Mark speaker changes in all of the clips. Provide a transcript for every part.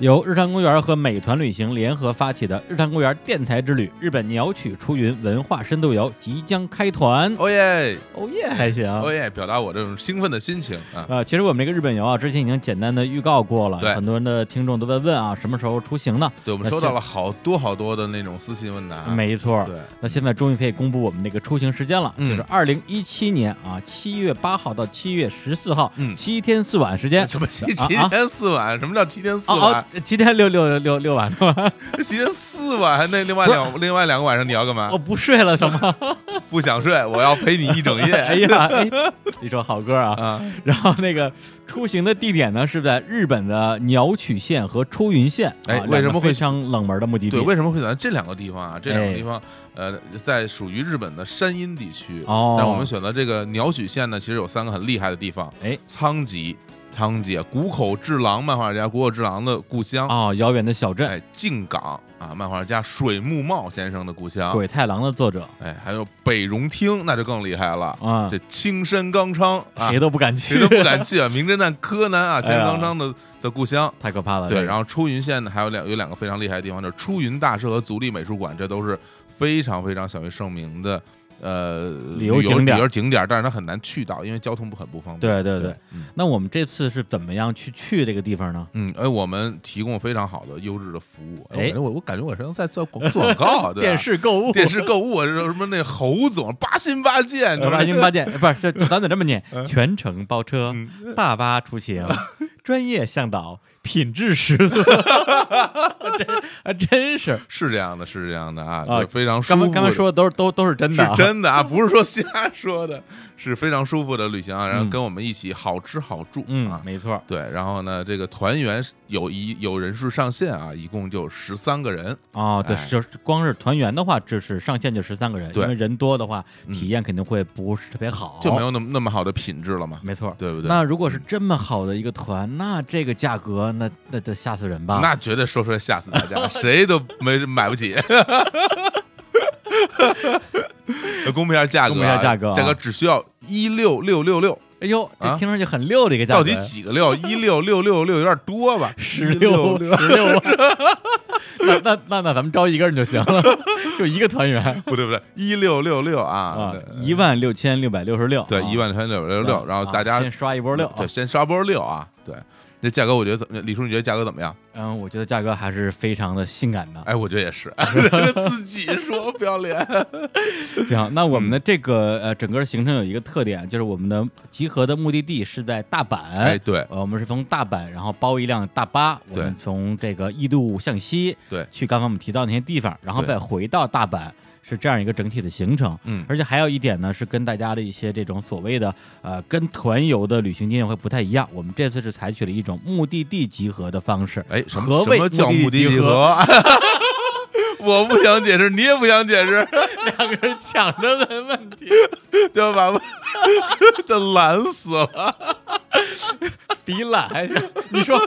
Speaker 1: 由日坛公园和美团旅行联合发起的日坛公园电台之旅日本鸟取出云文化深度游即将开团。
Speaker 2: 哦耶，
Speaker 1: 哦耶，还行。
Speaker 2: 哦耶，表达我这种兴奋的心情啊！
Speaker 1: 呃，其实我们这个日本游啊，之前已经简单的预告过了，
Speaker 2: 对
Speaker 1: 很多人的听众都在问啊，什么时候出行呢？
Speaker 2: 对，我们
Speaker 1: 那
Speaker 2: 收到
Speaker 1: 现
Speaker 2: 了好多好多的那种私信问答，
Speaker 1: 没错，
Speaker 2: 啊对，
Speaker 1: 那现在终于可以公布我们那个出行时间了，
Speaker 2: 嗯
Speaker 1: 就是二零一七年啊，七月八号到七月十四号，
Speaker 2: 嗯
Speaker 1: 七天四晚时间。
Speaker 2: 什么七
Speaker 1: 啊
Speaker 2: 七
Speaker 1: 啊
Speaker 2: 天四晚？ 什么叫七天四
Speaker 1: 哦
Speaker 2: 晚？啊
Speaker 1: 哦，七天六六六六晚是吧？
Speaker 2: 七天四 晚，那另外两另外两个晚上你要干嘛
Speaker 1: 我？哦不睡了是 吗？
Speaker 2: 不想睡，我要陪你一整
Speaker 1: 哎
Speaker 2: 夜
Speaker 1: 呀，哎一首好歌啊。
Speaker 2: 啊！
Speaker 1: 然后那个出行的地点呢是在日本的鸟取县和出云县，啊
Speaker 2: 哎
Speaker 1: 两个
Speaker 2: 为什么会
Speaker 1: 非常冷门的目的地
Speaker 2: 对，？为什么会选择这两个地方啊？这两
Speaker 1: 哎
Speaker 2: 个地方，呃，在属于日本的山阴地区。
Speaker 1: 哦
Speaker 2: 但我们选择这个鸟取县呢，其实有三个很厉害的地方。
Speaker 1: 哎，
Speaker 2: 仓吉，仓吉，谷口治郎漫画家谷口治郎的故乡。
Speaker 1: 哦，遥远的小镇，
Speaker 2: 哎，静冈啊，漫画家水木茂先生的故乡。
Speaker 1: 鬼太郎的作者
Speaker 2: 哎，还有北荣町，那就更厉害了。
Speaker 1: 啊，
Speaker 2: 这青山刚昌啊
Speaker 1: 谁，都哎不敢去
Speaker 2: 谁，都不敢去啊！名侦探柯南啊，青山刚昌的的故乡。
Speaker 1: 太可怕了。
Speaker 2: 对，
Speaker 1: 这个
Speaker 2: 然后出云县呢，还有两有两个非常厉害的地方，就是出云大社和足利美术馆，这都是非常非常享誉盛名的呃
Speaker 1: 旅游景点
Speaker 2: 旅游景点，但是它很难去到，因为交通不很不方便。
Speaker 1: 对对
Speaker 2: 对
Speaker 1: 对，，那我们这次是怎么样去去这个地方呢？
Speaker 2: 嗯，哎，我们提供非常好的优质的服务。
Speaker 1: 哎
Speaker 2: 哎，我我我感觉我是在做广做广 告，对吧啊
Speaker 1: 电视购物，
Speaker 2: 电视购物，啊什么那侯总八心八箭，
Speaker 1: 呃八
Speaker 2: 就
Speaker 1: 斤
Speaker 2: 是
Speaker 1: 八件，不是，这咱得这么念：全程包车，
Speaker 2: 嗯
Speaker 1: 大巴出 行，专业向导，品质十足。真还真是，
Speaker 2: 是这样的，是这样的啊，
Speaker 1: 啊
Speaker 2: 就非常舒
Speaker 1: 刚
Speaker 2: 服
Speaker 1: 才
Speaker 2: 的。
Speaker 1: 刚才说的都是都都是真的啊，
Speaker 2: 是真的啊，不是说瞎说的，是非常舒服的旅行啊。然后
Speaker 1: 嗯
Speaker 2: 跟我们一起好吃好住
Speaker 1: 嗯
Speaker 2: 啊，，
Speaker 1: 没错。
Speaker 2: 对。然后呢，这个团员是有一有人数上限啊，一共就十三个人。
Speaker 1: 哦，对，
Speaker 2: 哎
Speaker 1: 就是光是团员的话，就是上限就十三个人，因
Speaker 2: 对
Speaker 1: 为人多的话，
Speaker 2: 嗯
Speaker 1: 体验肯定会不是特别好，
Speaker 2: 就没有那么那么好的品质了嘛，
Speaker 1: 没错。
Speaker 2: 对不嗯对？
Speaker 1: 那如果是这么好的一个团，那这个价格，那那得吓死人吧？
Speaker 2: 那绝对说出来吓死大 家，谁都没买不起。公布一下价格啊，
Speaker 1: 公布一下价格啊
Speaker 2: 价格只需要一六六六六，
Speaker 1: 哎呦，这
Speaker 2: 啊
Speaker 1: 听上去很溜的一个价格，
Speaker 2: 到底几个六？一六六六六有点多吧？
Speaker 1: 十六
Speaker 2: 16
Speaker 1: 十六那那那那咱们招一个人就行了，就一个团员
Speaker 2: 不对不对，一六六六啊
Speaker 1: 啊，，一万六千六百六十六，
Speaker 2: 对，
Speaker 1: 啊
Speaker 2: 一万三六六
Speaker 1: 啊
Speaker 2: 六，然后大家
Speaker 1: 先刷一波六啊，
Speaker 2: 对，先刷波六啊，对。那价格我觉得怎么？李叔，你觉得价格怎么样？
Speaker 1: 嗯，我觉得价格还是非常的性感的。
Speaker 2: 哎，我觉得 也是，自己说不要脸。
Speaker 1: 哎 行，那我们
Speaker 2: 嗯
Speaker 1: 的这个呃整个行程有一个特点，就是我们的集合的目的地是在大阪，
Speaker 2: 哎，对
Speaker 1: 呃，我们是从大阪，然后包一辆大巴，我们
Speaker 2: 对
Speaker 1: 从这个伊豆向西，
Speaker 2: 对
Speaker 1: 去刚才我们提到那些地方，然后
Speaker 2: 对
Speaker 1: 再回到大阪，是这样一个整体的行程。
Speaker 2: 嗯
Speaker 1: 而且还有一点呢，是跟大家的一些这种所谓的呃跟团游的旅行经验会不太一样。我们这次是采取了一种目的地集合的方式。
Speaker 2: 哎，什
Speaker 1: 何
Speaker 2: 么
Speaker 1: 谓
Speaker 2: 什么叫
Speaker 1: 目
Speaker 2: 目
Speaker 1: 的
Speaker 2: 的
Speaker 1: 地集
Speaker 2: 地
Speaker 1: 合
Speaker 2: 合？ 我不想解释，你也不想解释，
Speaker 1: 两个人 抢着问问题，
Speaker 2: 就把我 就懒死了。
Speaker 1: 比懒还 是你说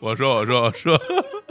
Speaker 2: 我说，我说，我说，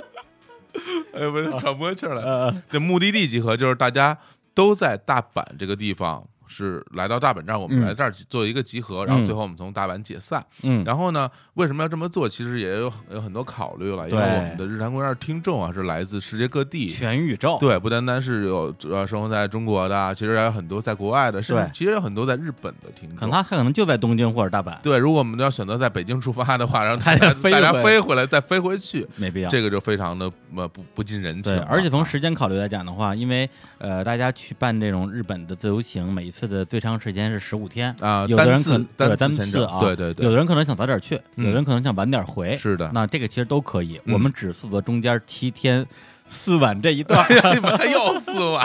Speaker 2: 哎，我这喘不过气儿来。
Speaker 1: 呃
Speaker 2: 这目的地集合就是大家都在大阪这个地方，是来到大阪站，我们
Speaker 1: 嗯
Speaker 2: 来这儿做一个集合，然后
Speaker 1: 嗯
Speaker 2: 最后我们从大阪解散。
Speaker 1: 嗯
Speaker 2: 然后呢，为什么要这么做？其实也有有很多考虑了，因为
Speaker 1: 对
Speaker 2: 我们的日坛公园听众啊是来自世界各地。
Speaker 1: 全宇宙
Speaker 2: 对，不单单是有呃生活在中国的啊，其实还有很多在国外的，甚
Speaker 1: 对
Speaker 2: 至其实有很多在日本的听
Speaker 1: 可能
Speaker 2: 众。
Speaker 1: 他可能就在东京或者大阪，
Speaker 2: 对，如果我们要选择在北京出发的话，然后
Speaker 1: 还
Speaker 2: 大
Speaker 1: 得
Speaker 2: 家
Speaker 1: 飞
Speaker 2: 大家
Speaker 1: 回
Speaker 2: 飞回来再飞回去，
Speaker 1: 没必要。
Speaker 2: 这个就非常的呃不不近人情啊
Speaker 1: 对，
Speaker 2: 了。
Speaker 1: 而且从时间考虑来讲的话，因为呃，大家去办这种日本的自由行，每一次的最长时间是十五天，
Speaker 2: 啊，
Speaker 1: 有的人
Speaker 2: 单
Speaker 1: 可能
Speaker 2: 次
Speaker 1: 对
Speaker 2: 单
Speaker 1: 单
Speaker 2: 次签
Speaker 1: 次
Speaker 2: 证
Speaker 1: 啊，
Speaker 2: 对对
Speaker 1: 有
Speaker 2: 对，
Speaker 1: 的人可能想早点去，有
Speaker 2: 嗯
Speaker 1: 的人可能想晚点回，
Speaker 2: 是的。
Speaker 1: 那这个其实都可以。
Speaker 2: 嗯
Speaker 1: 我们只负责中间七天四晚这一段儿，
Speaker 2: 你们哎又死我！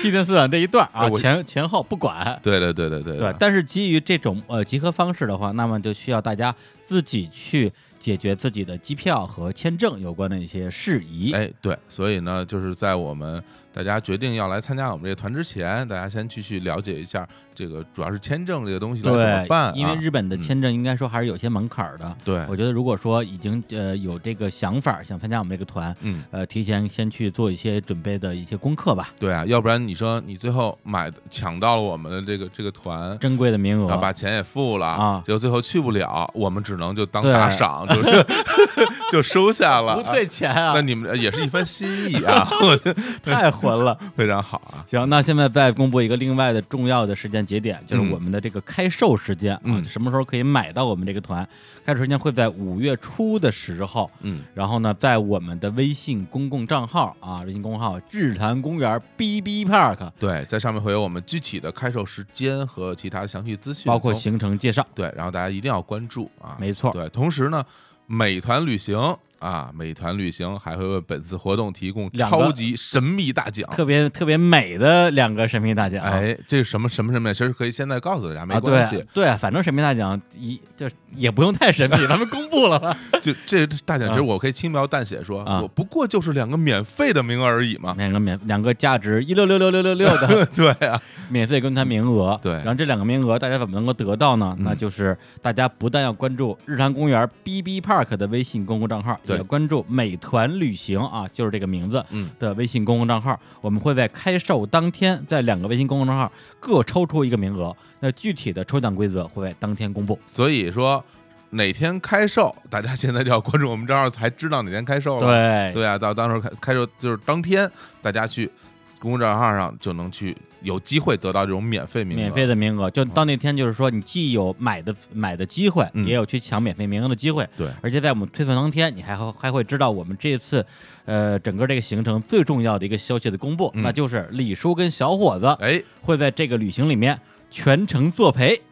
Speaker 1: 七天四晚这一段儿啊，
Speaker 2: 哎我
Speaker 1: 前前后不管。
Speaker 2: 对对对对对
Speaker 1: 对，但是基于这种呃集合方式的话，那么就需要大家自己去解决自己的机票和签证有关的一些事宜。
Speaker 2: 哎哎，对，所以呢，就是在我们大家决定要来参加我们这个团之前，大家先去去了解一下这个，主要是签证这个东西来怎么办、啊？嗯
Speaker 1: 因为日本的签证应该说还是有些门槛儿的。
Speaker 2: 对，
Speaker 1: 我觉得如果说已经呃有这个想法儿想参加我们这个团，
Speaker 2: 嗯，
Speaker 1: 呃，提前先去做一些准备的一些功课吧，
Speaker 2: 对啊，要不然你说你最后买的抢到了我们的这个这个团，
Speaker 1: 珍贵的名
Speaker 2: 然后把
Speaker 1: 额。
Speaker 2: 钱也付了
Speaker 1: 啊
Speaker 2: 结果最后去不了，我们只能就当
Speaker 1: 对
Speaker 2: 打赏，就是 就收下 了，
Speaker 1: 不退钱
Speaker 2: 啊。那
Speaker 1: 啊！
Speaker 2: 你们也是一番心意啊，我觉得
Speaker 1: 太混了。
Speaker 2: 非常好啊。
Speaker 1: 行，那现在再公布一个另外的重要的时间节点，就是
Speaker 2: 嗯
Speaker 1: 我们的这个开售时间啊，
Speaker 2: 嗯
Speaker 1: 什么时候可以买到我们这个团？开售时间会在五月初的时候。
Speaker 2: 嗯，
Speaker 1: 然后呢，在我们的微信公共账号啊，微信公众号“日坛公园 B B Park”，
Speaker 2: 对，在上面会有我们具体的开售时间和其他详细资讯，
Speaker 1: 包括
Speaker 2: 从
Speaker 1: 行程介绍。
Speaker 2: 对，然后大家一定要关注啊，
Speaker 1: 没错
Speaker 2: 对，同时呢，美团旅行啊，美团旅行还会为本次活动提供
Speaker 1: 两个
Speaker 2: 超级神秘大奖。
Speaker 1: 特别特别美的两个神秘大奖啊，
Speaker 2: 啊哎，这是什么什么什么呀？其实可以现在告诉大家，没
Speaker 1: 啊，
Speaker 2: 关
Speaker 1: 对
Speaker 2: 系，
Speaker 1: 对，反正神秘大奖一就是也不用太神 秘，咱们公布了吧？
Speaker 2: 就这大奖，其实
Speaker 1: 啊
Speaker 2: 我可以轻描淡写说，
Speaker 1: 啊
Speaker 2: 我不过就是两个免费的名额而已嘛。
Speaker 1: 两个免两个价值一六六六六六六的
Speaker 2: 对啊，
Speaker 1: 免费跟团名额，
Speaker 2: 对嗯
Speaker 1: 然后这两个名额大家怎么能够得到呢？那就是大家不但要关注日坛公园 B B Park 的微信公共账号，也
Speaker 2: 对
Speaker 1: 要关注美团旅行啊，就是这个名字，
Speaker 2: 嗯
Speaker 1: 的微信公共账号，我们会在开售当天在两个微信公共账号各抽出一个名额，那具体的抽奖规则会在当天公布。
Speaker 2: 所以说哪天开售，大家现在就要关注我们账号，才知道哪天开售了。
Speaker 1: 对
Speaker 2: 对啊，到当时候开开售就是当天，大家去公众账号上就能去有机会得到这种免费名额。
Speaker 1: 免费的名额，就到那天就是说，你既有买的买的机会，
Speaker 2: 嗯
Speaker 1: 也有去抢免费名额的机会。
Speaker 2: 对
Speaker 1: 而且在我们推送当天，你还会还会知道我们这次，呃，整个这个行程最重要的一个消息的公布，
Speaker 2: 嗯
Speaker 1: 那就是李叔跟小伙子
Speaker 2: 哎，
Speaker 1: 会在这个旅行里面全程作陪，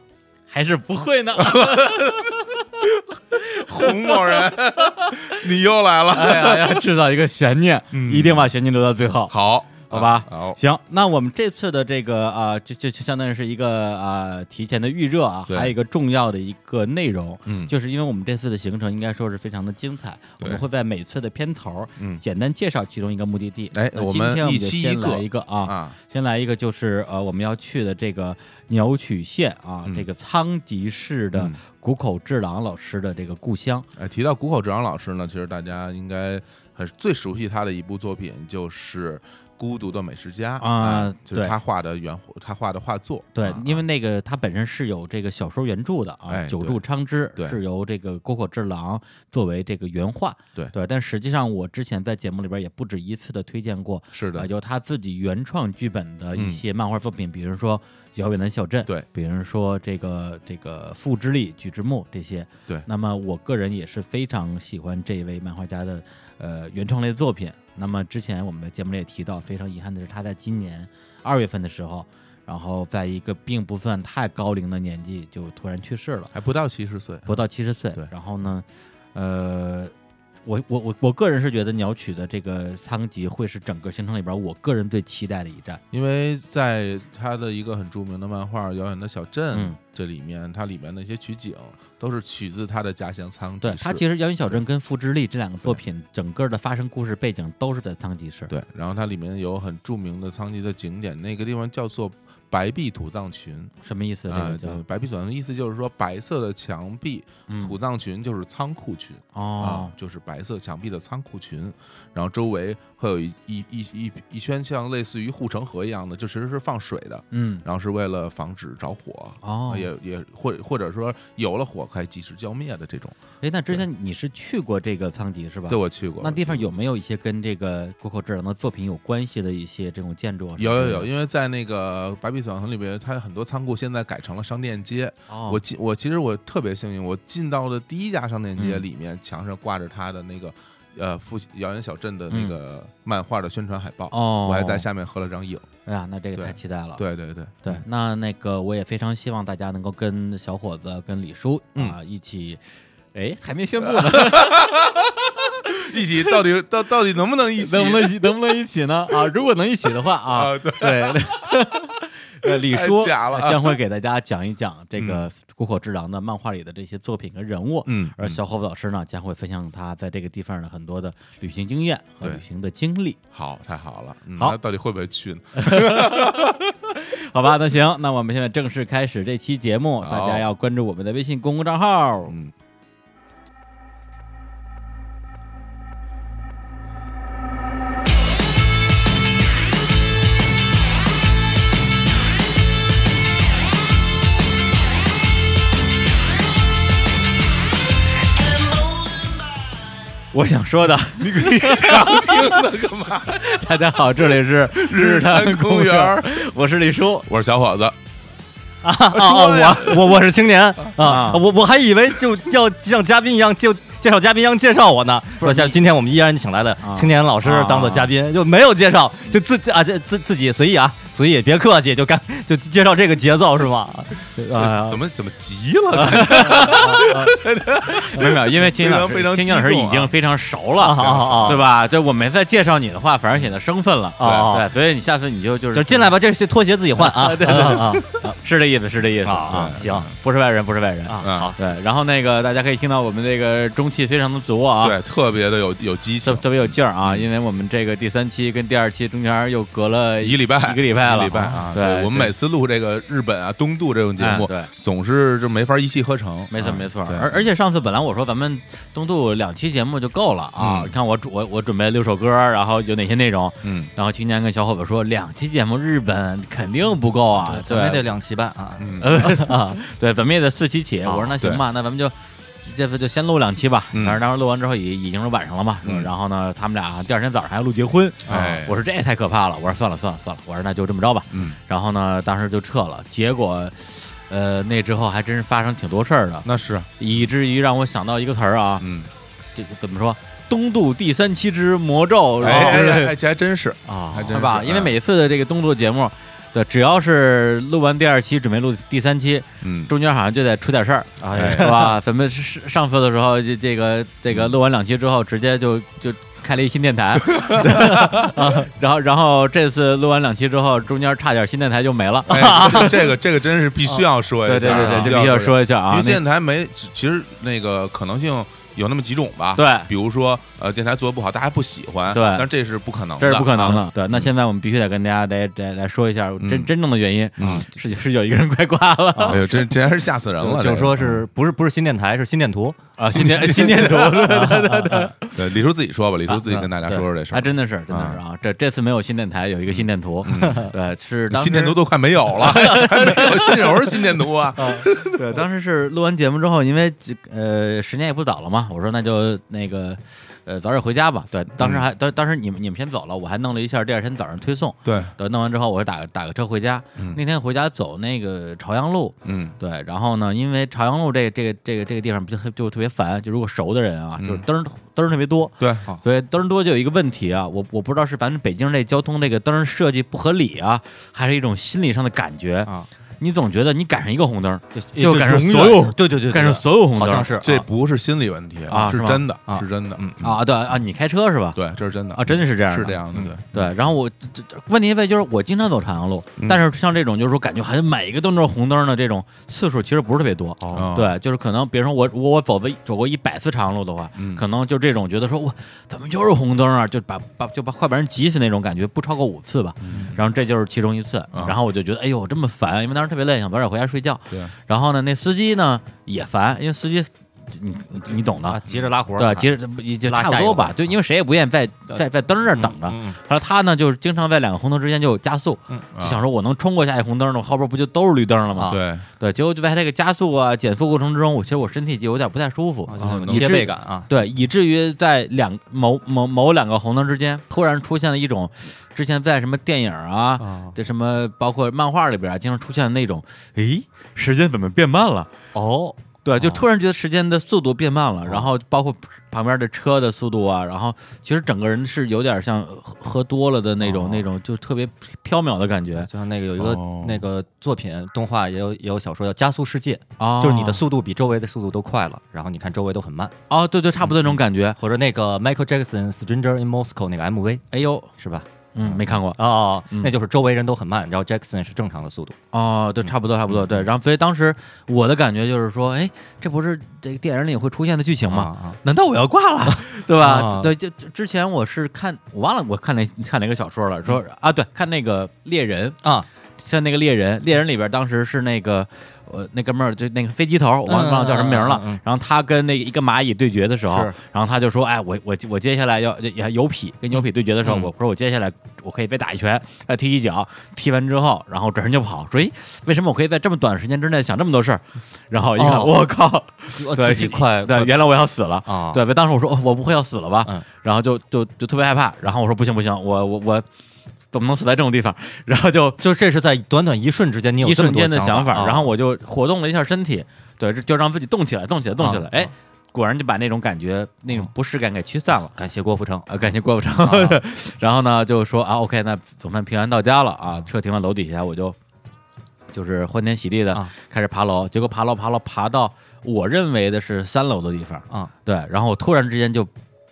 Speaker 1: 还是不会呢？
Speaker 2: 洪某人， 你又来 了，
Speaker 1: 哎呀，要制造一个悬念，
Speaker 2: 嗯
Speaker 1: 一定把悬念留到最后。
Speaker 2: 好，
Speaker 1: 好吧
Speaker 2: 啊好，
Speaker 1: 行，那我们这次的这个啊、呃就就就相当于是一个啊、呃提前的预热啊，
Speaker 2: 对
Speaker 1: 还有一个重要的一个内容，
Speaker 2: 嗯
Speaker 1: 就是因为我们这次的行程应该说是非常的精彩，我
Speaker 2: 对
Speaker 1: 们会在每次的片头，
Speaker 2: 嗯
Speaker 1: 简单介绍其中一个目的地。
Speaker 2: 哎
Speaker 1: 那
Speaker 2: 我
Speaker 1: 今
Speaker 2: 们
Speaker 1: 天我们
Speaker 2: 一
Speaker 1: 就
Speaker 2: 期
Speaker 1: 先
Speaker 2: 一个
Speaker 1: 来一个啊，
Speaker 2: 啊，
Speaker 1: 先来一个就是呃我们要去的这个鸟取县啊，
Speaker 2: 嗯
Speaker 1: 这个仓吉市的
Speaker 2: 嗯
Speaker 1: 谷口治郎老师的这个故乡。
Speaker 2: 哎，提到谷口直郎老师呢，其实大家应该很最熟悉他的一部作品就是。孤独的美食家
Speaker 1: 啊
Speaker 2: 哎就是
Speaker 1: 对
Speaker 2: 他画的原他画的画作，
Speaker 1: 对
Speaker 2: 啊，
Speaker 1: 因为那个它本身是有这个小说原著的啊，
Speaker 2: 哎
Speaker 1: 九柱昌之》
Speaker 2: 对
Speaker 1: 是由这个沟口治郎作为这个原画，
Speaker 2: 对
Speaker 1: 对。但实际上，我之前在节目里边也不止一次的推荐过，
Speaker 2: 是的
Speaker 1: 呃，由他自己原创剧本的一
Speaker 2: 嗯
Speaker 1: 些漫画作品，比如说《遥远的小镇》，
Speaker 2: 对，
Speaker 1: 比如说这个这个《父之力》《举之木》这些，
Speaker 2: 对
Speaker 1: 那么我个人也是非常喜欢这位漫画家的呃原创类作品。那么之前我们的节目里也提到，非常遗憾的是他在今年二月份的时候，然后在一个并不算太高龄的年纪就突然去世了，
Speaker 2: 还不到七十岁，
Speaker 1: 不到七十岁
Speaker 2: 嗯对。
Speaker 1: 然后呢，呃。我我我我个人是觉得鸟取的这个仓吉会是整个行程里边我个人最期待的一站。
Speaker 2: 因为在他的一个很著名的漫画《遥远的小镇》
Speaker 1: 嗯
Speaker 2: 这里面，它里面那些取景都是取自他的家乡仓吉
Speaker 1: 对
Speaker 2: 市。
Speaker 1: 他其实《遥远小镇》跟《复之力》这两个作品，整个的发生故事背景都是在仓吉市。
Speaker 2: 对，然后它里面有很著名的仓吉的景点，那个地方叫做白壁土葬群。
Speaker 1: 什么意思？这
Speaker 2: 啊
Speaker 1: 个，叫
Speaker 2: 对白壁土葬群意思就是说白色的墙壁，
Speaker 1: 嗯
Speaker 2: 土葬群就是仓库群。啊
Speaker 1: 哦，，
Speaker 2: 就是白色墙壁的仓库群，然后周围会有一一一一一圈像类似于护城河一样的，就其实是放水的，
Speaker 1: 嗯，
Speaker 2: 然后是为了防止着火，
Speaker 1: 哦，
Speaker 2: 也也或或者说有了火可以及时浇灭的这种。
Speaker 1: 哎，那之前你是去过这个仓吉是吧？
Speaker 2: 对，。我去过。
Speaker 1: 那地方
Speaker 2: 有
Speaker 1: 有没有一些跟这个谷口智郎的作品有关系的一些这种建筑啊？
Speaker 2: 有有有，，因为在那个白皮小城里边，它很多仓库现在改成了商店街。
Speaker 1: 哦，
Speaker 2: 我进我其实我特别幸运，我进到的第一家商店街
Speaker 1: 嗯
Speaker 2: 里面，墙上挂着它的那个呃复遥远小镇的那个漫画的宣传海报。
Speaker 1: 嗯哦，
Speaker 2: 我还在。下面合了张影，
Speaker 1: 哎呀，那这个
Speaker 2: 对
Speaker 1: 太期待了。
Speaker 2: 对对对
Speaker 1: 对，那那个我也非常希望大家能够跟小伙子、跟李叔
Speaker 2: 嗯
Speaker 1: 啊一起，哎，还没宣布呢，
Speaker 2: 一起到底到到底 能不能一起？
Speaker 1: 能不能一能不能一起呢？啊，如果能一起的话啊，
Speaker 2: 啊？对，
Speaker 1: 对， 呃李
Speaker 2: 太
Speaker 1: 叔
Speaker 2: 假了啊
Speaker 1: 将会给大家讲一讲这个谷口治郎的漫画里的这些作品跟人物。
Speaker 2: 嗯，
Speaker 1: 而
Speaker 2: 嗯
Speaker 1: 小伙子老师呢，将会分享他在这个地方的很多的旅行经验和
Speaker 2: 对
Speaker 1: 旅行的经历，
Speaker 2: 好，太好了，嗯
Speaker 1: 好
Speaker 2: 那到底会不会 去呢？
Speaker 1: 好吧？那行，那我们现在正式开始这期节目，大
Speaker 2: 好
Speaker 1: 家要关注我们的微信公众账号。
Speaker 2: 嗯，
Speaker 1: 我想说 的，
Speaker 2: 你你想听的干嘛？
Speaker 1: 大家好，这里是日
Speaker 2: 坛
Speaker 1: 坛
Speaker 2: 公
Speaker 1: 园
Speaker 2: 园
Speaker 1: 儿
Speaker 2: 儿，
Speaker 1: 我是李叔。
Speaker 2: 我是小伙子，
Speaker 3: 啊
Speaker 2: 说呀
Speaker 3: 啊！我我我是青年啊！我我还以为就要像嘉宾一样，就介绍嘉宾一样介绍我呢。
Speaker 1: 不是
Speaker 3: 说像
Speaker 1: 你
Speaker 3: 今天我们依然请来了
Speaker 1: 啊
Speaker 3: 青年老师当做嘉宾，就没有介绍，就自啊这自自己随意啊，随意别客气，就干就介绍这个节奏是吗？
Speaker 2: 这
Speaker 1: 啊
Speaker 2: 怎么怎么急了？感觉
Speaker 1: 没有没有，因为青青老
Speaker 2: 非常
Speaker 1: 师，
Speaker 2: 非常
Speaker 1: 青青老师
Speaker 2: 激动
Speaker 1: 已
Speaker 2: 啊
Speaker 1: 经非常熟
Speaker 3: 啊
Speaker 1: 了，
Speaker 3: 啊啊！
Speaker 1: 对
Speaker 3: 吧？
Speaker 1: 吧？这我没再介绍你的话，反而显得生分了。
Speaker 3: 哦哦
Speaker 1: 对，所以你下次你就就是
Speaker 3: 就进来吧，这些拖鞋自己换啊！ 对对
Speaker 1: 是这意思，是这意思嗯
Speaker 3: 啊啊！行啊，
Speaker 1: 不是外人，不是外人。
Speaker 2: 嗯
Speaker 3: 好，
Speaker 1: 对，然后那个大家可以听到我们这个中气非常的足啊，，
Speaker 2: 对，特别的有有激
Speaker 1: 特
Speaker 2: 情，
Speaker 1: 特别有劲儿啊，因为我们这个第三期跟第二期中间又隔了
Speaker 2: 一个礼拜，
Speaker 1: 一个礼拜了，
Speaker 2: 一个礼拜啊！
Speaker 1: 对，
Speaker 2: 我们每次录这个日本啊、东渡这种节
Speaker 1: 嗯
Speaker 2: 目，
Speaker 1: 对。
Speaker 2: 总是就没法一气呵成。
Speaker 1: 没错
Speaker 2: 啊
Speaker 1: 没错，
Speaker 2: 对
Speaker 1: 而而且上次本来我说咱们东渡两期节目就够了啊，
Speaker 2: 嗯
Speaker 1: 你看我准我我准备了六首歌，然后有哪些内容，
Speaker 2: 嗯
Speaker 1: 然后青年跟小伙子说两期节目日本肯定不够啊，
Speaker 3: 咱们也得
Speaker 1: 对，
Speaker 3: 两期半啊！
Speaker 2: 嗯，
Speaker 1: 呃啊， 对，咱们也得四期起，
Speaker 3: 啊
Speaker 1: 我说那行吧，那咱们就。这次就先录两期吧，
Speaker 2: 哦嗯
Speaker 1: 反正当时录完之后也已经是晚上了嘛。
Speaker 2: 嗯
Speaker 1: 然后呢，他们俩第二天早上还要录结婚，啊
Speaker 2: 哎
Speaker 1: 我说这也太可怕了。我说算了算了算了，我说那就这么着吧。
Speaker 2: 嗯，
Speaker 1: 然后呢，当时就撤了。结果，呃，那之后还真是发生挺多事儿的，
Speaker 2: 那是，
Speaker 1: 以至于让我想到一个词儿啊，
Speaker 2: 嗯，
Speaker 1: 这个怎么说？东渡第三期之魔咒，
Speaker 2: 哎
Speaker 1: 然后
Speaker 2: 哎哎哎，这还真是，
Speaker 1: 啊
Speaker 2: 还真
Speaker 1: 是吧？
Speaker 2: 是
Speaker 1: 因为
Speaker 2: 嗯
Speaker 1: 每次的这个东渡节目，对，只要是录完第二期，准备录第三期，
Speaker 2: 嗯，
Speaker 1: 中间好像就得出点事儿，
Speaker 2: 哎
Speaker 1: 是吧？咱们是上次的时候，这这个这个录完两期之后，直接就就开了一新电 台，啊然后然后这次录完两期之后，中间差点新电台就没了。
Speaker 2: 哎，这这个这个真是必须要说一下
Speaker 1: 对
Speaker 2: 啊，
Speaker 1: 对对对，这
Speaker 2: 必
Speaker 1: 必须
Speaker 2: 须
Speaker 1: 要
Speaker 2: 要
Speaker 1: 说一下
Speaker 2: 一下，因
Speaker 1: 啊
Speaker 2: 为。电台没，其其实那个可能性有那么几种吧，
Speaker 1: 那，对，
Speaker 2: 比如说呃，电台做的不好，大家不喜欢，
Speaker 1: 对
Speaker 2: 但这是不可能的，
Speaker 1: 这是不可能
Speaker 2: 啊，
Speaker 1: 的。对，那现在我们必须得跟大家来来来说一下真
Speaker 2: 嗯
Speaker 1: 真正的原因，
Speaker 2: 嗯，
Speaker 1: 是是有一个人 快挂了
Speaker 2: 哎呦，这这还是吓死人了，这
Speaker 3: 就就
Speaker 2: 个嗯
Speaker 3: 说是不是不是新电台是新电图？
Speaker 1: 啊！新年新年 头，
Speaker 2: 对李叔自己说吧，李叔自己跟大家说说这事
Speaker 1: 啊，
Speaker 2: 儿，
Speaker 1: 真的是，真的是啊！这这次没有新电台，有一个新电图， 对，是当时
Speaker 2: 新嗯电图都快没 有了，还没有新手是新电图啊，
Speaker 1: 对，当时是录完节目之后，因为这个呃时间也不早了嘛，我说那就那个呃早点回家吧。对，当时还
Speaker 2: 嗯
Speaker 1: 当当时你们你们先走了，我还弄了一下第二天早上推送。
Speaker 2: 对，
Speaker 1: 对，弄完之后我是打打个车回家。那天回家走那个朝阳路，
Speaker 2: 嗯，
Speaker 1: 对，然后呢，因为朝阳路这这个这个这个地方就特就特别烦，就如果熟的人啊，
Speaker 2: 嗯
Speaker 1: 就是灯儿灯儿特别多。
Speaker 2: 对，
Speaker 1: 所以灯儿多就有一个问题啊，我我不知道是咱们北京这交通这个灯儿设计不合理啊，还是一种心理上的感觉
Speaker 3: 啊。
Speaker 1: 你总觉得你赶上一个红灯儿，
Speaker 3: 就
Speaker 1: 赶上
Speaker 3: 永远
Speaker 1: 所有
Speaker 3: 对对对，对
Speaker 1: 赶上所有红灯
Speaker 3: 好
Speaker 1: 儿，
Speaker 3: 像是
Speaker 2: 这
Speaker 3: 啊
Speaker 2: 不是心理问题
Speaker 1: 啊
Speaker 2: 是
Speaker 1: 是吗
Speaker 2: 真的，
Speaker 3: 啊
Speaker 2: 是真的，
Speaker 3: 嗯
Speaker 1: 啊，对啊，你开车是吧？
Speaker 2: 对，这是真的
Speaker 1: 啊，真的是这样的，
Speaker 2: 是这样的，对，
Speaker 1: 对，然后我这这这问题在于就是我经常走朝阳路，
Speaker 2: 嗯
Speaker 1: 但是像这种就是说感觉好像每一个都是红灯的这种次数其实不是特别多。
Speaker 3: 哦
Speaker 1: 对，就是可能，比如说我我我走的走过一百次长路的话，
Speaker 2: 嗯
Speaker 1: 可能就这种觉得说哇，怎么就是红灯啊，就把把就把快把人急死那种感觉，不超过五次吧。
Speaker 3: 嗯
Speaker 1: 然后这就是其中一次，
Speaker 2: 啊
Speaker 1: 然后我就觉得哎呦这么烦，因为当时特别累，想早点回家睡觉。
Speaker 2: 对，
Speaker 1: 然后呢，那司机呢也烦，因为司机你你你懂的。
Speaker 3: 啊，急着拉活儿
Speaker 1: 对，
Speaker 3: 啊
Speaker 1: 其实这不也就
Speaker 3: 拉
Speaker 1: 差
Speaker 3: 下
Speaker 1: 不
Speaker 3: 一
Speaker 1: 多
Speaker 3: 个
Speaker 1: 吧
Speaker 3: 吧，
Speaker 1: 就因为谁也不愿意在在在灯儿那儿等着，
Speaker 3: 嗯嗯
Speaker 1: 然后他呢，就是经常在两个红灯之间就加速，
Speaker 3: 嗯
Speaker 2: 啊
Speaker 1: 就想说我能冲过下一红灯的，我后边不就都是绿灯了
Speaker 3: 啊
Speaker 1: 吗？
Speaker 2: 对，
Speaker 1: 对，结果就在这个加速啊、减速过程之中，我其实我身体就有点不太舒服，
Speaker 3: 啊，
Speaker 2: 啊
Speaker 3: 就是
Speaker 2: 能
Speaker 1: 以
Speaker 3: 贴
Speaker 1: 至
Speaker 3: 背感啊，
Speaker 1: 对，以至于在两某某某两个红灯之间，突然出现了一种之前在什么电影啊。
Speaker 3: 啊
Speaker 1: 这什么，包括漫画里边啊，经常出现的那种，诶，时间怎么变慢了？
Speaker 3: 哦，
Speaker 1: 对，就
Speaker 3: 哦
Speaker 1: 突然觉得时间的速度变慢了，然后包括旁边的车的速度啊，然后其实整个人是有点像喝喝多了的那种、
Speaker 3: 哦
Speaker 1: 那种，就特别飘渺的感觉
Speaker 3: 就像那个有一个、
Speaker 2: 哦
Speaker 3: 那个作品动画也有也有小说叫《加速世界》
Speaker 1: 啊
Speaker 3: 就是你的速度比周围的速度都快了，然后你看周围都很慢。
Speaker 1: 哦，对对，差不多那种感觉。
Speaker 3: 或者那个 Michael Jackson《Stranger in Moscow》那个 MV
Speaker 1: 哎呦，
Speaker 3: 是吧？
Speaker 1: 嗯，没看过
Speaker 3: 哦，
Speaker 1: 嗯
Speaker 3: 那就是周围人都很慢，然后 Jackson 是正常的速度。
Speaker 1: 哦，对，差不多差不多，对。然后所以当时我的感觉就是说，哎，这不是这个电影里会出现的剧情吗？
Speaker 3: 啊啊
Speaker 1: 难道我要挂 了，对吧？
Speaker 3: 啊
Speaker 1: 对，就就之前我是看，我忘了我看哪看哪个小说了，说啊，对，看那个猎人，
Speaker 3: 啊，
Speaker 1: 像那个猎人，猎人里边当时是那个呃那哥们儿，就那个飞机头，我忘
Speaker 3: 嗯
Speaker 1: 忘了叫什么名了。
Speaker 3: 嗯嗯嗯
Speaker 1: 然后他跟那个一个蚂蚁对决的时候
Speaker 3: 是，
Speaker 1: 然后他就说：“哎，我我我接下来要要有匹跟有匹对决的时候，
Speaker 3: 嗯
Speaker 1: 我说我接下来我可以被打一拳，再踢一脚，踢完之后，然后转身就跑。说，哎，为什么我可以在这么短时间之内想这么多事儿？然后一看，
Speaker 3: 哦
Speaker 1: 我靠，对
Speaker 3: 自己快
Speaker 1: 对，原来我要死了。
Speaker 3: 啊，
Speaker 1: 对，当时我说、哦我不会要死了吧？
Speaker 3: 嗯
Speaker 1: 然后就就就特别害怕，然后我说不行不行，我我我怎么能死在这种地方？然后就
Speaker 3: 就这是在短短一瞬之间，你有
Speaker 1: 一
Speaker 3: 这么
Speaker 1: 瞬
Speaker 3: 多
Speaker 1: 间的
Speaker 3: 想啊
Speaker 1: 法，然后
Speaker 3: 我
Speaker 1: 我就活动了一下身体，对，这就让自己动起来，动起来，动起来，
Speaker 3: 啊
Speaker 1: 哎
Speaker 3: 啊，
Speaker 1: 果然就把那种感觉、那种不适感给驱散了。
Speaker 3: 感谢郭富城
Speaker 1: 啊，感谢郭富城。
Speaker 3: 啊
Speaker 1: 然后呢，就说啊，OK，那总算平安到家了啊。车停到楼底下，我就就是欢天喜地的
Speaker 3: 啊
Speaker 1: 开始爬楼，结果爬楼爬楼爬到我认为的是三楼的地方，
Speaker 3: 啊
Speaker 1: 对，然后我突然之间就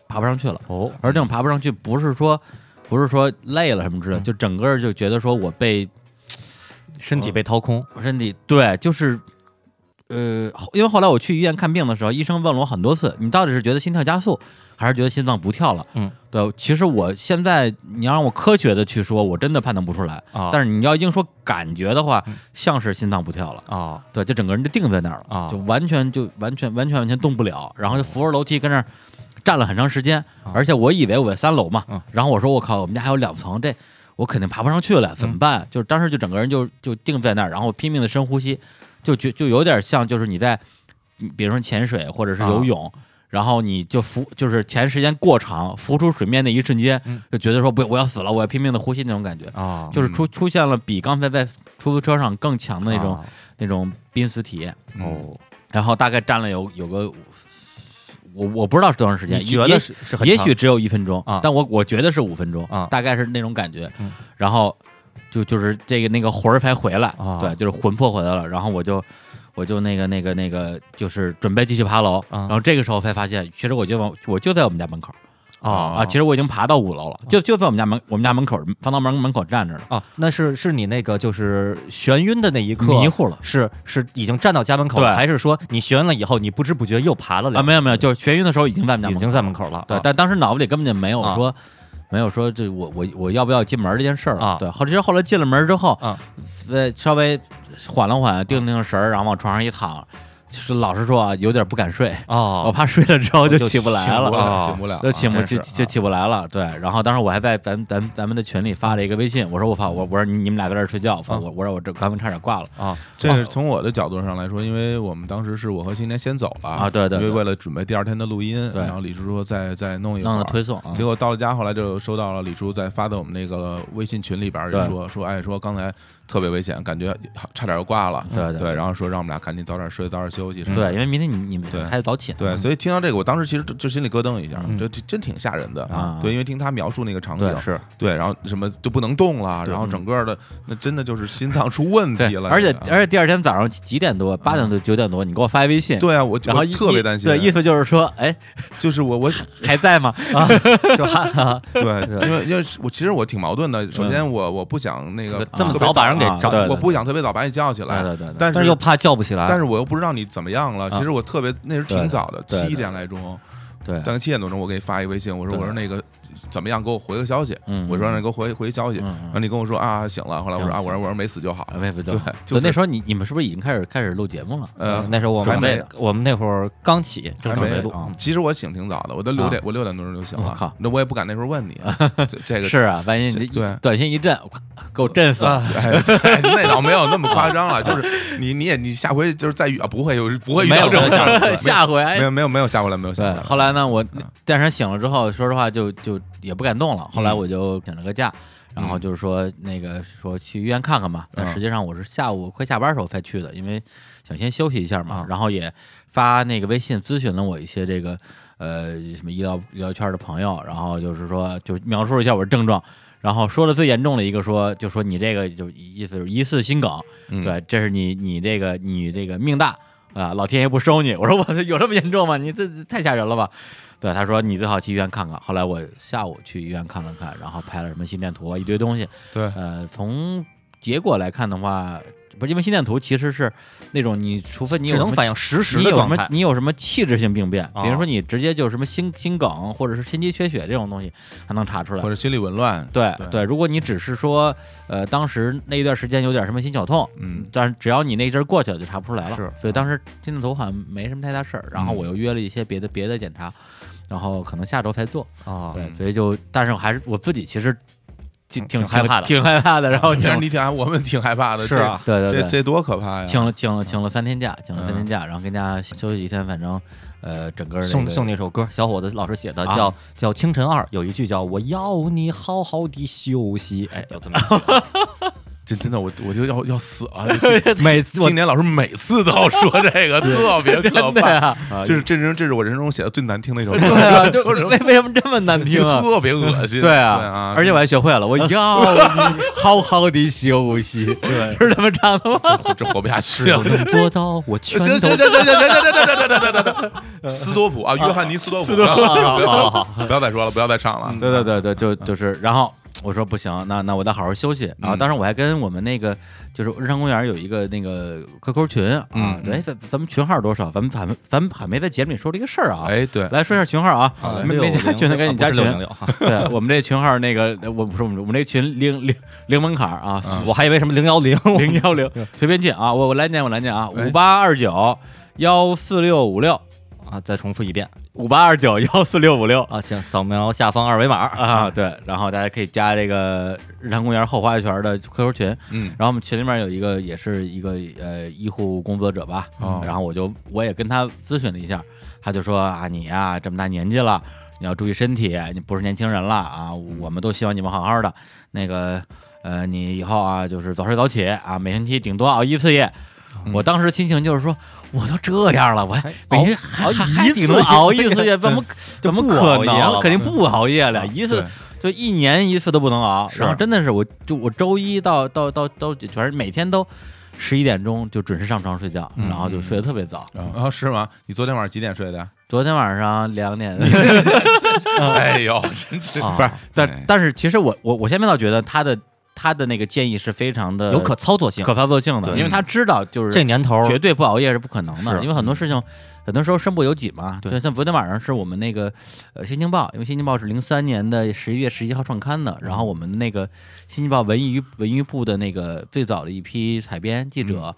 Speaker 1: 爬不上去了。
Speaker 3: 哦
Speaker 1: 而这种爬不上去，不是说不是说累了什么之类的，
Speaker 3: 嗯
Speaker 1: 就整个就觉得说我被
Speaker 3: 身
Speaker 1: 嗯
Speaker 3: 体被掏空
Speaker 1: 我身体对，就是呃，后因为后来我去医院看病的时候，医生问了我很多次，你到底是觉得心跳加速，还是觉得心脏不跳了？
Speaker 3: 嗯，
Speaker 1: 对，其实我现在你要让我科学的去说，我真的判断不出来。
Speaker 3: 啊嗯
Speaker 1: 但
Speaker 3: 是
Speaker 1: 是你要硬说感觉的话，像是心脏不跳了。
Speaker 3: 啊
Speaker 1: 对，就整个人就定在那儿了，
Speaker 3: 啊
Speaker 1: 就完全就完全完全完全动不了，然后就扶着楼梯跟那儿站了很长时间，而且我以为我在三楼嘛，
Speaker 3: 啊嗯
Speaker 1: 然后我说我靠，我们家还有两层，这我肯定爬不上去了，怎
Speaker 3: 嗯
Speaker 1: 么办？就是当时就整个人就就定在那儿，然后拼命的深呼吸，就就就有点像就是你在，嗯比如说潜水或者是
Speaker 3: 啊
Speaker 1: 游泳。然后你就浮，就是潜时间过长，浮出水面那一瞬间，
Speaker 3: 嗯
Speaker 1: 就觉得说不，我要死了，我要拼命的呼吸那种感觉，
Speaker 3: 啊
Speaker 1: 就是出出现了比刚才在出租车上更强的那种、
Speaker 3: 啊
Speaker 1: 那种濒死体验。
Speaker 2: 嗯
Speaker 3: 哦，
Speaker 1: 然后大概站了有有个，我我不知道是多长时间，
Speaker 3: 你觉
Speaker 1: 嗯也
Speaker 3: 得是是很
Speaker 1: 也
Speaker 3: 长
Speaker 1: 许只有一分钟
Speaker 3: 啊
Speaker 1: 但我我觉得是五分钟
Speaker 3: 啊
Speaker 1: 大概是那种感觉。
Speaker 3: 嗯
Speaker 1: 然后就就是这个那个魂儿才回来、
Speaker 3: 啊
Speaker 1: 对，就是魂魄回来了。然后我就我就那个那个那个，就是准备继续爬楼、
Speaker 3: 啊
Speaker 1: 然后这个时候才发现，其实我就往我就在我们家门口
Speaker 3: 啊
Speaker 1: 啊，其实啊我已经爬到五楼了，就就在我们家门我们家门口防盗门门口站着呢，
Speaker 3: 啊，那是是你那个就是眩晕的那一刻
Speaker 1: 迷糊了。
Speaker 3: 是是已经站到家门口
Speaker 1: 对
Speaker 3: 了，还是说你学完了以后，你不知不觉又爬了
Speaker 1: 啊，
Speaker 3: 两步？
Speaker 1: 没有没有，就是眩晕的时候已经在我们家门
Speaker 3: 已
Speaker 1: 口
Speaker 3: 经在门口了。
Speaker 1: 对
Speaker 3: 啊，
Speaker 1: 但当时脑子里根本就没有
Speaker 3: 啊
Speaker 1: 说，没有说这我我我要不要进门这件事儿了
Speaker 3: 啊
Speaker 1: 对，后其实后来进了门之后，
Speaker 3: 啊
Speaker 1: 呃，稍微缓了缓，定定神儿，然后往床上一躺，就是老实说啊，有点不敢睡，我
Speaker 3: 哦
Speaker 1: 怕睡了之后就
Speaker 3: 就
Speaker 1: 起不来
Speaker 3: 醒
Speaker 1: 了
Speaker 2: 啊醒不。了，
Speaker 3: 啊
Speaker 2: 醒不了啊，
Speaker 1: 就起不
Speaker 3: 真
Speaker 1: 就是就
Speaker 3: 啊
Speaker 1: 起不来了，对。然后当时我还在咱咱咱们的群里发了一个微信，我说我靠，我我说你你们俩在这儿睡觉，
Speaker 2: 啊
Speaker 1: 我我我说我这刚刚差点挂了，
Speaker 3: 啊
Speaker 2: 这是从我的角度上来说，因为我们当时是我和新年先走了
Speaker 1: 啊对对
Speaker 2: 因为
Speaker 1: 对
Speaker 2: 为了准备第二天的录音，
Speaker 1: 对
Speaker 2: 然后李叔说再再弄一会
Speaker 1: 弄
Speaker 2: 儿
Speaker 1: 了推送啊
Speaker 2: 结果到了家，后来就收到了李叔在发到我们那个微信群里边儿就
Speaker 1: 对
Speaker 2: 说说，哎，说刚才特别危险，感觉差点要挂了，
Speaker 1: 对对
Speaker 2: 对然后说让我们俩赶紧早点睡，早点休息，
Speaker 1: 对，因为明天你你们
Speaker 2: 对
Speaker 1: 还得早起啊呢，
Speaker 2: 对，所以听到这个，我当时其实就就心里咯噔一下，
Speaker 3: 嗯
Speaker 2: 这这真挺吓人的
Speaker 1: 啊
Speaker 2: 对，因为听他描述那个场景
Speaker 1: 对，
Speaker 3: 是
Speaker 2: 对，然后什么就不能动了，
Speaker 1: 对嗯
Speaker 2: 然后整个的那真的就是心脏出问
Speaker 1: 对
Speaker 2: 题了，嗯
Speaker 1: 而且
Speaker 2: 这个
Speaker 1: 而且第二天早上几点多，八点多九点多，你给我发微信，
Speaker 2: 对啊，我
Speaker 1: 然后
Speaker 2: 我
Speaker 1: 意
Speaker 2: 特别担心，
Speaker 1: 对，意思就是说，哎，
Speaker 2: 就是我 我
Speaker 1: 还在吗？
Speaker 3: 啊，就还
Speaker 2: 对，因为因为我其实我挺矛盾的。
Speaker 1: 嗯
Speaker 2: 首先我我不想那个
Speaker 3: 这么
Speaker 2: 特别
Speaker 3: 早把人给
Speaker 1: 啊
Speaker 3: 找
Speaker 1: 对
Speaker 2: 我不想特别早把你叫起 来，
Speaker 1: 对对对对
Speaker 2: 但
Speaker 3: 但
Speaker 2: 是
Speaker 3: 是又怕叫不起来。
Speaker 2: 但是我又不知道你怎么样了。
Speaker 1: 啊
Speaker 2: 其实我特别那时候挺早的，
Speaker 1: 对对
Speaker 2: 七点来钟，
Speaker 1: 对
Speaker 2: 大概七点多钟，我给你发一微信，我说
Speaker 1: 对
Speaker 2: 我说那个怎么样，给我回个消息。
Speaker 1: 嗯
Speaker 2: 我说让你给我回回消息，
Speaker 1: 嗯嗯
Speaker 2: 然后你跟我说啊醒了，后来我说
Speaker 1: 行
Speaker 2: 啊我说我说没死就好，
Speaker 1: 啊，魏副
Speaker 2: 对
Speaker 1: 总，
Speaker 2: 就是
Speaker 1: 那时候你你们是不是已经开始开始录节目了？嗯
Speaker 2: 呃
Speaker 3: 那时候我
Speaker 2: 还
Speaker 3: 们
Speaker 2: 没
Speaker 3: 那我们那会儿刚起，正
Speaker 2: 还
Speaker 3: 准
Speaker 2: 没
Speaker 3: 备录嗯
Speaker 1: 啊
Speaker 2: 其实我醒挺早的，我都六点
Speaker 1: 啊
Speaker 2: 我六点多钟就醒
Speaker 1: 我
Speaker 2: 了
Speaker 1: 靠，
Speaker 2: 那我也不敢那时 候问你这这个
Speaker 1: 是啊，万一你这
Speaker 2: 对
Speaker 1: 短信一震，我靠给我震死了。
Speaker 3: 啊
Speaker 2: 哎，哎那倒没有那么夸张了，就是你你也你下回就是再遇啊，不会有不会遇
Speaker 3: 没
Speaker 2: 到
Speaker 3: 有
Speaker 2: 这种
Speaker 3: 没
Speaker 2: 事
Speaker 3: 有
Speaker 2: 儿，没有
Speaker 1: 下回哎
Speaker 2: 没有没有没有下回来没有下回
Speaker 1: 对，
Speaker 2: 来，
Speaker 1: 后来呢，我第二天醒了之后，说实话就就也不敢动了。后来我就请了个假，然后就是说那个说去医院看看嘛。但
Speaker 2: 嗯
Speaker 1: 实际上我是下午快下班的时候才去的，因为想先休息一下嘛
Speaker 3: 啊。
Speaker 1: 然后也发那个微信咨询了我一些这个呃什么医疗医疗圈的朋友，然后就是说就描述了一下我的症状。然后说的最严重的一个说，就说你这个就意思就是疑似心梗，
Speaker 2: 嗯
Speaker 1: 对，这是你你这个 你这个命大啊、老天爷不收你。我说我有这么严重吗？你这这太吓人了吧？对，他说你最好去医院看看。后来我下午去医院看了看，然后拍了什么心电图啊，一堆东西。
Speaker 2: 对
Speaker 1: 呃，从结果来看的话，不是因为心电图其实是那种你除非你有
Speaker 3: 只
Speaker 1: 什么
Speaker 3: 能反映实时
Speaker 1: 你
Speaker 3: 的
Speaker 1: 有什
Speaker 3: 状
Speaker 1: 么
Speaker 3: 态。
Speaker 1: 你有什么器质性病变，比如
Speaker 3: 啊
Speaker 1: 说你直接就什么心心梗或者是心肌缺血这种东西，还能查出来
Speaker 2: 或。者心理紊乱，
Speaker 1: 对
Speaker 2: 对
Speaker 1: 对，如果你只是说，呃，当时那一段时间有点什么心绞痛，
Speaker 2: 嗯，
Speaker 1: 但是只要你那一阵儿过去了，就查不出来了。
Speaker 2: 是
Speaker 1: 所以当时心电图好像没什么太大事儿。然后我又约了一些别的别的检查，然后可能下周才做。
Speaker 3: 啊，
Speaker 1: 对，
Speaker 2: 嗯
Speaker 1: 所以就，但是我还是我自己其实挺
Speaker 3: 挺
Speaker 1: 挺
Speaker 3: 害怕的
Speaker 1: 挺害怕的。然后
Speaker 2: 其
Speaker 1: 请
Speaker 2: 实你嗯挺害，我们挺害怕的，
Speaker 3: 是啊，
Speaker 1: 对
Speaker 2: 这，
Speaker 1: 对
Speaker 2: 这
Speaker 1: 对，
Speaker 2: 这多可怕呀！
Speaker 1: 请了请了请了三天假，请了三天假，然后跟家休息一天，反正呃，整个那
Speaker 3: 送
Speaker 1: 个
Speaker 3: 送你一首歌，小伙子老师写的，
Speaker 1: 啊
Speaker 3: 叫叫《清晨二》，有一句叫“我要你好好的休息”，哎，有这么一句
Speaker 2: 这真的我我就要要死了。这这
Speaker 3: 每次我
Speaker 2: 今年老师每次都要说这个，特别可
Speaker 1: 对
Speaker 2: 怕。
Speaker 1: 啊，
Speaker 2: 这是这人这是我人生中写的最难听的一首歌，
Speaker 1: 对啊，就
Speaker 2: 就是
Speaker 1: 为为什么这么难听
Speaker 2: 就
Speaker 1: 啊？
Speaker 2: 特别恶心。
Speaker 1: 对
Speaker 2: 啊，
Speaker 1: 而且我还学会了，我要你好好的休息，是这么唱的吗？
Speaker 2: 我这活不下去了。
Speaker 3: 能做到，我全
Speaker 2: 行行行
Speaker 3: 都
Speaker 2: 行行行行行行行行行行，斯多普啊，约翰尼斯多普，
Speaker 3: 好好好。
Speaker 2: 不要再说了，不要再唱了。
Speaker 1: 嗯对对对对，就就是，然后我说不行，那那我得好好休息。然后当时我还跟我们那个就是日常公园有一个那个 QQ 群啊
Speaker 2: 嗯，
Speaker 1: 对，咱咱们群号是多少？咱们咱们咱们还没在节目里说这个事儿啊。
Speaker 2: 哎，对，
Speaker 1: 来说一下群号
Speaker 2: 好
Speaker 1: 啊，
Speaker 2: 嘞
Speaker 1: 没没加群的赶紧加群。
Speaker 3: 六零六，哈
Speaker 1: 对我们这群号那个，我不是我们我们这群零零零门槛儿啊，
Speaker 3: 我还以为什么零幺零，
Speaker 1: 零幺零随便进啊，我我来念我来念啊，
Speaker 2: 哎
Speaker 1: 五八二九幺四六五六
Speaker 3: 啊，再重复一遍
Speaker 1: 五八二九幺四六五六
Speaker 3: 啊，行，扫描下方二维码啊，
Speaker 1: 啊，对，然后大家可以加这个日坛公园后花园的 QQ 群，
Speaker 2: 嗯
Speaker 1: 然后我们群里面有一个也是一个呃医护工作者吧，
Speaker 2: 哦
Speaker 1: 然后我就我也跟他咨询了一下，他就说啊你呀、这么大年纪了，你要注意身体，你不是年轻人了啊，我们都希望你们好好的，那个呃你以后啊就是早睡早起啊，每星期顶多熬一次夜。我当时心情就是说，我都这样了，我还
Speaker 3: 还
Speaker 1: 哎每天还
Speaker 3: 熬
Speaker 1: 还
Speaker 3: 一
Speaker 1: 还
Speaker 3: 次
Speaker 1: 顶多
Speaker 3: 夜
Speaker 1: 熬哦一次夜，怎么怎么
Speaker 3: 不
Speaker 1: 可
Speaker 3: 熬夜了
Speaker 1: 能？
Speaker 3: 吧
Speaker 1: 肯定不熬夜了，一次
Speaker 2: 对
Speaker 1: 就一年一次都不能熬，
Speaker 3: 是
Speaker 1: 然后真的是我就我周一到到到到全是每天都十一点钟就准时上床睡觉，
Speaker 2: 嗯
Speaker 1: 然后就睡得特别早。
Speaker 2: 啊，是吗？你昨天晚上几点睡的？
Speaker 1: 昨天晚上两点，
Speaker 2: 哎呦，真是
Speaker 3: 啊
Speaker 1: 不是，哎
Speaker 2: 对
Speaker 1: 但但是其实我我我现在倒觉得他的他的那个建议是非常的
Speaker 3: 有可操作性。
Speaker 1: 可操作性的，
Speaker 2: 对
Speaker 1: 因为他知道就是
Speaker 3: 这年头儿
Speaker 1: 绝对不熬夜是不可能的，
Speaker 3: 是嗯
Speaker 1: 因为很多事情，很多时候身不由己嘛。
Speaker 3: 对
Speaker 1: 就像昨天晚上是我们那个呃《新京报》，因为《新京报》是零三年的十一月十一号创刊的，
Speaker 3: 嗯
Speaker 1: 然后我们那个《新京报》文娱文娱部的那个最早的一批采编记者。
Speaker 3: 嗯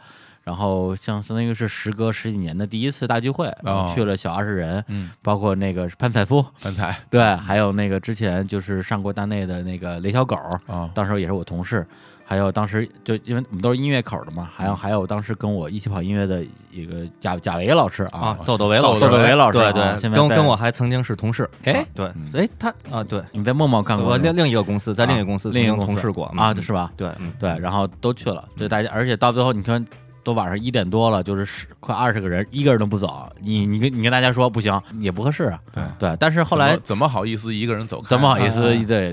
Speaker 1: 然后像相当于是时隔十几年的第一次大聚
Speaker 3: 哦
Speaker 1: 会，然后去了小二十人，
Speaker 2: 嗯，
Speaker 1: 包括那个潘采夫，
Speaker 2: 翻台
Speaker 1: 对，还有那个之前就是上过大内的那个雷小狗，
Speaker 2: 啊，
Speaker 1: 当时也是我同事，还有当时就因为我们都是音乐口的嘛，还有还有当时跟我一起跑音乐的一个贾贾维老师
Speaker 3: 啊
Speaker 1: 啊，，
Speaker 3: 窦窦唯老师，
Speaker 1: 窦
Speaker 2: 窦唯
Speaker 1: 老师
Speaker 3: 对
Speaker 1: 啊
Speaker 3: 对，
Speaker 1: 现在
Speaker 3: 跟
Speaker 1: 在
Speaker 3: 跟我还曾经是同事，
Speaker 1: 哎
Speaker 3: 啊对
Speaker 2: 嗯
Speaker 1: 哎、他
Speaker 3: 啊对，
Speaker 1: 你在陌陌干过
Speaker 3: 我
Speaker 1: 是吗
Speaker 3: 另另一个公司，在另一个公司
Speaker 1: 啊
Speaker 3: 曾
Speaker 1: 另一
Speaker 3: 经
Speaker 1: 个公司
Speaker 3: 同事过
Speaker 1: 啊，
Speaker 3: 嗯
Speaker 1: 是吧？
Speaker 3: 对，嗯
Speaker 1: 对，然后都去了，就大家，而且到最后你看。都晚上一点多了，就是十快二十个人，一个人都不走。你你跟你跟大家说不行，也不合适啊。
Speaker 2: 对
Speaker 1: 对，但是后来
Speaker 2: 怎么怎么好意思一个人走开？
Speaker 1: 怎么好意思？
Speaker 3: 啊啊啊
Speaker 1: 对对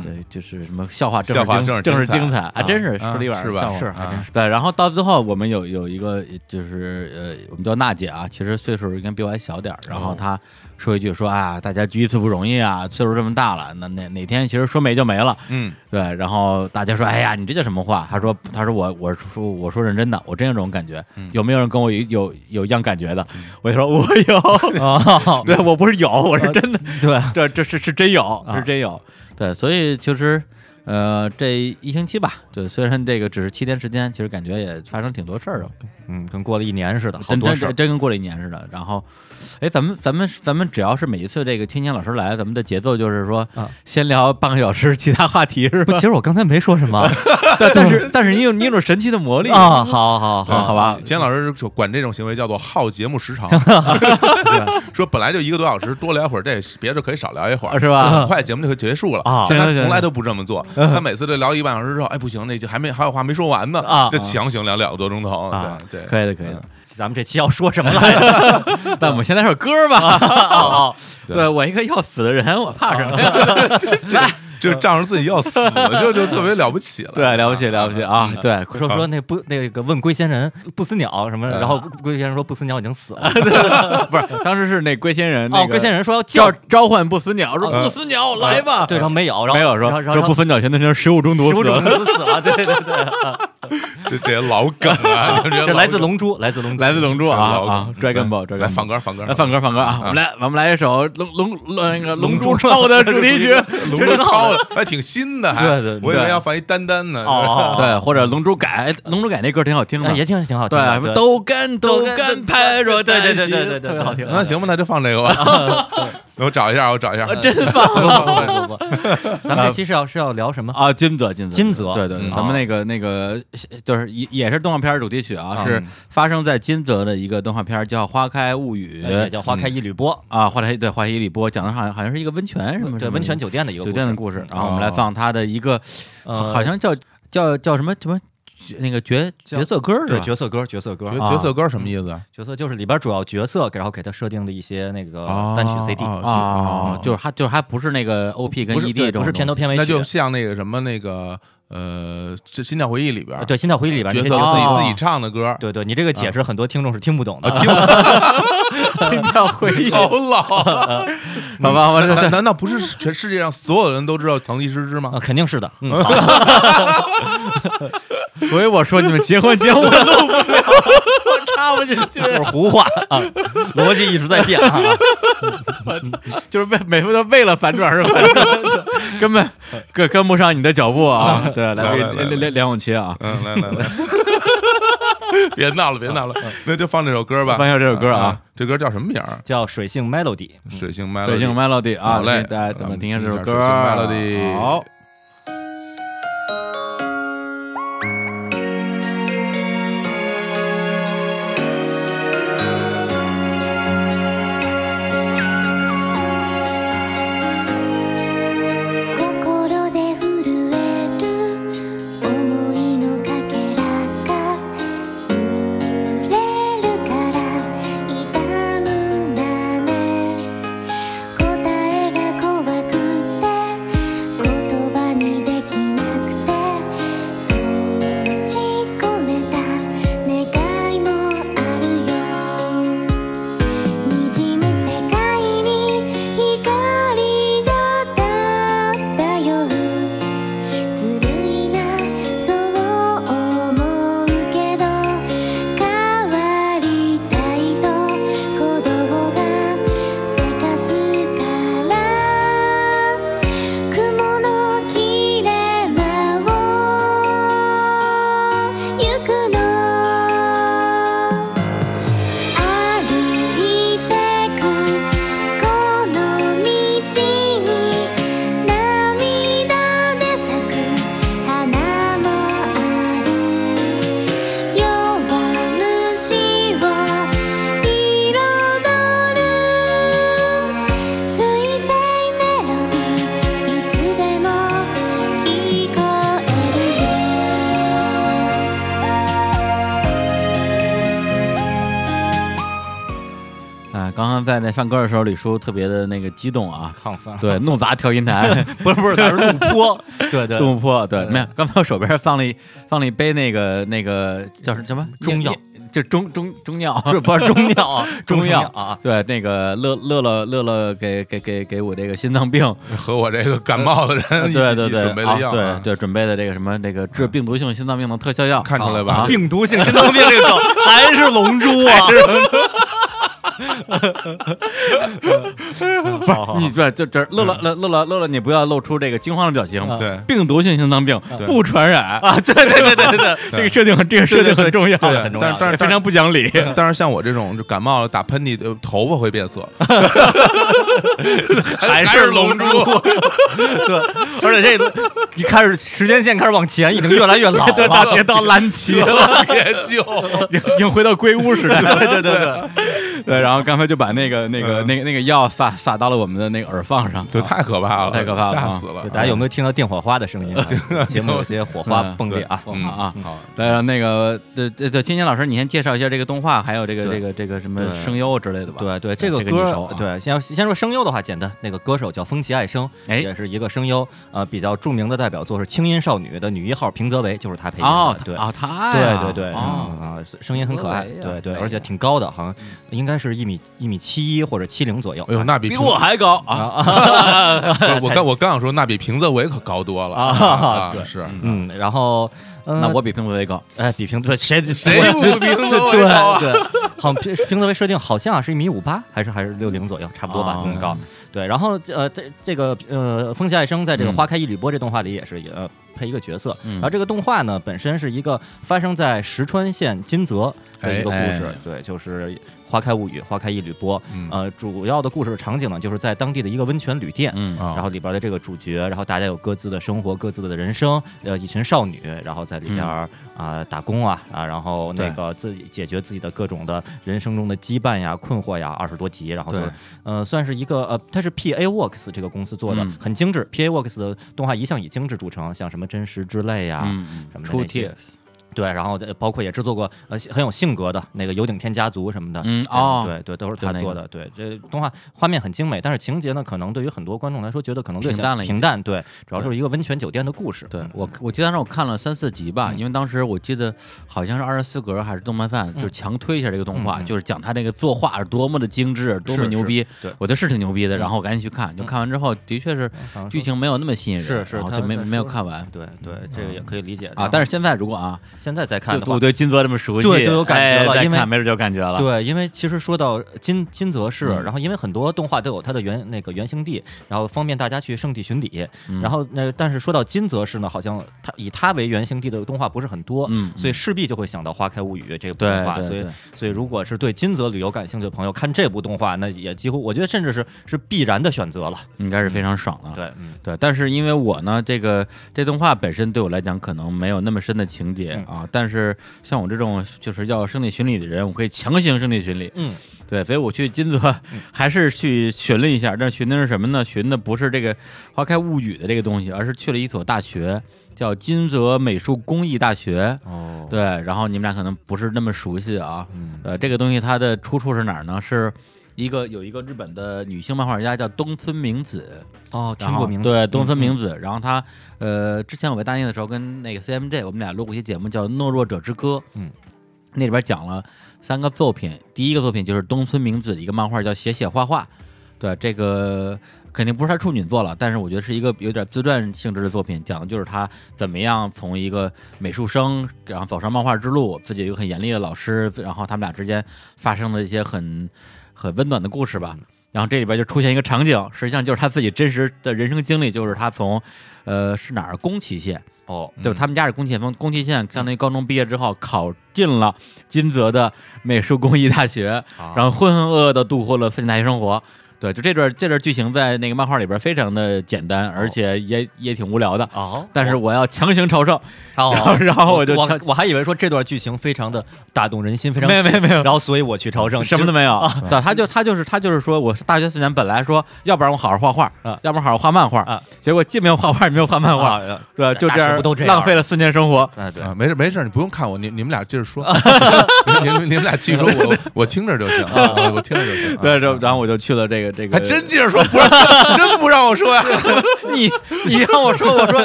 Speaker 1: 对，就是什么笑话正
Speaker 2: 笑话
Speaker 1: 是精
Speaker 2: 正
Speaker 1: 正
Speaker 2: 是
Speaker 1: 是
Speaker 2: 精
Speaker 1: 精
Speaker 2: 彩
Speaker 1: 彩啊！真是
Speaker 2: 啊
Speaker 1: 说了一晚上
Speaker 2: 是吧
Speaker 1: 笑话哎
Speaker 3: 是
Speaker 2: 啊
Speaker 3: 还真是
Speaker 1: 对，然后到最后我们有有一个就是呃，我们叫娜姐啊，其实岁数应该比我还小点儿。然后她说一句说啊，大家聚一次不容易啊，岁数这么大了，那哪哪天其实说没就没了。
Speaker 2: 嗯，
Speaker 1: 对，然后大家说，哎呀，你这叫什么话？她说，她说我我说我说认真的，我真有这种感觉。有没有人跟我有有有一样感觉的？我就说我有，
Speaker 3: 啊
Speaker 1: 对我不是有，我是真的，
Speaker 3: 对，
Speaker 1: 这这是是真有，
Speaker 3: 啊
Speaker 1: 是真有。对，所以其实呃这一星期吧，对，虽然这个只是七天时间，其实感觉也发生挺多事儿的。
Speaker 3: 嗯，跟过了一年似的，好
Speaker 1: 真
Speaker 3: 多
Speaker 1: 真
Speaker 3: 事儿
Speaker 1: 真真跟过了一年似的。然后，哎，咱们咱们咱们只要是每一次这个青年老师来，咱们的节奏就是说，
Speaker 3: 啊
Speaker 1: 先聊半个小时其他话题是
Speaker 3: 不，
Speaker 1: 吧
Speaker 3: 其？实我刚才没说什 么啊，
Speaker 1: 但但是啊但是你有你有种神奇的魔力
Speaker 3: 好好
Speaker 1: 对
Speaker 3: 好，
Speaker 1: 好吧
Speaker 2: 钱老师就管这种行为叫做耗节 目时长， 说本来就一个多小时，多聊会儿这别的可以少聊一会儿，
Speaker 1: 是吧
Speaker 2: 很快节目就可以结束了
Speaker 3: 啊
Speaker 2: 但他
Speaker 1: 行行行
Speaker 2: 从来都不这 么做，
Speaker 1: 嗯
Speaker 2: 他每次都聊一半小时之后，哎，不行，那就还没还有话没说完呢
Speaker 3: 啊
Speaker 2: 就强行聊两个多钟头，
Speaker 3: 啊
Speaker 2: 对对，
Speaker 1: 可以的，可以的。
Speaker 3: 咱们这期要说什么来着？
Speaker 1: 但我们先来首歌吧。
Speaker 3: 哦哦
Speaker 2: 对
Speaker 1: 啊对我一个要死的人，我怕什么呀？来，
Speaker 2: 就仗着自己要死，就就特别了不起 了。
Speaker 3: 对，了不起，了不起啊！
Speaker 2: 嗯
Speaker 3: 对，说说那不那个问龟仙人不死鸟什么，
Speaker 1: 呃
Speaker 3: 然后龟仙人说不死鸟已经死了，
Speaker 1: 不是，当时是那龟仙人，那
Speaker 3: 哦，
Speaker 1: 个
Speaker 3: 龟仙人说要
Speaker 1: 叫
Speaker 3: 叫，
Speaker 1: 召唤不死鸟，说
Speaker 3: 啊
Speaker 2: 嗯
Speaker 1: 不死鸟来吧，
Speaker 3: 对，然后没有，然后
Speaker 1: 没有说
Speaker 3: 然后
Speaker 1: 说不死鸟全都成食物中毒
Speaker 3: 食物
Speaker 1: 死
Speaker 3: 中
Speaker 1: 了，
Speaker 3: 毒死了，对对 对，
Speaker 2: 这这些老梗啊， 这些老
Speaker 3: 这
Speaker 2: 梗
Speaker 3: 来自龙珠，来自龙珠，
Speaker 1: 来自龙珠啊
Speaker 2: 老梗
Speaker 1: 啊，Dragon
Speaker 2: 来
Speaker 1: Ball，Dragon
Speaker 2: 来
Speaker 1: Ball
Speaker 2: 放歌，放歌，
Speaker 1: 来放歌放歌啊！我们来我们来一首龙龙龙那个龙珠
Speaker 3: 珠
Speaker 1: 超的主题曲，
Speaker 2: 龙珠超了，还挺新的，还
Speaker 3: 对对对
Speaker 2: 我以为要放一丹丹呢。
Speaker 3: 哦，
Speaker 1: 对，或者龙珠改龙珠改那歌挺好听
Speaker 3: 哎
Speaker 1: 的，
Speaker 3: 也挺挺好听
Speaker 1: 对
Speaker 3: 的，
Speaker 1: 什么豆干豆
Speaker 3: 豆干
Speaker 1: 干派若
Speaker 3: 对对
Speaker 1: 丹
Speaker 3: 对对
Speaker 1: 心
Speaker 3: 对对对
Speaker 1: 特别好听。
Speaker 2: 那行吧，那就放这个吧。 我找一下，我找一下。
Speaker 3: 呃
Speaker 1: 啊，真棒
Speaker 3: 不不不不，咱们这期是要是要聊什么？
Speaker 1: 啊！金泽金泽
Speaker 3: 金泽
Speaker 1: 对对，对
Speaker 3: 嗯
Speaker 1: 咱们那个那个就是也也是动画片主题曲啊，
Speaker 3: 嗯
Speaker 1: 是发生在金泽的一个动画片叫《花开物语
Speaker 3: 哎也》叫花开一缕波，
Speaker 1: 啊，花开对花开一里波讲的好像好像是一个温泉什么
Speaker 3: 对
Speaker 1: 什么
Speaker 3: 温泉酒店的一个
Speaker 1: 酒店的
Speaker 3: 故
Speaker 1: 故事，然后我们来
Speaker 2: 哦
Speaker 1: 放他的一个
Speaker 3: 事，
Speaker 1: 好
Speaker 3: 呃
Speaker 1: 好像叫叫叫什么什么角那个角
Speaker 3: 叫
Speaker 1: 角色歌儿是
Speaker 3: 对
Speaker 1: 吧？
Speaker 3: 角色歌，角色歌
Speaker 2: 角，
Speaker 1: 啊
Speaker 2: 角色歌什么意思啊？
Speaker 3: 角色就是里边主要角色，然后给他设定的一些那个
Speaker 2: 哦
Speaker 3: 单曲 CD，
Speaker 2: 哦
Speaker 1: 啊，
Speaker 2: 就
Speaker 1: 就是还就是还不是那个 OP 跟
Speaker 3: 不是
Speaker 1: ED
Speaker 3: 对
Speaker 1: 这种
Speaker 3: 不
Speaker 1: 东
Speaker 3: 是片头
Speaker 1: 西
Speaker 3: 片尾曲，
Speaker 2: 那就像那个什么那个呃，这《心跳回忆》里边
Speaker 3: 啊对《心跳回忆》里边
Speaker 2: 角
Speaker 3: 那
Speaker 2: 色
Speaker 3: 些
Speaker 2: 自
Speaker 3: 角色
Speaker 1: 哦
Speaker 2: 己自己唱的歌，
Speaker 3: 对对，你这个解
Speaker 1: 嗯
Speaker 3: 释很多听众是听不懂
Speaker 1: 啊
Speaker 3: 的，
Speaker 1: 心跳回忆
Speaker 2: 好 老。
Speaker 1: 好
Speaker 3: 哦
Speaker 1: 吧，我
Speaker 2: 难难道不是全世界上所有人都知道藤吉诗织吗
Speaker 3: 啊，？ 肯定是的。嗯，好
Speaker 1: 所以我说你们结婚结婚录不了， 我插不进去，
Speaker 3: 就是胡话啊，逻辑一直在变啊。
Speaker 1: 就是为每次都为了反转而反转，根本跟跟不上你的脚步啊！对，来
Speaker 2: 来来来
Speaker 1: 梁梁梁咏琪啊，
Speaker 2: 嗯，来 来来，别闹了，别闹了，那就放这首歌吧。
Speaker 1: 嗯放一下这首歌啊，嗯
Speaker 2: 这歌叫什么名儿？
Speaker 3: 叫水性 melody，
Speaker 2: 水星 melody。
Speaker 1: 水性 melody 啊，
Speaker 2: 好嘞
Speaker 1: 大家咱们听一下这首歌啊
Speaker 2: 水性 melody
Speaker 1: 好。
Speaker 4: 心で震える思いのかけらが揺れるから痛むんだね答えが怖くて言葉にできなくて閉じ込めた願いもあるよ「にじむ世界に光が立ったよ」「ずるいなそう思うけど」「変わりたいと鼓動がせかすから」「雲の切れ間をゆくの」「歩いてくこの道に」「涙で咲く花もある」「弱虫を彩る」「水星メロディいつでも聞こえるよ」
Speaker 1: 啊，刚刚在那放歌的时候，李叔特别的那个激动啊，
Speaker 3: 亢 奋。
Speaker 1: 对，怒砸调音台，
Speaker 3: 不是不是，他是怒 泼。对对，
Speaker 1: 东坡对，
Speaker 3: 对
Speaker 1: 没有，刚才我手边放了一放了一杯那个那个叫什么
Speaker 3: 中药，
Speaker 1: 就中中中药，
Speaker 3: 不是不是中药啊，
Speaker 1: 中
Speaker 3: 药
Speaker 1: 药
Speaker 3: 啊。
Speaker 1: 对，那个乐乐乐乐乐给给给给我这个心脏病，
Speaker 2: 和我这个感冒的人一起
Speaker 1: 嗯对对对，
Speaker 2: 准备的药啊，
Speaker 1: 啊对对准备的这个什么那个治病毒性心脏病的特效药，
Speaker 2: 看出来吧
Speaker 1: 啊
Speaker 3: 病毒性心脏病这个梗还是龙珠啊！好好好
Speaker 1: 你对，就这乐乐乐乐乐乐乐，你不要露出这个惊慌的表情。
Speaker 2: 对
Speaker 1: 病毒性心脏病
Speaker 2: 对
Speaker 1: 不传染啊！对对对对对，这个设定很这个设定很重要，
Speaker 2: 对
Speaker 1: 很重
Speaker 2: 但
Speaker 1: 要，
Speaker 2: 是但是
Speaker 1: 非常不讲理。
Speaker 2: 但但是像我这种就感冒了打喷嚏，呃头发会 变色，还
Speaker 3: 是
Speaker 2: 龙
Speaker 3: 珠。对，而且这一开始时间线开始往前，已经越来越老
Speaker 1: 对
Speaker 3: 了。
Speaker 1: 别到蓝旗了，
Speaker 2: 别救，
Speaker 1: 啊已经已经回到龟屋时代了。
Speaker 3: 对对对，
Speaker 1: 对，然然后刚才就把那个那个
Speaker 2: 嗯
Speaker 1: 那个那个药撒撒到了我们的那个耳放上，
Speaker 2: 对，太可怕了，
Speaker 1: 太可怕了
Speaker 2: 吓
Speaker 1: 啊
Speaker 2: 死了
Speaker 3: 对，。大家有没有听到电火花的声 音、啊？节目有些火花
Speaker 1: 嗯
Speaker 3: 迸裂啊！
Speaker 1: 我看啊，好，再让那个对对对，天天老师，你先介绍一下这个动画，还有这个这
Speaker 3: 对
Speaker 1: 个这个什么
Speaker 3: 对
Speaker 1: 声优之类的吧？
Speaker 3: 对对，这个
Speaker 1: 嗯这个
Speaker 3: 歌
Speaker 1: 你
Speaker 3: 儿、
Speaker 1: 熟啊
Speaker 3: 对，先先说声优的话，简单，那个歌手叫风崎爱生，
Speaker 1: 哎
Speaker 3: 也是一个声优，呃，比较著名的代表作是《轻音少女》的女一号平泽唯，就是她配音的，
Speaker 1: 哦，
Speaker 3: 对。
Speaker 1: 啊，他
Speaker 3: 对
Speaker 1: 呀
Speaker 3: 对对，
Speaker 1: 哦
Speaker 3: 嗯啊，声音很可爱，
Speaker 1: 平泽唯啊
Speaker 3: 对对，
Speaker 1: 哎呀
Speaker 3: 而且挺高的，好像应该是一米一米七一或者七零左右。
Speaker 2: 哎呦，那比
Speaker 1: 比
Speaker 2: 平
Speaker 1: 我还高啊！
Speaker 3: 啊，
Speaker 2: 不是我刚我刚想说，那比平泽唯可高多了
Speaker 3: 啊对
Speaker 2: 是
Speaker 3: 嗯，然后，嗯
Speaker 1: 那我比评委为高，
Speaker 3: 哎，比平对谁
Speaker 2: 谁
Speaker 3: 我
Speaker 2: 不 比平泽
Speaker 3: 对
Speaker 2: 唯高啊？
Speaker 3: 对， 好像平平泽为设定好像啊是一米五八，还是还是六零左右，差不多吧
Speaker 1: 哦，
Speaker 3: 这么高。对，然后呃，这这个呃，风崎爱生在这个
Speaker 1: 嗯
Speaker 3: 《花开一缕波》这动画里也是也呃配一个角色，
Speaker 1: 嗯
Speaker 3: 然后这个动画呢本身是一个发生在石川县金泽的一个故
Speaker 1: 哎
Speaker 3: 事
Speaker 1: 哎，
Speaker 3: 对，就是。花开物语，花开一缕波，
Speaker 2: 嗯
Speaker 3: 呃，主要的故事场景呢，就是在当地的一个温泉旅店，
Speaker 1: 嗯
Speaker 2: 啊
Speaker 3: 然后里边的这个主角，然后大家有各自的生活、各自的人生，呃，一群少女，然后在里边啊、
Speaker 1: 嗯
Speaker 3: 打工啊啊，然后那个自己解决自己的各种的人生中的羁绊呀、困惑呀，二十多集，然后就
Speaker 1: 对
Speaker 3: 呃算是一个呃，它是 P A Works 这个公司做的，
Speaker 1: 嗯
Speaker 3: 很精致。P A Works 的动画一向以精致著称，像什么真实之泪呀、
Speaker 1: 嗯
Speaker 3: 什么的
Speaker 1: 出
Speaker 3: 那些
Speaker 1: T，
Speaker 3: 对，然后呃包括也制作过呃很有性格的那个有顶天家族什么的，
Speaker 1: 嗯哦，
Speaker 3: 啊对对，都是
Speaker 1: 对
Speaker 3: 他
Speaker 1: 那
Speaker 3: 做
Speaker 1: 个
Speaker 3: 的。对，这动画画面很精美，但是情节呢，可能对于很多观众来说，觉得可能略
Speaker 1: 平
Speaker 3: 显
Speaker 1: 淡了一
Speaker 3: 平
Speaker 1: 点
Speaker 3: 淡。对，主要
Speaker 1: 对
Speaker 3: 是一个温泉酒店的故事。
Speaker 1: 对
Speaker 3: 嗯
Speaker 1: 我，我记得当时我看了三四集吧，
Speaker 3: 嗯
Speaker 1: 因为当时我记得好像是二十四格还是动漫范，就
Speaker 3: 嗯
Speaker 1: 强推一下这个动画，
Speaker 3: 嗯嗯
Speaker 1: 就是讲他这个作画是多么的精致，多么牛逼。
Speaker 3: 对嗯
Speaker 1: 我觉得是挺牛逼的，然后我赶紧去看，就看完之后的确是
Speaker 3: 好像
Speaker 1: 剧
Speaker 3: 说
Speaker 1: 情没有那么吸引人，
Speaker 3: 是是
Speaker 1: 然后
Speaker 3: 他
Speaker 1: 就没
Speaker 3: 在
Speaker 1: 没有
Speaker 3: 说
Speaker 1: 看完。
Speaker 3: 对对，这个也可以理解
Speaker 1: 嗯啊，但
Speaker 3: 是
Speaker 1: 是现在如果啊，
Speaker 3: 现在再看
Speaker 1: 就
Speaker 3: 的
Speaker 1: 我
Speaker 3: 话。
Speaker 1: 对金泽这么熟悉，
Speaker 3: 对就有感觉了
Speaker 1: 哎再
Speaker 3: 因为
Speaker 1: 看没准就有感觉了。
Speaker 3: 对，因为其实说到金金泽市，
Speaker 1: 嗯
Speaker 3: 然后因为很多动画都有它的原那个原型地，然后方便大家去圣地巡礼。
Speaker 1: 嗯
Speaker 3: 然后那但是说到金泽市呢，好像它以它为原型地的动画不是很多，
Speaker 1: 嗯，嗯，
Speaker 3: 所以势必就会想到《花开物语》这部
Speaker 1: 对
Speaker 3: 动画，
Speaker 1: 对
Speaker 3: 所以
Speaker 1: 对
Speaker 3: 所以如果是对金泽旅游感兴趣的朋友，看这部动画，那也几乎我觉得甚至是是必然的选择了。
Speaker 1: 应该是非常爽了。
Speaker 3: 对，嗯，
Speaker 1: 对，但是因为我呢，这个这动画本身对我来讲可能没有那么深的情节
Speaker 3: 嗯
Speaker 1: 啊，但是像我这种就是要圣地巡礼的人，我可以强行圣地巡礼。
Speaker 3: 嗯，
Speaker 1: 对，所以我去金泽 还是去寻了一下，但是寻的是什么呢？寻的不是这个《花开物语》的这个东西，而是去了一所大学，叫金泽美术工艺大学。
Speaker 3: 哦，
Speaker 1: 对，然后你们俩可能不是那么熟悉啊。呃，这个东西它的出处是哪儿呢？是一个有一个日本的女性漫画家叫东村明子。
Speaker 3: 哦，
Speaker 1: 然
Speaker 3: 听
Speaker 1: 后
Speaker 3: 过名字，
Speaker 1: 对，东
Speaker 3: 嗯
Speaker 1: 森明子。然后他，呃，之前我在大内的时候跟那个 CMJ，我们俩录过一期节目叫《懦弱者之歌》，
Speaker 3: 嗯，
Speaker 1: 那里边讲了三个作品，第一个作品就是东村明子的一个漫画叫《写写画画》，对，这个肯定不是他处女作了，但是我觉得是一个有点自传性质的作品，讲的就是他怎么样从一个美术生，然后走上漫画之路，自己有一个很严厉的老师，然后他们俩之间发生了一些很很温暖的故事吧。然后这里边就出现一个场景，实际上就是他自己真实的人生经历，就是他从，呃，是哪儿宫崎县，
Speaker 3: 哦，
Speaker 1: 就是他们家是宫崎县，宫崎县相当于高中毕业之后考进了金泽的美术工艺大学，
Speaker 3: 然
Speaker 1: 然后浑浑噩噩的度过了自己大学生活。对，就这段这段剧情在那个漫画里边非常的简单，而且也也挺无聊的。
Speaker 3: 哦，
Speaker 1: 但是我要强行朝圣，
Speaker 3: 哦，
Speaker 1: 然后然后我就
Speaker 3: 我
Speaker 1: 强
Speaker 3: 我还以为说这段剧情非常的打动人心，非常
Speaker 1: 没有没有没有
Speaker 3: 然后所以我去朝圣，
Speaker 1: 什么都
Speaker 3: 的
Speaker 1: 没有。对，啊他就他就是他就是说，我大学四年本来说，要不然我好好画画，
Speaker 3: 啊
Speaker 1: 要不然好好画漫画，
Speaker 3: 啊
Speaker 1: 结果既没有画画，也没有画漫画，
Speaker 3: 啊，呃
Speaker 1: 对，就
Speaker 3: 大
Speaker 1: 这
Speaker 3: 师
Speaker 1: 样
Speaker 3: 不都这样
Speaker 1: 浪费了四年生活。
Speaker 3: 哎对
Speaker 2: 啊，没事没事，你不用看我，你你们俩接着 说，你们你们俩继续说，我我听着就行，啊，我我听着就行。啊
Speaker 1: 对，然后然后我就去了这个这个，
Speaker 2: 还真接着说，不让 真不让我说呀，
Speaker 1: 你你让我说，我说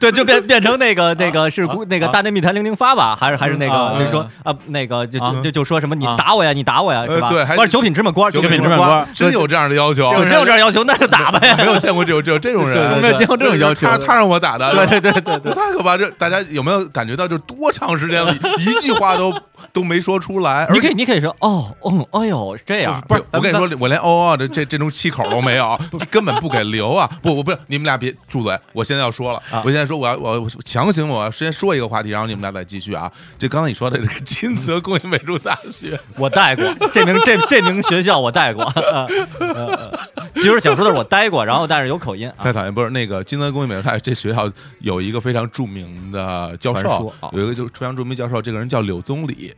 Speaker 3: 对，就变变成那个那个
Speaker 2: 啊
Speaker 3: 是古那个大内密谈零零发吧，还是还是那
Speaker 1: 啊
Speaker 3: 个
Speaker 1: 啊
Speaker 3: 就说啊那个就
Speaker 1: 啊
Speaker 3: 就就就说什么你
Speaker 1: 啊
Speaker 3: 打我呀，你打我呀
Speaker 2: 呃
Speaker 3: 是吧
Speaker 2: 对还？
Speaker 3: 不是九品芝麻官，
Speaker 2: 九
Speaker 1: 品
Speaker 3: 品
Speaker 1: 芝麻
Speaker 3: 官
Speaker 1: 官，
Speaker 2: 真有这样的要求，啊
Speaker 3: 有真有这样要求那就打呗。
Speaker 2: 没有见过这种这种这种
Speaker 3: 对
Speaker 1: 我
Speaker 2: 人啊
Speaker 1: 没。有见过这种要求
Speaker 2: 他。他让我打的，
Speaker 3: 对对对对
Speaker 2: 不太可怕。这大家有没有感觉到，就多长时间了，一句话都都没说出 来？而
Speaker 3: 你可以，你可以说哦，哦，哎呦，是这样，
Speaker 2: 不是，啊我跟你说，我连哦哦的这这种气口都没有，根本不给留啊！不，我不是，你们俩别住嘴！我现在要说了，
Speaker 3: 啊
Speaker 2: 我现在说我要我我强行我要先说一个话题，然后你们俩再继续啊！这刚才你说的这 个金泽工艺美术大学，
Speaker 3: 我带过这名这这名学校，我 带过。呃呃其实想说的是我待过，然后但是有口音啊。
Speaker 2: 太讨厌！不是那个金泽工艺美术大学这学校有一个非常著名的教
Speaker 3: 传说
Speaker 2: 授
Speaker 3: 啊，
Speaker 2: 有一个就是非常著名的教授，这个人叫柳宗理。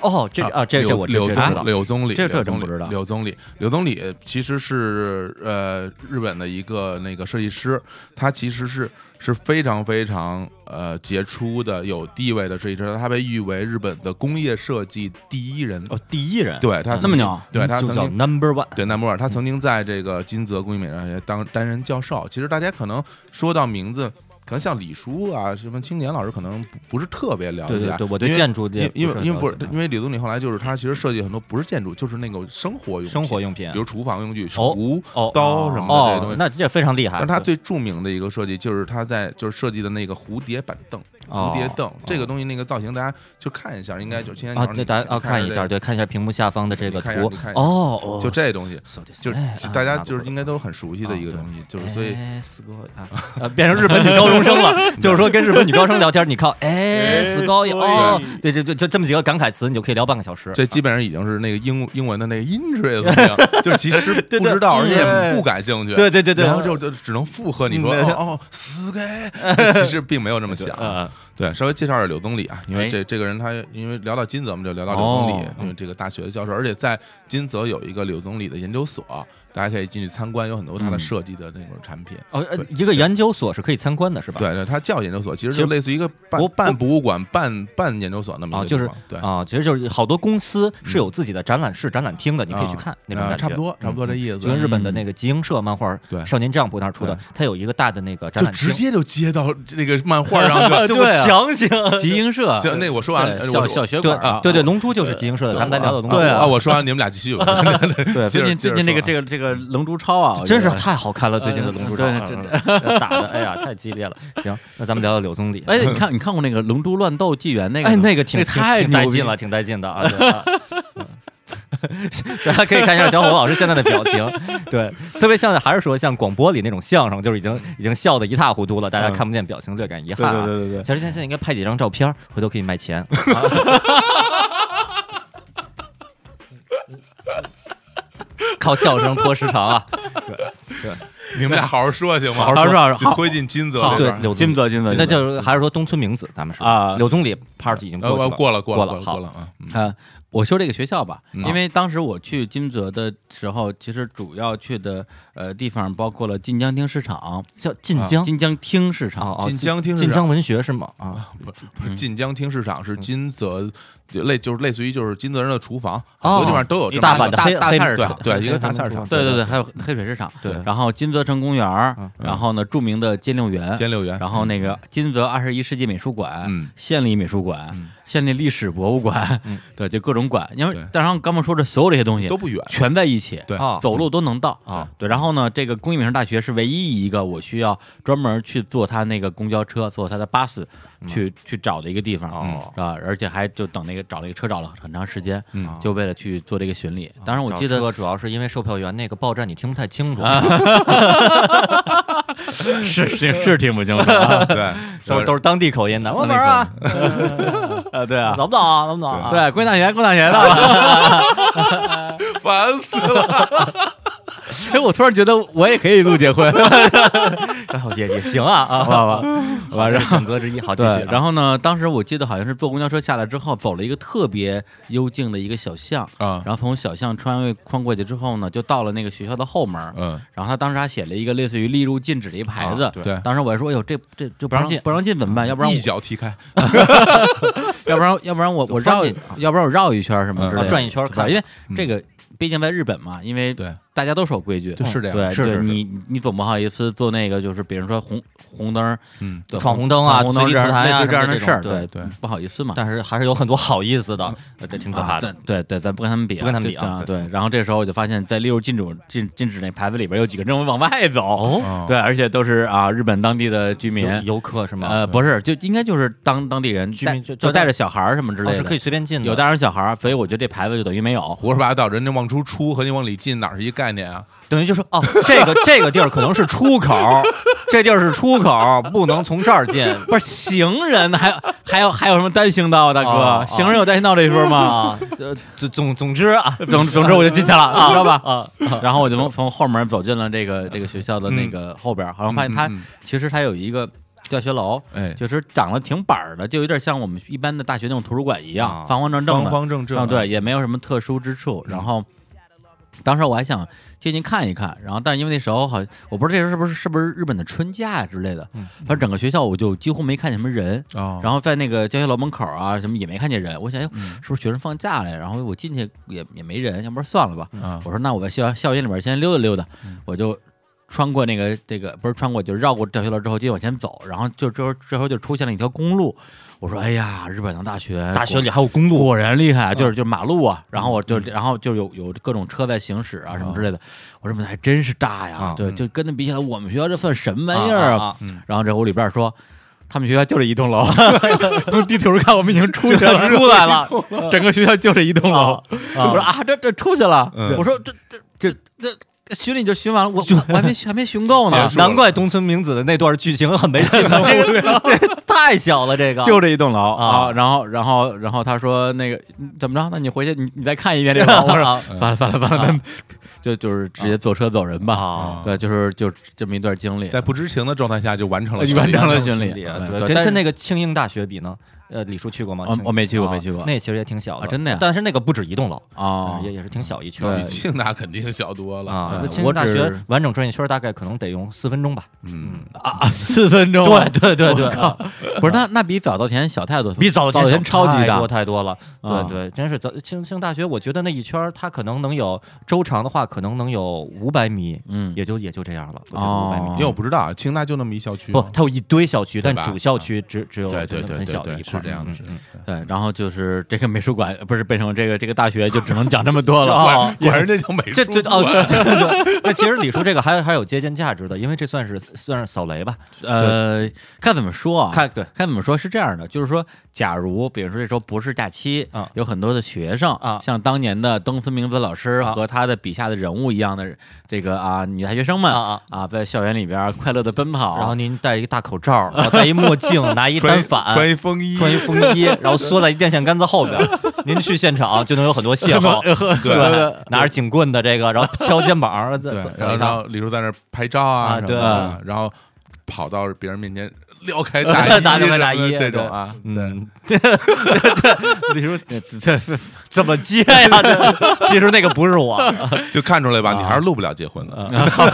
Speaker 3: 哦，这个啊，这这
Speaker 2: 柳
Speaker 3: 我这
Speaker 2: 柳
Speaker 3: 这知道
Speaker 2: 宗。柳宗理，
Speaker 1: 这这真
Speaker 2: 柳宗
Speaker 1: 不
Speaker 2: 理
Speaker 1: 知道
Speaker 2: 柳宗理，柳宗理其实是呃日本的一个那个设计师，他其实是是非常非常呃杰出的有地位的设计师，他被誉为日本的工业设计第一人。
Speaker 3: 哦，第一人，
Speaker 2: 对他
Speaker 1: 这么牛，
Speaker 2: 对他
Speaker 3: 啊嗯就
Speaker 2: 曾
Speaker 3: 叫嗯
Speaker 2: 经
Speaker 3: Number One，
Speaker 2: 对，南摩尔，他曾经在这个金泽工艺美术大学当担任教授。其实大家可能说到名字，可能像李叔啊，什么青年老师，可能不不是特别了解
Speaker 3: 对
Speaker 2: 啊。
Speaker 3: 对对，我对
Speaker 2: 因为
Speaker 3: 建筑也
Speaker 2: 因因为因为不
Speaker 3: 是
Speaker 2: 是
Speaker 3: 很了解
Speaker 2: 因为李宗理后来就是他其实设计很多不是建筑，就是那个生活用
Speaker 3: 生活
Speaker 2: 品，
Speaker 3: 用品
Speaker 2: 比，如厨房用具、
Speaker 3: 哦
Speaker 2: 厨
Speaker 3: 哦
Speaker 2: 刀什么的这些东
Speaker 3: 哦，
Speaker 2: 西。
Speaker 3: 那这非常厉害。
Speaker 2: 但是他最著名的一个设计就是他在就是设计的那个蝴蝶板凳、蝴蝶
Speaker 3: 哦
Speaker 2: 凳这个
Speaker 3: 哦
Speaker 2: 东西那个造型，大家就看一下，应该就是青年老
Speaker 3: 啊，
Speaker 2: 师
Speaker 3: 对，
Speaker 2: 你
Speaker 3: 大家啊
Speaker 2: 看
Speaker 3: 看
Speaker 2: 着
Speaker 3: 一
Speaker 2: 这
Speaker 3: 下，
Speaker 2: 个
Speaker 3: 对，看一下屏幕下方的这
Speaker 2: 你
Speaker 3: 个
Speaker 2: 看一下
Speaker 3: 图
Speaker 2: 你看一，下
Speaker 3: 哦哦，
Speaker 2: 就这东西，
Speaker 3: そうです
Speaker 2: 就
Speaker 3: ね，
Speaker 2: 其
Speaker 3: 啊
Speaker 2: 大家
Speaker 3: なる
Speaker 2: 就是
Speaker 3: ほ
Speaker 2: 应
Speaker 3: ど
Speaker 2: 该都很熟悉的一个
Speaker 3: 啊对
Speaker 2: 东西，就是所以
Speaker 3: 哎，すごい啊，呃变成日本女高中 生了，就是说跟日本女高中生聊天，你靠，哎，すごい哦，对，就就就这么几个感慨词，你就可以聊半个小时。啊
Speaker 2: 这基本上已经是那个英英文的那个 interest，就是其实
Speaker 3: 对
Speaker 2: 不
Speaker 3: 对
Speaker 2: 知道，而且也
Speaker 3: 嗯
Speaker 2: 不感兴趣。
Speaker 3: 对对对对，
Speaker 2: 然后就就只能附和你说
Speaker 3: 嗯
Speaker 2: 哦哦死该，其实并没有这 么想。
Speaker 3: 呃，
Speaker 2: 对，稍微介绍一下柳宗理啊，因为
Speaker 1: 哎
Speaker 2: 这这个人他因为聊到金泽，我们就聊到柳宗理
Speaker 1: 哦，
Speaker 2: 因为这个大学的教授，而且在金泽有一个柳宗理的研究所，大家可以进去参观，有很多他的
Speaker 1: 嗯
Speaker 2: 设计的那种产品。
Speaker 3: 哦，呃一个研究所是可以参观的，是吧？
Speaker 2: 对对，他叫研究所，其实
Speaker 3: 其实
Speaker 2: 就类似于一个半
Speaker 3: 我
Speaker 2: 半博物馆、半半研究所那么
Speaker 3: 啊，
Speaker 2: 一个
Speaker 3: 就
Speaker 2: 地
Speaker 3: 是
Speaker 2: 方。对，嗯
Speaker 3: 啊，其实就是好多公司是有自己的展览室、展览厅的，你可以去看那种
Speaker 2: 啊
Speaker 3: 感觉，嗯
Speaker 2: 差不多，差不多这意思。
Speaker 3: 就跟日
Speaker 1: 嗯
Speaker 3: 本的那个集英社漫画
Speaker 2: 对
Speaker 3: 《少年 Jump》那儿出的
Speaker 2: 对，
Speaker 3: 它有一个大的那个展
Speaker 2: 就
Speaker 3: 览厅，
Speaker 2: 直接就接到那个漫画上去了。
Speaker 3: 就
Speaker 1: 对啊
Speaker 3: 强行。
Speaker 1: 集英社，
Speaker 2: 就那我说完
Speaker 1: 对
Speaker 2: 我
Speaker 1: 小
Speaker 2: 我
Speaker 1: 小学
Speaker 3: 对
Speaker 1: 馆啊，
Speaker 3: 对对，《龙珠》就是集英社的，咱们来聊聊《龙珠》。
Speaker 1: 对啊
Speaker 2: 啊，我说完你们俩继续吧。
Speaker 1: 对，最
Speaker 2: 接着
Speaker 1: 近最近
Speaker 2: 接
Speaker 1: 这个
Speaker 2: 着说啊
Speaker 1: 这个这个《龙珠超》啊，我
Speaker 3: 真
Speaker 1: 觉
Speaker 3: 是
Speaker 1: 得
Speaker 3: 太好看了，最近的《龙珠超》
Speaker 1: 呃对
Speaker 3: 的打的，哎呀，太激烈了。行，那咱们聊聊柳宗理。
Speaker 1: 哎，你看你看过那个《龙珠乱斗纪元》那个吗？
Speaker 3: 哎，那个挺挺
Speaker 1: 太
Speaker 3: 挺带
Speaker 1: 牛逼
Speaker 3: 劲了，，挺带劲的啊！对啊嗯大家可以看一下小伙老师现在的表情，对，特别像还是说像广播里那种相声，就是已经已经笑得一塌糊涂了，大家看不见表情，略感遗憾、啊。
Speaker 1: 嗯对对对对对
Speaker 3: 其实现在应该拍几张照片，回头可以 卖钱。靠笑声拖时长啊！
Speaker 2: 你们俩好好说行吗？
Speaker 1: 好好说好好说
Speaker 2: 就推进金泽这
Speaker 3: 对
Speaker 2: 边，
Speaker 3: 柳宗
Speaker 1: 金
Speaker 3: 理，
Speaker 1: 泽金泽，
Speaker 3: 那就是还是说东村明子，咱们是
Speaker 1: 啊
Speaker 3: 柳宗理 part 已经
Speaker 2: 呃，
Speaker 3: 过去
Speaker 2: 我
Speaker 3: 了，
Speaker 2: 过了过
Speaker 3: 过
Speaker 2: 了
Speaker 3: 了
Speaker 2: 过
Speaker 3: 好
Speaker 2: 了啊。嗯
Speaker 1: 啊，我修这个学校吧，
Speaker 2: 嗯
Speaker 1: 因为当时我去金泽的时候，其实主要去的呃地方包括了晋江町市场、
Speaker 3: 叫晋江
Speaker 1: 晋江町市场
Speaker 3: 啊，啊
Speaker 2: 啊晋江厅市
Speaker 3: 晋
Speaker 2: 场
Speaker 3: 江文学是吗？啊，
Speaker 2: 不是不是晋江厅市场是金泽类就是类似于就是金泽人的厨房，很
Speaker 3: 哦
Speaker 2: 多地方都有这么
Speaker 3: 大
Speaker 2: 一
Speaker 3: 阪
Speaker 2: 个
Speaker 3: 的
Speaker 1: 大
Speaker 3: 黑
Speaker 1: 大
Speaker 3: 黑
Speaker 1: 菜市
Speaker 2: 对
Speaker 1: 场
Speaker 2: 对一个大菜市场，
Speaker 1: 对对对，还有黑水市场，
Speaker 2: 对嗯
Speaker 1: 然后金泽城公园儿，然后呢著名的兼六园，
Speaker 2: 兼六园，
Speaker 1: 然后那个金泽二十一世纪美术馆、
Speaker 2: 嗯
Speaker 1: 县立美术馆、县立历史博物馆，对，就各种馆。因为
Speaker 2: 对
Speaker 1: 当然刚刚说的所有这些东西
Speaker 2: 都不远
Speaker 1: 全在一起，
Speaker 2: 对
Speaker 3: 啊
Speaker 1: 走路都能到
Speaker 3: 啊。
Speaker 1: 对，然后呢，这个工艺美术大学是唯一一个我需要专门去坐他那个公交车，坐他的巴士去去找的一个地方。
Speaker 3: 嗯哦
Speaker 1: 啊，而且还就等那个找那个车找了很长时间，
Speaker 2: 嗯，
Speaker 1: 就为了去做这个巡礼。当然，我
Speaker 3: 哦找
Speaker 1: 记得
Speaker 3: 车主要是因为售票员那个报站你听不太清楚，
Speaker 1: 是是是听不清楚啊
Speaker 2: 对，
Speaker 3: 都是都是当地口音的。我
Speaker 1: 地
Speaker 3: 门啊，
Speaker 1: 呃对啊，
Speaker 3: 懂不懂 啊？懂不懂啊？
Speaker 1: 对，归大学归大学的吧。
Speaker 2: 烦死了。
Speaker 1: 哎，我突然觉得我也可以录结 婚，
Speaker 3: 哎呦，也也行啊啊，好吧，好吧，然后选择之一，好继续啊。
Speaker 1: 对， 然后呢，当时我记得好像是坐公交车下来之后，走了一个特别幽静的一个小巷
Speaker 2: 啊
Speaker 1: 然后从小巷穿越穿过去之后呢，就到了那个学校的后门儿。
Speaker 2: 嗯，
Speaker 1: 然后他当时还写了一个类似于“列入禁止”的一牌子
Speaker 3: 啊，
Speaker 2: 对
Speaker 1: 当时我还说：“哎呦，这这就
Speaker 3: 不让进啊
Speaker 1: 不让进怎么办？要不然
Speaker 2: 一
Speaker 1: 我，
Speaker 2: 脚踢开，
Speaker 1: 要不然，要不然我
Speaker 3: 就
Speaker 1: 我
Speaker 3: 翻
Speaker 1: 绕
Speaker 3: 进，
Speaker 1: 要不然我绕一圈儿什么
Speaker 2: 嗯
Speaker 1: 之类的，
Speaker 3: 啊转一圈儿
Speaker 1: 对吧
Speaker 3: 看嗯
Speaker 1: 因为这个毕竟在日本嘛，因为
Speaker 2: 对
Speaker 1: 大家都守规矩，
Speaker 2: 对是这样
Speaker 1: 对，
Speaker 3: 是
Speaker 1: 对
Speaker 3: 是是
Speaker 1: 你你总不好意思做那个，就是比如说红红灯儿，
Speaker 2: 嗯
Speaker 1: 对
Speaker 3: 闯红灯啊
Speaker 1: 闯红灯
Speaker 3: 随地
Speaker 1: 这样
Speaker 3: 吐痰呀
Speaker 1: 类似这样的
Speaker 3: 什么这种
Speaker 1: 事儿，
Speaker 3: 对
Speaker 2: 对
Speaker 1: 不好意思嘛。
Speaker 3: 但是还是有很多好意思的，呃这挺可怕
Speaker 1: 啊
Speaker 3: 的。
Speaker 1: 咱对对，咱不跟他们比啊，
Speaker 3: 不跟他们比
Speaker 1: 对
Speaker 3: 啊
Speaker 1: 对。然后这时候我就发现，在列入禁止禁禁止那牌子里边有几个人往外走，
Speaker 3: 哦，
Speaker 2: 哦
Speaker 1: 对，而且都是啊日本当地的居民，
Speaker 3: 游游客是吗？
Speaker 1: 呃，不是，就应该就是当当地人
Speaker 3: 居
Speaker 1: 带
Speaker 3: 民就
Speaker 1: 就带着小孩儿什么之
Speaker 3: 哦
Speaker 1: 类
Speaker 3: 是
Speaker 1: 的，
Speaker 3: 可以随便进的，
Speaker 1: 有大人小孩儿，所以我觉得这牌子就等于没有。
Speaker 2: 胡说八道，人家往出出和你往里进哪是一概念啊？
Speaker 3: 等于就说哦，这个这个地儿可能是出口，这地儿是出口，不能从这儿进。
Speaker 1: 不是行人，还有还有还有什么单行道啊，大
Speaker 3: 哦
Speaker 1: 哥？行人有单行道这一说吗？
Speaker 3: 啊，这总总总之啊，
Speaker 1: 总总之我就进去了，你知道吧？
Speaker 3: 啊，
Speaker 1: 然后我就
Speaker 3: 嗯
Speaker 1: 从从后门走进了这个这个学校的那个后边儿，好像发现它
Speaker 2: 嗯嗯
Speaker 1: 其实它有一个教学楼，
Speaker 2: 哎，
Speaker 1: 就是长得挺板儿的，就有点像我们一般的大学那种图书馆一样，
Speaker 3: 啊
Speaker 1: 方方正正
Speaker 2: 方
Speaker 1: 的。
Speaker 2: 方正正
Speaker 1: 啊，
Speaker 2: 啊，
Speaker 1: 对，也没有什么特殊之处。然
Speaker 2: 嗯
Speaker 1: 后当时我还想进去看一看，然后但因为那时候好像我不知道这时候是不是是不是日本的春假呀之类的，
Speaker 2: 嗯
Speaker 1: 反正整个学校我就几乎没看见什么人。
Speaker 2: 啊，
Speaker 1: 然后在那个教学楼门口啊，什么也没看见人。我想，哎，
Speaker 2: 嗯
Speaker 1: 是不是学生放假了呀？然后我进去也也没人，要不然算了吧。
Speaker 2: 啊
Speaker 1: 我说那我在校校园里边先溜达溜达，
Speaker 3: 嗯
Speaker 1: 我就穿过那个这个不是穿过，就绕过教学楼之后继续往前走，然后就这这时候就出现了一条公路。我说哎呀，日本的大学
Speaker 3: 大
Speaker 1: 果
Speaker 3: 学里嗯还有公路，
Speaker 1: 果然厉害，就是就是马路啊，然后我就然后就有有各种车在行驶啊什么之类的，我说这还真是大呀
Speaker 3: 哦啊，
Speaker 1: 对，
Speaker 2: 嗯
Speaker 1: 就跟那比起来，我们学校这算什么玩意儿
Speaker 3: 啊啊啊
Speaker 2: 嗯
Speaker 1: 然后这屋里边说。他们学校就这一 栋楼，从地图上看我们已经出去了，
Speaker 3: 出来了，
Speaker 1: 整个学校就这一 栋楼。我说啊，这这出去了
Speaker 2: 嗯。
Speaker 1: 我说这这这这巡礼就巡完了，我我我还没还没巡够呢
Speaker 2: 结，束了
Speaker 3: 难怪东村明子的那段剧情很没劲呢，这个这 太小了，这个
Speaker 1: 就这一栋楼
Speaker 3: 啊
Speaker 1: 然后然后然后他说那个嗯怎么着？那你回去你你再看一遍这个 楼。我说
Speaker 2: 嗯
Speaker 3: 啊
Speaker 1: 完了完了完了，那就就是直接坐车走人吧。
Speaker 3: 啊，
Speaker 1: 对，就是就这么一段经历，
Speaker 2: 在不知情的状态下就完
Speaker 3: 呃
Speaker 2: 成了
Speaker 1: 就完成了巡
Speaker 3: 兄
Speaker 1: 礼。
Speaker 3: 弟啊
Speaker 1: 对
Speaker 3: 对，
Speaker 1: 对
Speaker 3: 跟
Speaker 1: 但是
Speaker 3: 跟那个庆应大学比呢，呃，李叔去过吗？
Speaker 1: 哦
Speaker 3: 庆
Speaker 1: 我没去过
Speaker 3: 啊
Speaker 1: 没去过
Speaker 3: 那其实也挺小
Speaker 1: 啊真的呀
Speaker 3: 但是那个不止一栋楼，
Speaker 1: 啊
Speaker 3: 也也是挺小一圈
Speaker 1: 对
Speaker 3: 儿
Speaker 2: 比 庆大肯定小多了
Speaker 3: 啊
Speaker 1: 对。
Speaker 3: 庆
Speaker 1: 我
Speaker 3: 应大
Speaker 1: 只
Speaker 3: 学完整转一圈儿大概可能得用四分钟吧，
Speaker 2: 嗯，
Speaker 1: 啊，四分钟啊，
Speaker 3: 对对对对，啊
Speaker 1: 不是那那比早稻田小太多，
Speaker 3: 比早
Speaker 1: 稻
Speaker 3: 田
Speaker 1: 田超级
Speaker 3: 太
Speaker 1: 大
Speaker 3: 多，太多了。
Speaker 1: 啊
Speaker 3: 对对，真是早庆庆大学，我觉得那一圈儿它可能能有周长的话，可能能有五百米，
Speaker 1: 嗯
Speaker 3: 也就也就这样了，我
Speaker 1: 哦
Speaker 3: 觉得五百米
Speaker 2: 因为我不知道啊，庆大就那么一小区
Speaker 3: 不
Speaker 2: 吗，，
Speaker 3: 它有一堆小区，
Speaker 2: 对
Speaker 3: 但
Speaker 2: 吧嗯
Speaker 3: 主校区只只有
Speaker 2: 对对
Speaker 3: 真的
Speaker 2: 对
Speaker 3: 很
Speaker 2: 对
Speaker 3: 小的
Speaker 2: 对，
Speaker 3: 一
Speaker 2: 是
Speaker 3: 块儿，
Speaker 2: 这样的，
Speaker 3: 嗯
Speaker 2: 是
Speaker 3: 嗯
Speaker 1: 对，然后就是这个美术馆，呃不是变成这个这个大学就只能讲这么多了。
Speaker 3: 哦
Speaker 2: 果然这叫美术
Speaker 3: 这对哦，对对对，那其实李叔这个还还有借鉴价值的，因为这算是算是扫雷吧。
Speaker 1: 呃，看怎么说啊，
Speaker 3: 看对
Speaker 1: 看怎么说是这样的，就是说，假如比如说这时候不是假期，
Speaker 3: 啊
Speaker 1: 有很多的学生
Speaker 3: 啊
Speaker 1: 像当年的东森明子老师
Speaker 3: 啊
Speaker 1: 和他的笔下的人物一样的这个啊女大学生们
Speaker 3: 啊啊，
Speaker 1: 在校园里边快乐的奔跑，
Speaker 3: 然后您戴一个大口罩，然后戴一墨 镜，拿一
Speaker 2: 穿
Speaker 3: 单
Speaker 2: 一
Speaker 3: 反，
Speaker 2: 哦穿一风 衣，
Speaker 3: 穿一风衣，然后缩在一电线杆子后边儿。您去现场就能有很多邂逅，
Speaker 2: 对
Speaker 3: 对，拿着警棍的这个，然后敲肩膀，走
Speaker 2: 对
Speaker 3: 走，
Speaker 2: 然后
Speaker 3: 走一
Speaker 2: 然
Speaker 3: 趟。
Speaker 2: 后李叔在那儿拍照啊
Speaker 3: 啊
Speaker 2: 什么
Speaker 3: 对
Speaker 2: 的，然后跑到别人面前 撩开
Speaker 3: 大
Speaker 2: 大
Speaker 3: 衣
Speaker 2: 衣，
Speaker 3: 大衣
Speaker 2: 这种啊，对，
Speaker 3: 嗯，对对， 李叔这这怎么接呀？ 这其实那个不是我，
Speaker 2: 就看出来
Speaker 3: 啊
Speaker 2: 吧，你还是录不了结婚的，
Speaker 1: 好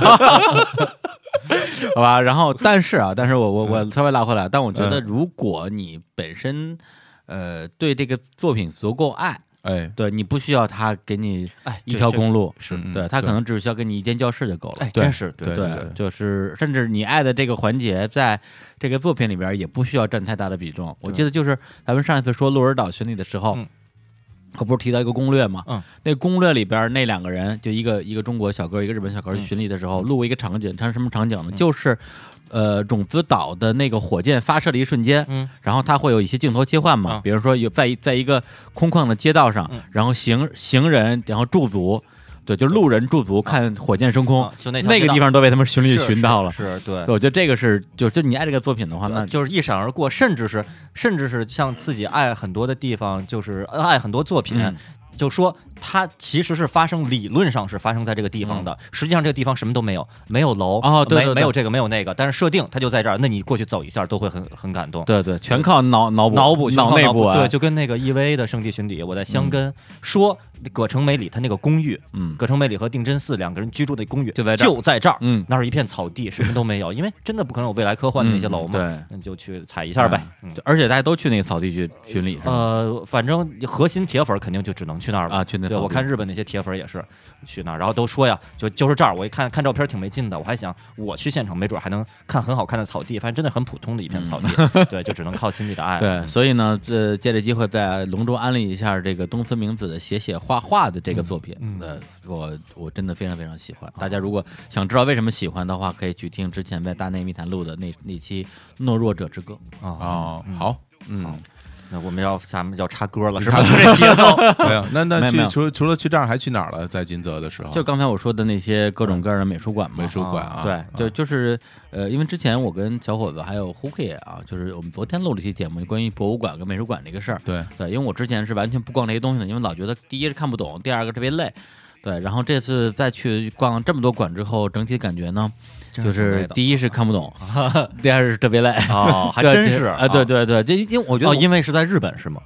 Speaker 1: 吧，然后但是啊，但是我我我
Speaker 3: 嗯
Speaker 1: 稍微拉回来，但我觉得如果你本身呃对这个作品足够爱，
Speaker 2: 哎，
Speaker 1: 对你不需要他给你
Speaker 3: 哎，
Speaker 1: 一条公路，
Speaker 3: 是
Speaker 2: 嗯
Speaker 1: 对他可能只需要给你一间教室就够了。
Speaker 3: 哎，真是
Speaker 2: 对
Speaker 1: 对，就是甚至你爱的这个环节，在这个作品里边也不需要占太大的比重。我记得就是咱们上一次说鹿儿岛巡礼的时候，
Speaker 3: 嗯
Speaker 1: 我不是提到一个攻略吗？
Speaker 3: 嗯，
Speaker 1: 那攻略里边那两个人，就一个一个中国小哥，一个日本小哥去巡礼的时候，路过一个场景，它是什么场景呢？就是。呃，种子岛的那个火箭发射的一瞬间，
Speaker 3: 嗯，
Speaker 1: 然后它会有一些镜头切换嘛，
Speaker 3: 啊
Speaker 1: 比如说有在一在一个空旷的街道上，然后行行人，然后驻足，对，就路人驻足、看火箭升空，
Speaker 3: 啊就那
Speaker 1: 那个
Speaker 3: 条街道
Speaker 1: 地方都被他们巡礼
Speaker 3: 是
Speaker 1: 巡到了。
Speaker 3: 是是对
Speaker 1: 对，。我觉得这个是，就就你爱这个作品的话，
Speaker 3: 呃
Speaker 1: 那
Speaker 3: 就是一闪而过，甚至是甚至是像自己爱很多的地方，就是呃爱很多作品，
Speaker 1: 嗯
Speaker 3: 就说它其实是发生，理论上是发生在这个地方的，实际上这个地方什么都没有，没有楼，
Speaker 1: 嗯哦对对
Speaker 3: 没
Speaker 1: 对
Speaker 3: 没有这个没有那个，但是设定它就在这儿，那你过去走一下都会很很感动。
Speaker 1: 对对，全靠脑脑补
Speaker 3: 脑补全靠
Speaker 1: 脑内部啊，
Speaker 3: 对，就跟那个 EVA 的圣地巡礼，我在香根、说葛城美里他那个公寓，
Speaker 1: 嗯
Speaker 3: 葛城美里和定真寺两个人居住的公寓
Speaker 1: 就在这儿
Speaker 3: 就在这儿，
Speaker 1: 嗯
Speaker 3: 那儿一片草地，什么都没有，因为真的不可能有未来科幻的那些楼嘛，
Speaker 1: 嗯
Speaker 3: 那你就去踩一下呗。嗯
Speaker 1: 对，而且大家都去那个草地去巡礼是吧？
Speaker 3: 呃，反正核心铁粉肯定就只能去那儿了
Speaker 1: 啊去那
Speaker 3: 对，
Speaker 1: 草地
Speaker 3: 我看日本那些铁粉也是去那儿，然后都说呀，就就是这儿。我一看看照片挺没劲的，我还想我去现场没准还能看很好看的草地，反正真的很普通的一片草地。对，就只能靠心里的爱。
Speaker 1: 嗯
Speaker 3: 啊
Speaker 1: 对，所以呢，这借着机会再隆重安利一下这个东村明子的写写画画的这个作品。嗯，呃、我我真的非常非常喜欢。大家如果想知道为什么喜欢的话，可以去听之前在大内密谈录的那那期《懦弱者之歌》。
Speaker 3: 啊，
Speaker 2: 哦，好，嗯，
Speaker 3: 那我们要下面要插歌了，是
Speaker 2: 插
Speaker 3: 吧？
Speaker 2: 歌
Speaker 3: 就这节奏。
Speaker 2: 没有，那
Speaker 1: 没
Speaker 2: 那
Speaker 1: 有没
Speaker 2: 去
Speaker 1: 有
Speaker 2: 除除了去这儿还去哪儿了？在金泽的时候，
Speaker 1: 就刚才我说的那些各种各样的美术馆嘛，
Speaker 2: 美术馆啊，
Speaker 1: 对，就就是呃，因为之前我跟小伙子还有 Hooky 啊，就是我们昨天录了一期节目，关于博物馆跟美术馆这个事儿。
Speaker 2: 对
Speaker 1: 对，因为我之前是完全不逛这些东西的，因为老觉得第一是看不懂，第二个特别累。对，然后这次再去逛这么多馆之后，整体感觉呢，
Speaker 3: 真
Speaker 1: 就是
Speaker 3: 挺累
Speaker 1: 是
Speaker 3: 的
Speaker 1: 第一是看不懂， 第二是特别累。
Speaker 3: 哦，还
Speaker 1: 对
Speaker 3: 真
Speaker 1: 对
Speaker 3: 是
Speaker 1: 啊，对。对对，这因为我觉得我
Speaker 3: 哦，因为是在日本是吗？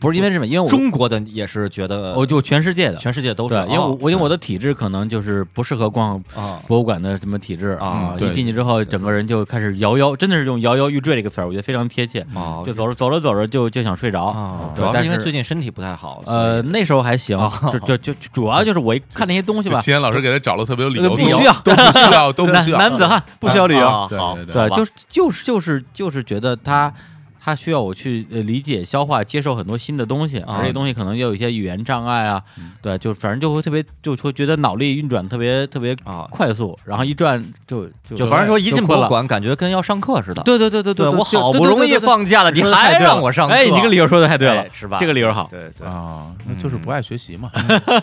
Speaker 1: 不是因为日本，因为我
Speaker 3: 中国的也是觉得，
Speaker 1: 我就全世界的，
Speaker 3: 全世界都是
Speaker 1: 对，，因为我
Speaker 3: 哦
Speaker 1: 我因为我的体质可能就是不适合逛
Speaker 3: 啊
Speaker 1: 博物馆的什么体质
Speaker 3: 啊
Speaker 2: 对
Speaker 1: 一进去之后，整个人就开始摇摇，真的是用摇摇欲坠这个词儿，我觉得非常贴切。
Speaker 3: 哦
Speaker 1: 就走着走着走着就就想睡着
Speaker 3: 啊，，主
Speaker 1: 对
Speaker 3: 要
Speaker 1: 但
Speaker 3: 是因为
Speaker 1: 是
Speaker 3: 最近身体不太好，所以啊
Speaker 1: 呃那时候还行，就就就主要就是我一看那些东西吧，
Speaker 2: 秦岩老师给他找了特别有理由，
Speaker 1: 呃
Speaker 2: 都
Speaker 1: 不需要
Speaker 2: 都不需要，都不需 要。
Speaker 1: 男男子汉不需要理由，
Speaker 3: 啊
Speaker 2: 对
Speaker 3: 好
Speaker 2: 对
Speaker 1: 对，
Speaker 3: 吧
Speaker 1: 就是就是就是就是觉得他他需要我去呃理解、消化、接受很多新的东西，
Speaker 3: 啊
Speaker 1: 而且东西可能也有一些语言障碍啊，
Speaker 3: 嗯
Speaker 1: 对，就反正就会特别就会觉得脑力运转特别特别
Speaker 3: 啊
Speaker 1: 快速，然后一转就就
Speaker 3: 就反正说一进博物
Speaker 1: 困了。
Speaker 3: 馆，感觉跟要上课似的。
Speaker 1: 对对对对
Speaker 3: 对，
Speaker 1: 对，
Speaker 3: 我好不容易放假了，
Speaker 1: 对
Speaker 3: 你
Speaker 1: 对对对
Speaker 3: 还让我上课？
Speaker 1: 哎，你这个理由说的太对了
Speaker 3: 哎，是吧
Speaker 1: 这个理由好，
Speaker 3: 对对
Speaker 2: 啊，那
Speaker 1: 嗯
Speaker 2: 就是不爱学习 嘛，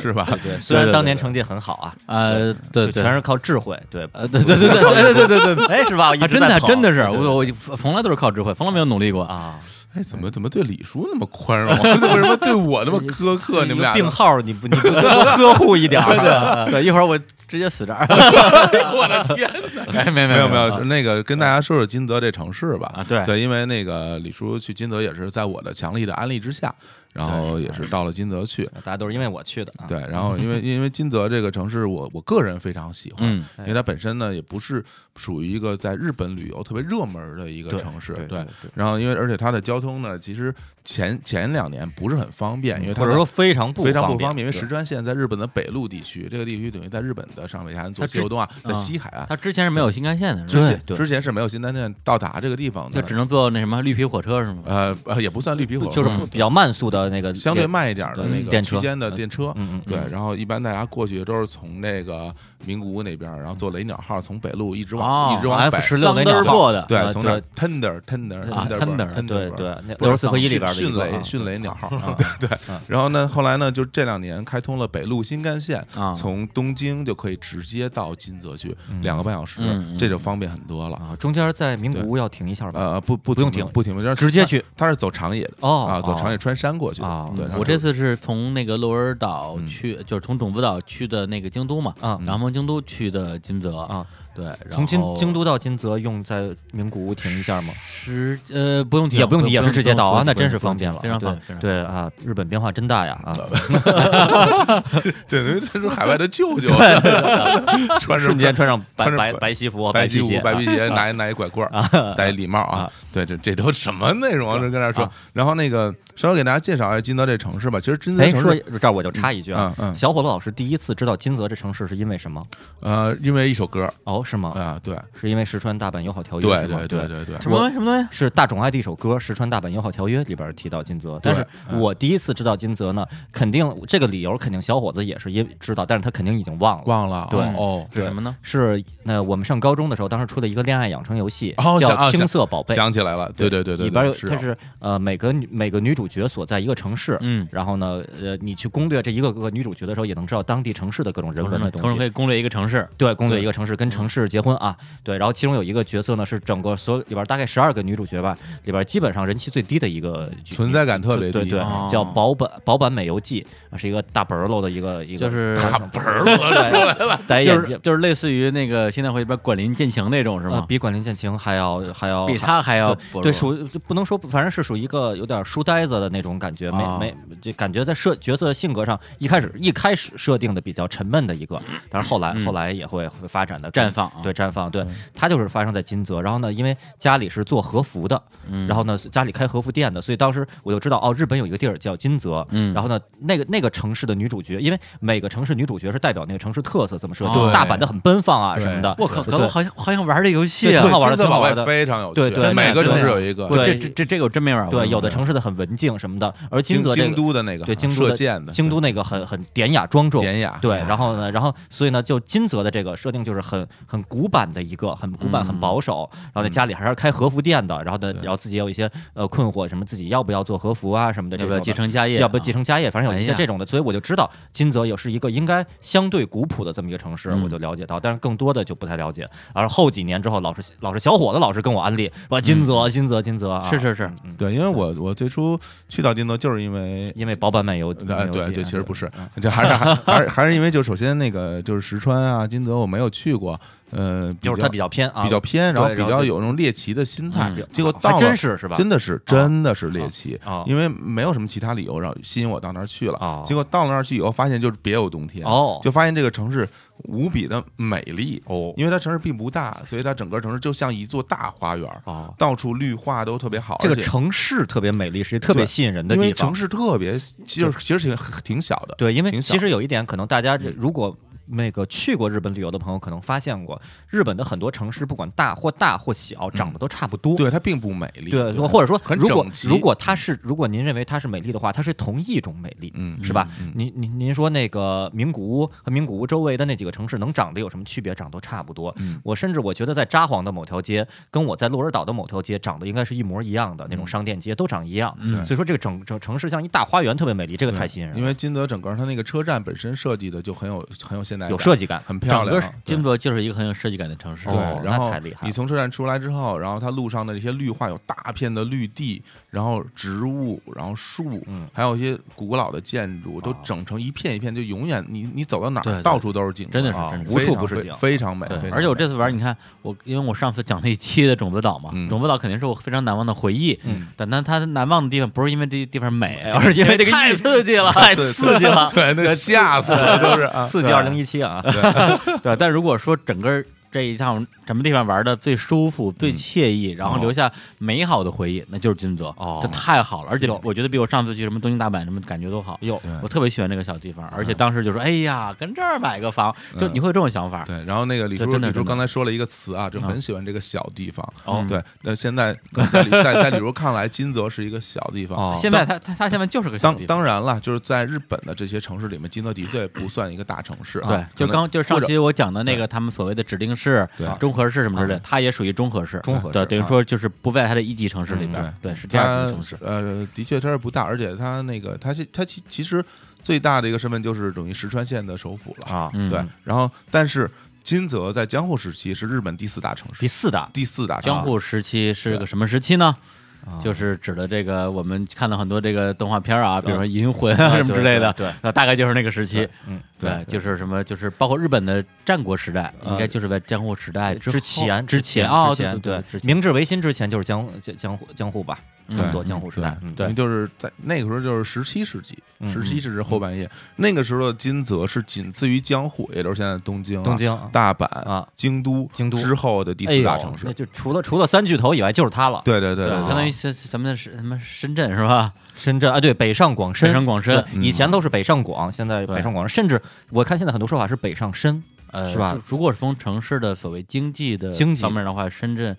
Speaker 2: 是吧？
Speaker 3: 对，虽然当年成绩很好啊，
Speaker 1: 呃，对
Speaker 3: 就
Speaker 1: 对，
Speaker 3: 全是靠智慧， 对，
Speaker 1: 呃，对对对对对对对对对，
Speaker 3: 哎，是吧？我一
Speaker 1: 啊，
Speaker 3: 直
Speaker 1: 真
Speaker 3: 在
Speaker 1: 的
Speaker 3: 跑
Speaker 1: 真的是，
Speaker 3: 对对
Speaker 1: 我我从来都是靠智慧，从来没有努力过
Speaker 3: 对。啊，
Speaker 2: 哎，怎么怎么对李叔那么宽容啊？ 为什么对我那么苛 刻？你们俩
Speaker 3: 病号你不你不多呵护一点儿
Speaker 1: 对，一会儿我直接死这儿。
Speaker 2: 我的天哪！哎，没有没有没有，是那个跟大家说说金泽这城市吧。
Speaker 1: 啊对
Speaker 2: 对，因为那个李叔去金泽也是在我的强力的安利之下，然后也是到了金泽去。
Speaker 3: 大家都是因为我去的啊。
Speaker 2: 对，然后因为因为金泽这个城市我，我个人非常喜欢，
Speaker 1: 嗯
Speaker 2: 因为它本身呢也不是属于一个在日本旅游特别热门的一个城市，
Speaker 3: 对对对对
Speaker 2: 然后因为而且它的交通呢，其实前前两年不是很方便，因为它
Speaker 3: 嗯或者
Speaker 2: 的
Speaker 3: 说非常不
Speaker 2: 非常不
Speaker 3: 便，
Speaker 2: 方便，因为石
Speaker 3: 对
Speaker 2: 川县在日本的北陆地区，这个地区等于在日本的上北海岸左
Speaker 1: 它
Speaker 2: 西
Speaker 1: 之
Speaker 2: 右东啊，在
Speaker 1: 嗯
Speaker 2: 西海岸。
Speaker 1: 他之前是没有新干线的，是
Speaker 2: 之
Speaker 1: 吧？
Speaker 2: 前
Speaker 3: 对
Speaker 2: 之前是没有新干线到达这个地方
Speaker 1: 就
Speaker 2: 的，
Speaker 1: 只能坐那什么绿皮火车是吗？
Speaker 2: 呃呃也不算绿皮火车，
Speaker 3: 就是
Speaker 2: 嗯
Speaker 3: 不比较慢速的那个
Speaker 2: 相对慢一点的
Speaker 3: 嗯
Speaker 2: 那个
Speaker 3: 电车
Speaker 2: 区间的电车。
Speaker 3: 嗯嗯嗯
Speaker 2: 对，然后一般大家过去都是从那个名古屋那边，然后坐雷鸟号从北路一直
Speaker 3: 哦
Speaker 2: 往一直往北，
Speaker 1: F 十
Speaker 3: 16
Speaker 1: 六
Speaker 3: 那
Speaker 1: 那
Speaker 3: 鸟号
Speaker 1: 破的，
Speaker 2: 对，
Speaker 3: 啊
Speaker 2: 从
Speaker 3: 对
Speaker 2: 那 tender tender
Speaker 1: 啊
Speaker 2: tender
Speaker 1: Tender，
Speaker 3: 对
Speaker 2: tender
Speaker 3: 对，那
Speaker 2: 不是
Speaker 3: 六十四合一里边的一
Speaker 2: 迅
Speaker 3: 个啊
Speaker 2: 雷迅雷鸟 号，
Speaker 3: 啊
Speaker 2: 对对
Speaker 3: 嗯。
Speaker 2: 然后呢，后来呢，就这两年开通了北陆新干线
Speaker 1: 啊，
Speaker 2: 从东京就可以直接到金泽去，两个半小时
Speaker 1: 嗯，嗯
Speaker 2: 这就方便很多了。
Speaker 3: 啊，中间在名古屋要停一下吧？
Speaker 2: 呃，不不
Speaker 3: 不用
Speaker 2: 停
Speaker 3: 停
Speaker 2: 不停，就是
Speaker 3: 直接去
Speaker 2: 他，他是走长野的
Speaker 3: 哦
Speaker 2: 啊，走长野
Speaker 3: 哦
Speaker 2: 穿山过去的
Speaker 3: 哦。
Speaker 2: 对，
Speaker 1: 我这
Speaker 2: 然后
Speaker 1: 次是从那个鹿儿岛去，就是从种子岛去的那个京都嘛，
Speaker 3: 啊
Speaker 1: 然后从京都去的金泽
Speaker 3: 啊，
Speaker 1: 对，然后
Speaker 3: 从京京都到金泽用在名古屋停一下吗？
Speaker 1: 十呃不用停，
Speaker 3: 也不用也是直接到啊，
Speaker 1: 不用
Speaker 3: 那真是
Speaker 1: 不用
Speaker 3: 方便了，
Speaker 1: 非常方
Speaker 3: 对
Speaker 1: 便。
Speaker 3: 对啊，日本变化真大呀啊！
Speaker 2: 对，这是海外的舅舅， 穿着
Speaker 3: 瞬间穿上白
Speaker 2: 穿着
Speaker 3: 白
Speaker 2: 白
Speaker 3: 白西服、
Speaker 2: 白
Speaker 3: 皮
Speaker 2: 皮
Speaker 3: 鞋
Speaker 2: 鞋、、白皮
Speaker 3: 啊
Speaker 2: 鞋，拿一拿一拐棍儿，戴一礼帽啊
Speaker 3: 啊。
Speaker 2: 对，这这都什么内容啊？这跟那说
Speaker 3: 啊。
Speaker 2: 然后那个稍微给大家介绍一下金泽这城市吧。其实金泽
Speaker 3: 哎，
Speaker 2: 城
Speaker 3: 说
Speaker 2: 市，
Speaker 3: 这儿我就插一句啊，
Speaker 2: 嗯嗯
Speaker 3: 小伙子老师第一次知道金泽这城市是因为什么？
Speaker 2: 呃，因为一首歌
Speaker 3: 哦，是吗？
Speaker 2: 啊，对
Speaker 3: 是因为石川大阪友好条约
Speaker 2: 对
Speaker 3: 是吗
Speaker 2: 对对对对，
Speaker 1: 什么东西什么东西？
Speaker 3: 是大冢爱的一首歌《石川大阪友好条约》里边提到金泽，但是我第一次知道金泽呢，肯定这个理由肯定小伙子也是因知道，但是他肯定已经忘了。
Speaker 2: 忘了
Speaker 3: 对
Speaker 2: 哦，
Speaker 1: 是什么呢？
Speaker 3: 是那我们上高中的时候，当时出的一个恋爱养成游戏，
Speaker 2: 哦
Speaker 3: 叫
Speaker 2: 想啊
Speaker 3: 《青
Speaker 2: 想
Speaker 3: 涩宝贝》。
Speaker 2: 想起来了，对对对对，
Speaker 3: 里边有
Speaker 2: 是
Speaker 3: 它
Speaker 2: 啊
Speaker 3: 是呃每个女每个女主角所在一个城市，
Speaker 1: 嗯
Speaker 3: 然后呢呃你去攻略这一个个女主角的时候，也能知道当地城市的各种人
Speaker 1: 同
Speaker 3: 文的
Speaker 1: 时
Speaker 3: 东
Speaker 1: 同时可
Speaker 3: 西。
Speaker 1: 以攻略一个城市，
Speaker 3: 对，攻略
Speaker 1: 对
Speaker 3: 一个城市，跟城市结婚啊，对，然后其中有一个角色呢，是整个所有里边大概十二个女主角吧，里边基本上人气最低的一个角
Speaker 2: 存在感特别低啊
Speaker 3: 对对 对
Speaker 1: 哦
Speaker 3: 叫保本保本美游记，是一个大本儿喽的一个一个，
Speaker 1: 就是
Speaker 2: 大本儿了，
Speaker 3: 戴
Speaker 1: 就
Speaker 3: 眼
Speaker 1: 是
Speaker 3: 镜，
Speaker 1: 就是类似于那个现在会边管林剑情那种是
Speaker 3: 呃
Speaker 1: 吗？
Speaker 3: 比管林剑情还要还要
Speaker 1: 比他还要薄弱
Speaker 3: 对对，属就不能说，反正是属于一个有点书呆子的那种感觉，
Speaker 1: 啊
Speaker 3: 没没就感觉在设角色性格上，一开始一开始设定的比较沉闷的一个，但是后来、
Speaker 1: 嗯
Speaker 3: 后来也会会发展的
Speaker 1: 绽放啊
Speaker 3: 对绽放，对他就是发生在金泽，然后呢，因为家里是做和服的，
Speaker 1: 嗯
Speaker 3: 然后呢家里开和服店的，所以当时我就知道哦，日本有一个地儿叫金泽，
Speaker 1: 嗯
Speaker 3: 然后呢那个那个城市的女主角，因为每个城市女主角是代表那个城市特色，怎么设定，
Speaker 1: 对
Speaker 3: 大阪的很奔放啊
Speaker 2: 对
Speaker 3: 什么的，
Speaker 1: 我靠，
Speaker 3: 对
Speaker 1: 我好像好想玩这游戏
Speaker 3: 对
Speaker 1: 啊
Speaker 3: 挺！好玩
Speaker 2: 金泽
Speaker 3: 的挺好
Speaker 2: 宝
Speaker 3: 玩
Speaker 2: 贝
Speaker 3: 的
Speaker 2: 非常有趣，
Speaker 3: 对对
Speaker 2: 每个
Speaker 3: 对
Speaker 2: 城市
Speaker 3: 对
Speaker 2: 有 一个，
Speaker 3: 对
Speaker 1: 这这这这个我真没玩过。
Speaker 3: 对，有的城市的很文静什么的，而金
Speaker 2: 京
Speaker 3: 泽这
Speaker 2: 京
Speaker 3: 个
Speaker 2: 都的那个
Speaker 3: 对京都
Speaker 2: 射
Speaker 3: 的
Speaker 2: 箭的
Speaker 3: 京都那个很很典雅庄重，
Speaker 2: 典雅
Speaker 3: 对，
Speaker 2: 哎
Speaker 3: 然后呢，然后所以呢，就金泽的这个设定就是很很古板的一个，很古板、
Speaker 1: 嗯
Speaker 3: 很保守，然后在家里还是开和服店的，然后呢，
Speaker 2: 对
Speaker 3: 然后自己也有一些呃困惑，什么自己要不要做和服啊什么的这
Speaker 1: 要
Speaker 3: 种
Speaker 1: 不
Speaker 3: 的，
Speaker 1: 要继承家业？
Speaker 3: 要不
Speaker 2: 啊
Speaker 3: 继？承家业，反正有一
Speaker 1: 哎
Speaker 3: 些
Speaker 1: 呀
Speaker 3: 这种的，所以我就知道金泽也是一个应该相对古朴的这么一个城市，
Speaker 1: 嗯
Speaker 3: 我就了解到，但是更多的就不太了解。而后几年之后，老是老是小伙子老是跟我安利说
Speaker 2: 嗯
Speaker 3: 金泽，金泽，金泽，啊
Speaker 1: 是是是，
Speaker 3: 嗯
Speaker 2: 对，因为我我最初去到金泽就是因为
Speaker 3: 因为薄板漫游，
Speaker 2: 呃，
Speaker 3: 漫游
Speaker 2: 对
Speaker 3: 记
Speaker 2: 对，其实不，是
Speaker 3: 嗯，
Speaker 2: 就还是还还是还是因为就首先那个就是石川啊、金泽我没有去过，呃，比
Speaker 3: 就是
Speaker 2: 较
Speaker 3: 它比较偏啊，
Speaker 2: 比较偏，然后
Speaker 3: 对
Speaker 2: 比
Speaker 3: 然后
Speaker 2: 较
Speaker 3: 就
Speaker 2: 有那种猎奇的心态
Speaker 1: 嗯，
Speaker 2: 结果
Speaker 3: 还
Speaker 2: 到了
Speaker 3: 真是是吧？
Speaker 2: 真的是真的是猎奇，
Speaker 3: 啊
Speaker 2: 因为没有什么其他理由让吸引我到那儿去了。
Speaker 3: 啊，
Speaker 2: 结果到了那儿去以后，发现就是别有洞天
Speaker 3: 哦
Speaker 2: 就发现这个城市无比的美丽，
Speaker 3: 哦
Speaker 2: 因为它城市并不大，所以它整个城市就像一座大花园儿，
Speaker 3: 哦，
Speaker 2: 到处绿化都特别好，
Speaker 3: 这个
Speaker 2: 而且
Speaker 3: 城市特别美丽，是一个特别
Speaker 2: 对
Speaker 3: 吸引人的
Speaker 2: 因为
Speaker 3: 地方
Speaker 2: 城。市特别，其实其实挺挺小的，
Speaker 3: 对，因为
Speaker 2: 挺小嗯
Speaker 3: 其实有一点，可能大家这如果那个去过日本旅游的朋友，可能发现过日本的很多城市，不管大或大或
Speaker 2: 嗯
Speaker 3: 小，长得都差不多。
Speaker 2: 对，它并不美丽，
Speaker 3: 对，或者说，
Speaker 2: 很
Speaker 3: 如果
Speaker 2: 整齐
Speaker 3: 如果它是，如果您认为它是美丽的话，它是同一种美丽，
Speaker 2: 嗯
Speaker 3: 是吧？您您您说那个名古屋和名古屋周围的那几个城市能长得有什么区别？长得都差不多。
Speaker 2: 嗯
Speaker 3: 我甚至我觉得在札幌的某条街，跟我在鹿儿岛的某条街长得应该是一模一样的
Speaker 2: 嗯
Speaker 3: 那种商店街，都长一样。
Speaker 1: 嗯
Speaker 3: 所以说这个整整城市像一大花园，特别美丽，这个太吸引人了，
Speaker 2: 因为金泽整个它那个车站本身设计的就很有很有现代感，
Speaker 3: 有设计感。
Speaker 2: 很漂
Speaker 1: 整
Speaker 2: 亮
Speaker 1: 个
Speaker 2: 啊，对
Speaker 1: 金泽就是一个很有设计感的城市。
Speaker 2: 对
Speaker 3: 哦，
Speaker 2: 然
Speaker 3: 那
Speaker 2: 后
Speaker 3: 太厉害
Speaker 2: 你
Speaker 3: 了
Speaker 2: 从车站出来之后，然后它路上的这些绿化有大片的绿地，然后植物，然后树，
Speaker 3: 嗯
Speaker 2: 还有一些古老的建筑，都
Speaker 3: 哦
Speaker 2: 整成一片一片，就永远你你走到哪
Speaker 1: 对对
Speaker 2: 儿，到处都是景色，
Speaker 1: 真的是
Speaker 3: 啊
Speaker 1: 真的
Speaker 2: 非
Speaker 1: 是
Speaker 3: 无处
Speaker 2: 常
Speaker 3: 不是
Speaker 2: 非
Speaker 3: 景
Speaker 2: 非常美。
Speaker 1: 对
Speaker 2: 非，常
Speaker 1: 而且我
Speaker 2: 美
Speaker 1: 这次玩儿，你看我，因为我上次讲了一期的种子岛嘛，
Speaker 2: 嗯，
Speaker 1: 种子岛肯定是我非常难忘的回忆。
Speaker 3: 嗯，
Speaker 1: 但它它难忘的地方不是因为这地方美，
Speaker 3: 而是因为这个
Speaker 1: 太
Speaker 3: 意
Speaker 1: 刺激了，
Speaker 3: 太刺激了
Speaker 2: 对， 那个吓死了，都是啊
Speaker 3: 刺激
Speaker 2: 对
Speaker 3: 二零一七啊！
Speaker 1: 对，但如果说整个这一趟什么地方玩的最舒服、最惬意，然后留下美好的回忆，那就是金泽。
Speaker 3: 哦
Speaker 1: 这太好了，而且
Speaker 3: 有
Speaker 1: 我觉得比我上次去什么东京、大阪什么感觉都好。
Speaker 3: 哟，
Speaker 2: 对
Speaker 1: 我特别喜欢这个小地方，而且当时就说：“哎呀，跟这儿买个房，就
Speaker 2: 嗯
Speaker 1: 你会有这种想法。
Speaker 2: 对，然后那个李
Speaker 1: 这
Speaker 2: 叔，
Speaker 1: 真的
Speaker 2: 李
Speaker 1: 真
Speaker 2: 叔
Speaker 1: 的
Speaker 2: 刚才说了一个词啊，就
Speaker 1: 啊
Speaker 2: 很喜欢这个小地方。
Speaker 1: 哦
Speaker 2: 对，那现在呃 在李在在李叔看来，金泽是一个小地方。
Speaker 3: 哦
Speaker 1: 现在它它它现在就是个小
Speaker 2: 当
Speaker 1: 地方，
Speaker 2: 当然了，就是在日本的这些城市里面，金泽的确不算一个大城市啊。
Speaker 1: 对，就
Speaker 2: 可能
Speaker 1: 刚就是
Speaker 2: 或
Speaker 1: 上
Speaker 2: 者啊
Speaker 1: 期我讲的那个他们所谓的指定市
Speaker 2: 对、
Speaker 1: 中和市什么之类的，它也属于中和市。
Speaker 3: 中和市
Speaker 1: 对，等于说就是不在它的一级城市里边
Speaker 2: 嗯，
Speaker 1: 对，是这样的一
Speaker 2: 它
Speaker 1: 个城市。
Speaker 2: 呃，的确它是不大，而且它那个它其它其其实最大的一个身份就是等于石川县的首府了。
Speaker 3: 啊，
Speaker 1: 嗯
Speaker 2: 对，然后但是金泽在江户时期是日本第四大城市
Speaker 3: 第，四大
Speaker 2: 第四大城市
Speaker 1: 江户时期是个什么时期呢？
Speaker 3: 啊
Speaker 1: 就是指的这个，我们看到很多这个动画片儿啊，比如说《银魂》啊
Speaker 3: 啊
Speaker 1: 什么之类的，
Speaker 3: 对对对
Speaker 1: 那大概就是那个时期。
Speaker 3: 嗯，
Speaker 1: 对，就是什么，就是包括日本的战国时代，应该就是在江户时
Speaker 2: 哎
Speaker 1: 代
Speaker 3: 之
Speaker 1: 后
Speaker 3: 前
Speaker 1: 之
Speaker 3: 前
Speaker 1: 哦，
Speaker 3: 之前
Speaker 1: 对
Speaker 3: 对
Speaker 1: 之前
Speaker 3: 明治维新之前就是江江江户江户吧，
Speaker 1: 嗯
Speaker 3: 差不多江户时代，嗯
Speaker 1: 对
Speaker 2: 因为就是在那个时候就是十七世纪，
Speaker 3: 嗯
Speaker 2: 十七世纪后半叶，那个时候的金泽是仅次于江户，也就是现在东京啊、
Speaker 3: 东京
Speaker 2: 大阪、
Speaker 3: 啊
Speaker 2: 京都、
Speaker 3: 京都
Speaker 2: 之后的第四大城市。
Speaker 3: 哎呦那就除了除了三巨头以外就是它了，，
Speaker 2: 对对对
Speaker 1: 对，
Speaker 2: 对
Speaker 1: 相当于是咱们的是什么深圳是吧？
Speaker 3: 深圳啊，对，北上广深，
Speaker 1: 北上广深
Speaker 3: 对，
Speaker 2: 嗯
Speaker 3: 以前都是北上广，现在北上广，甚至我看现在很多说法是北上深，
Speaker 1: 呃，
Speaker 3: 是吧
Speaker 1: 如？如果是从城市的所谓经济的
Speaker 3: 经济
Speaker 1: 方面的话，深圳，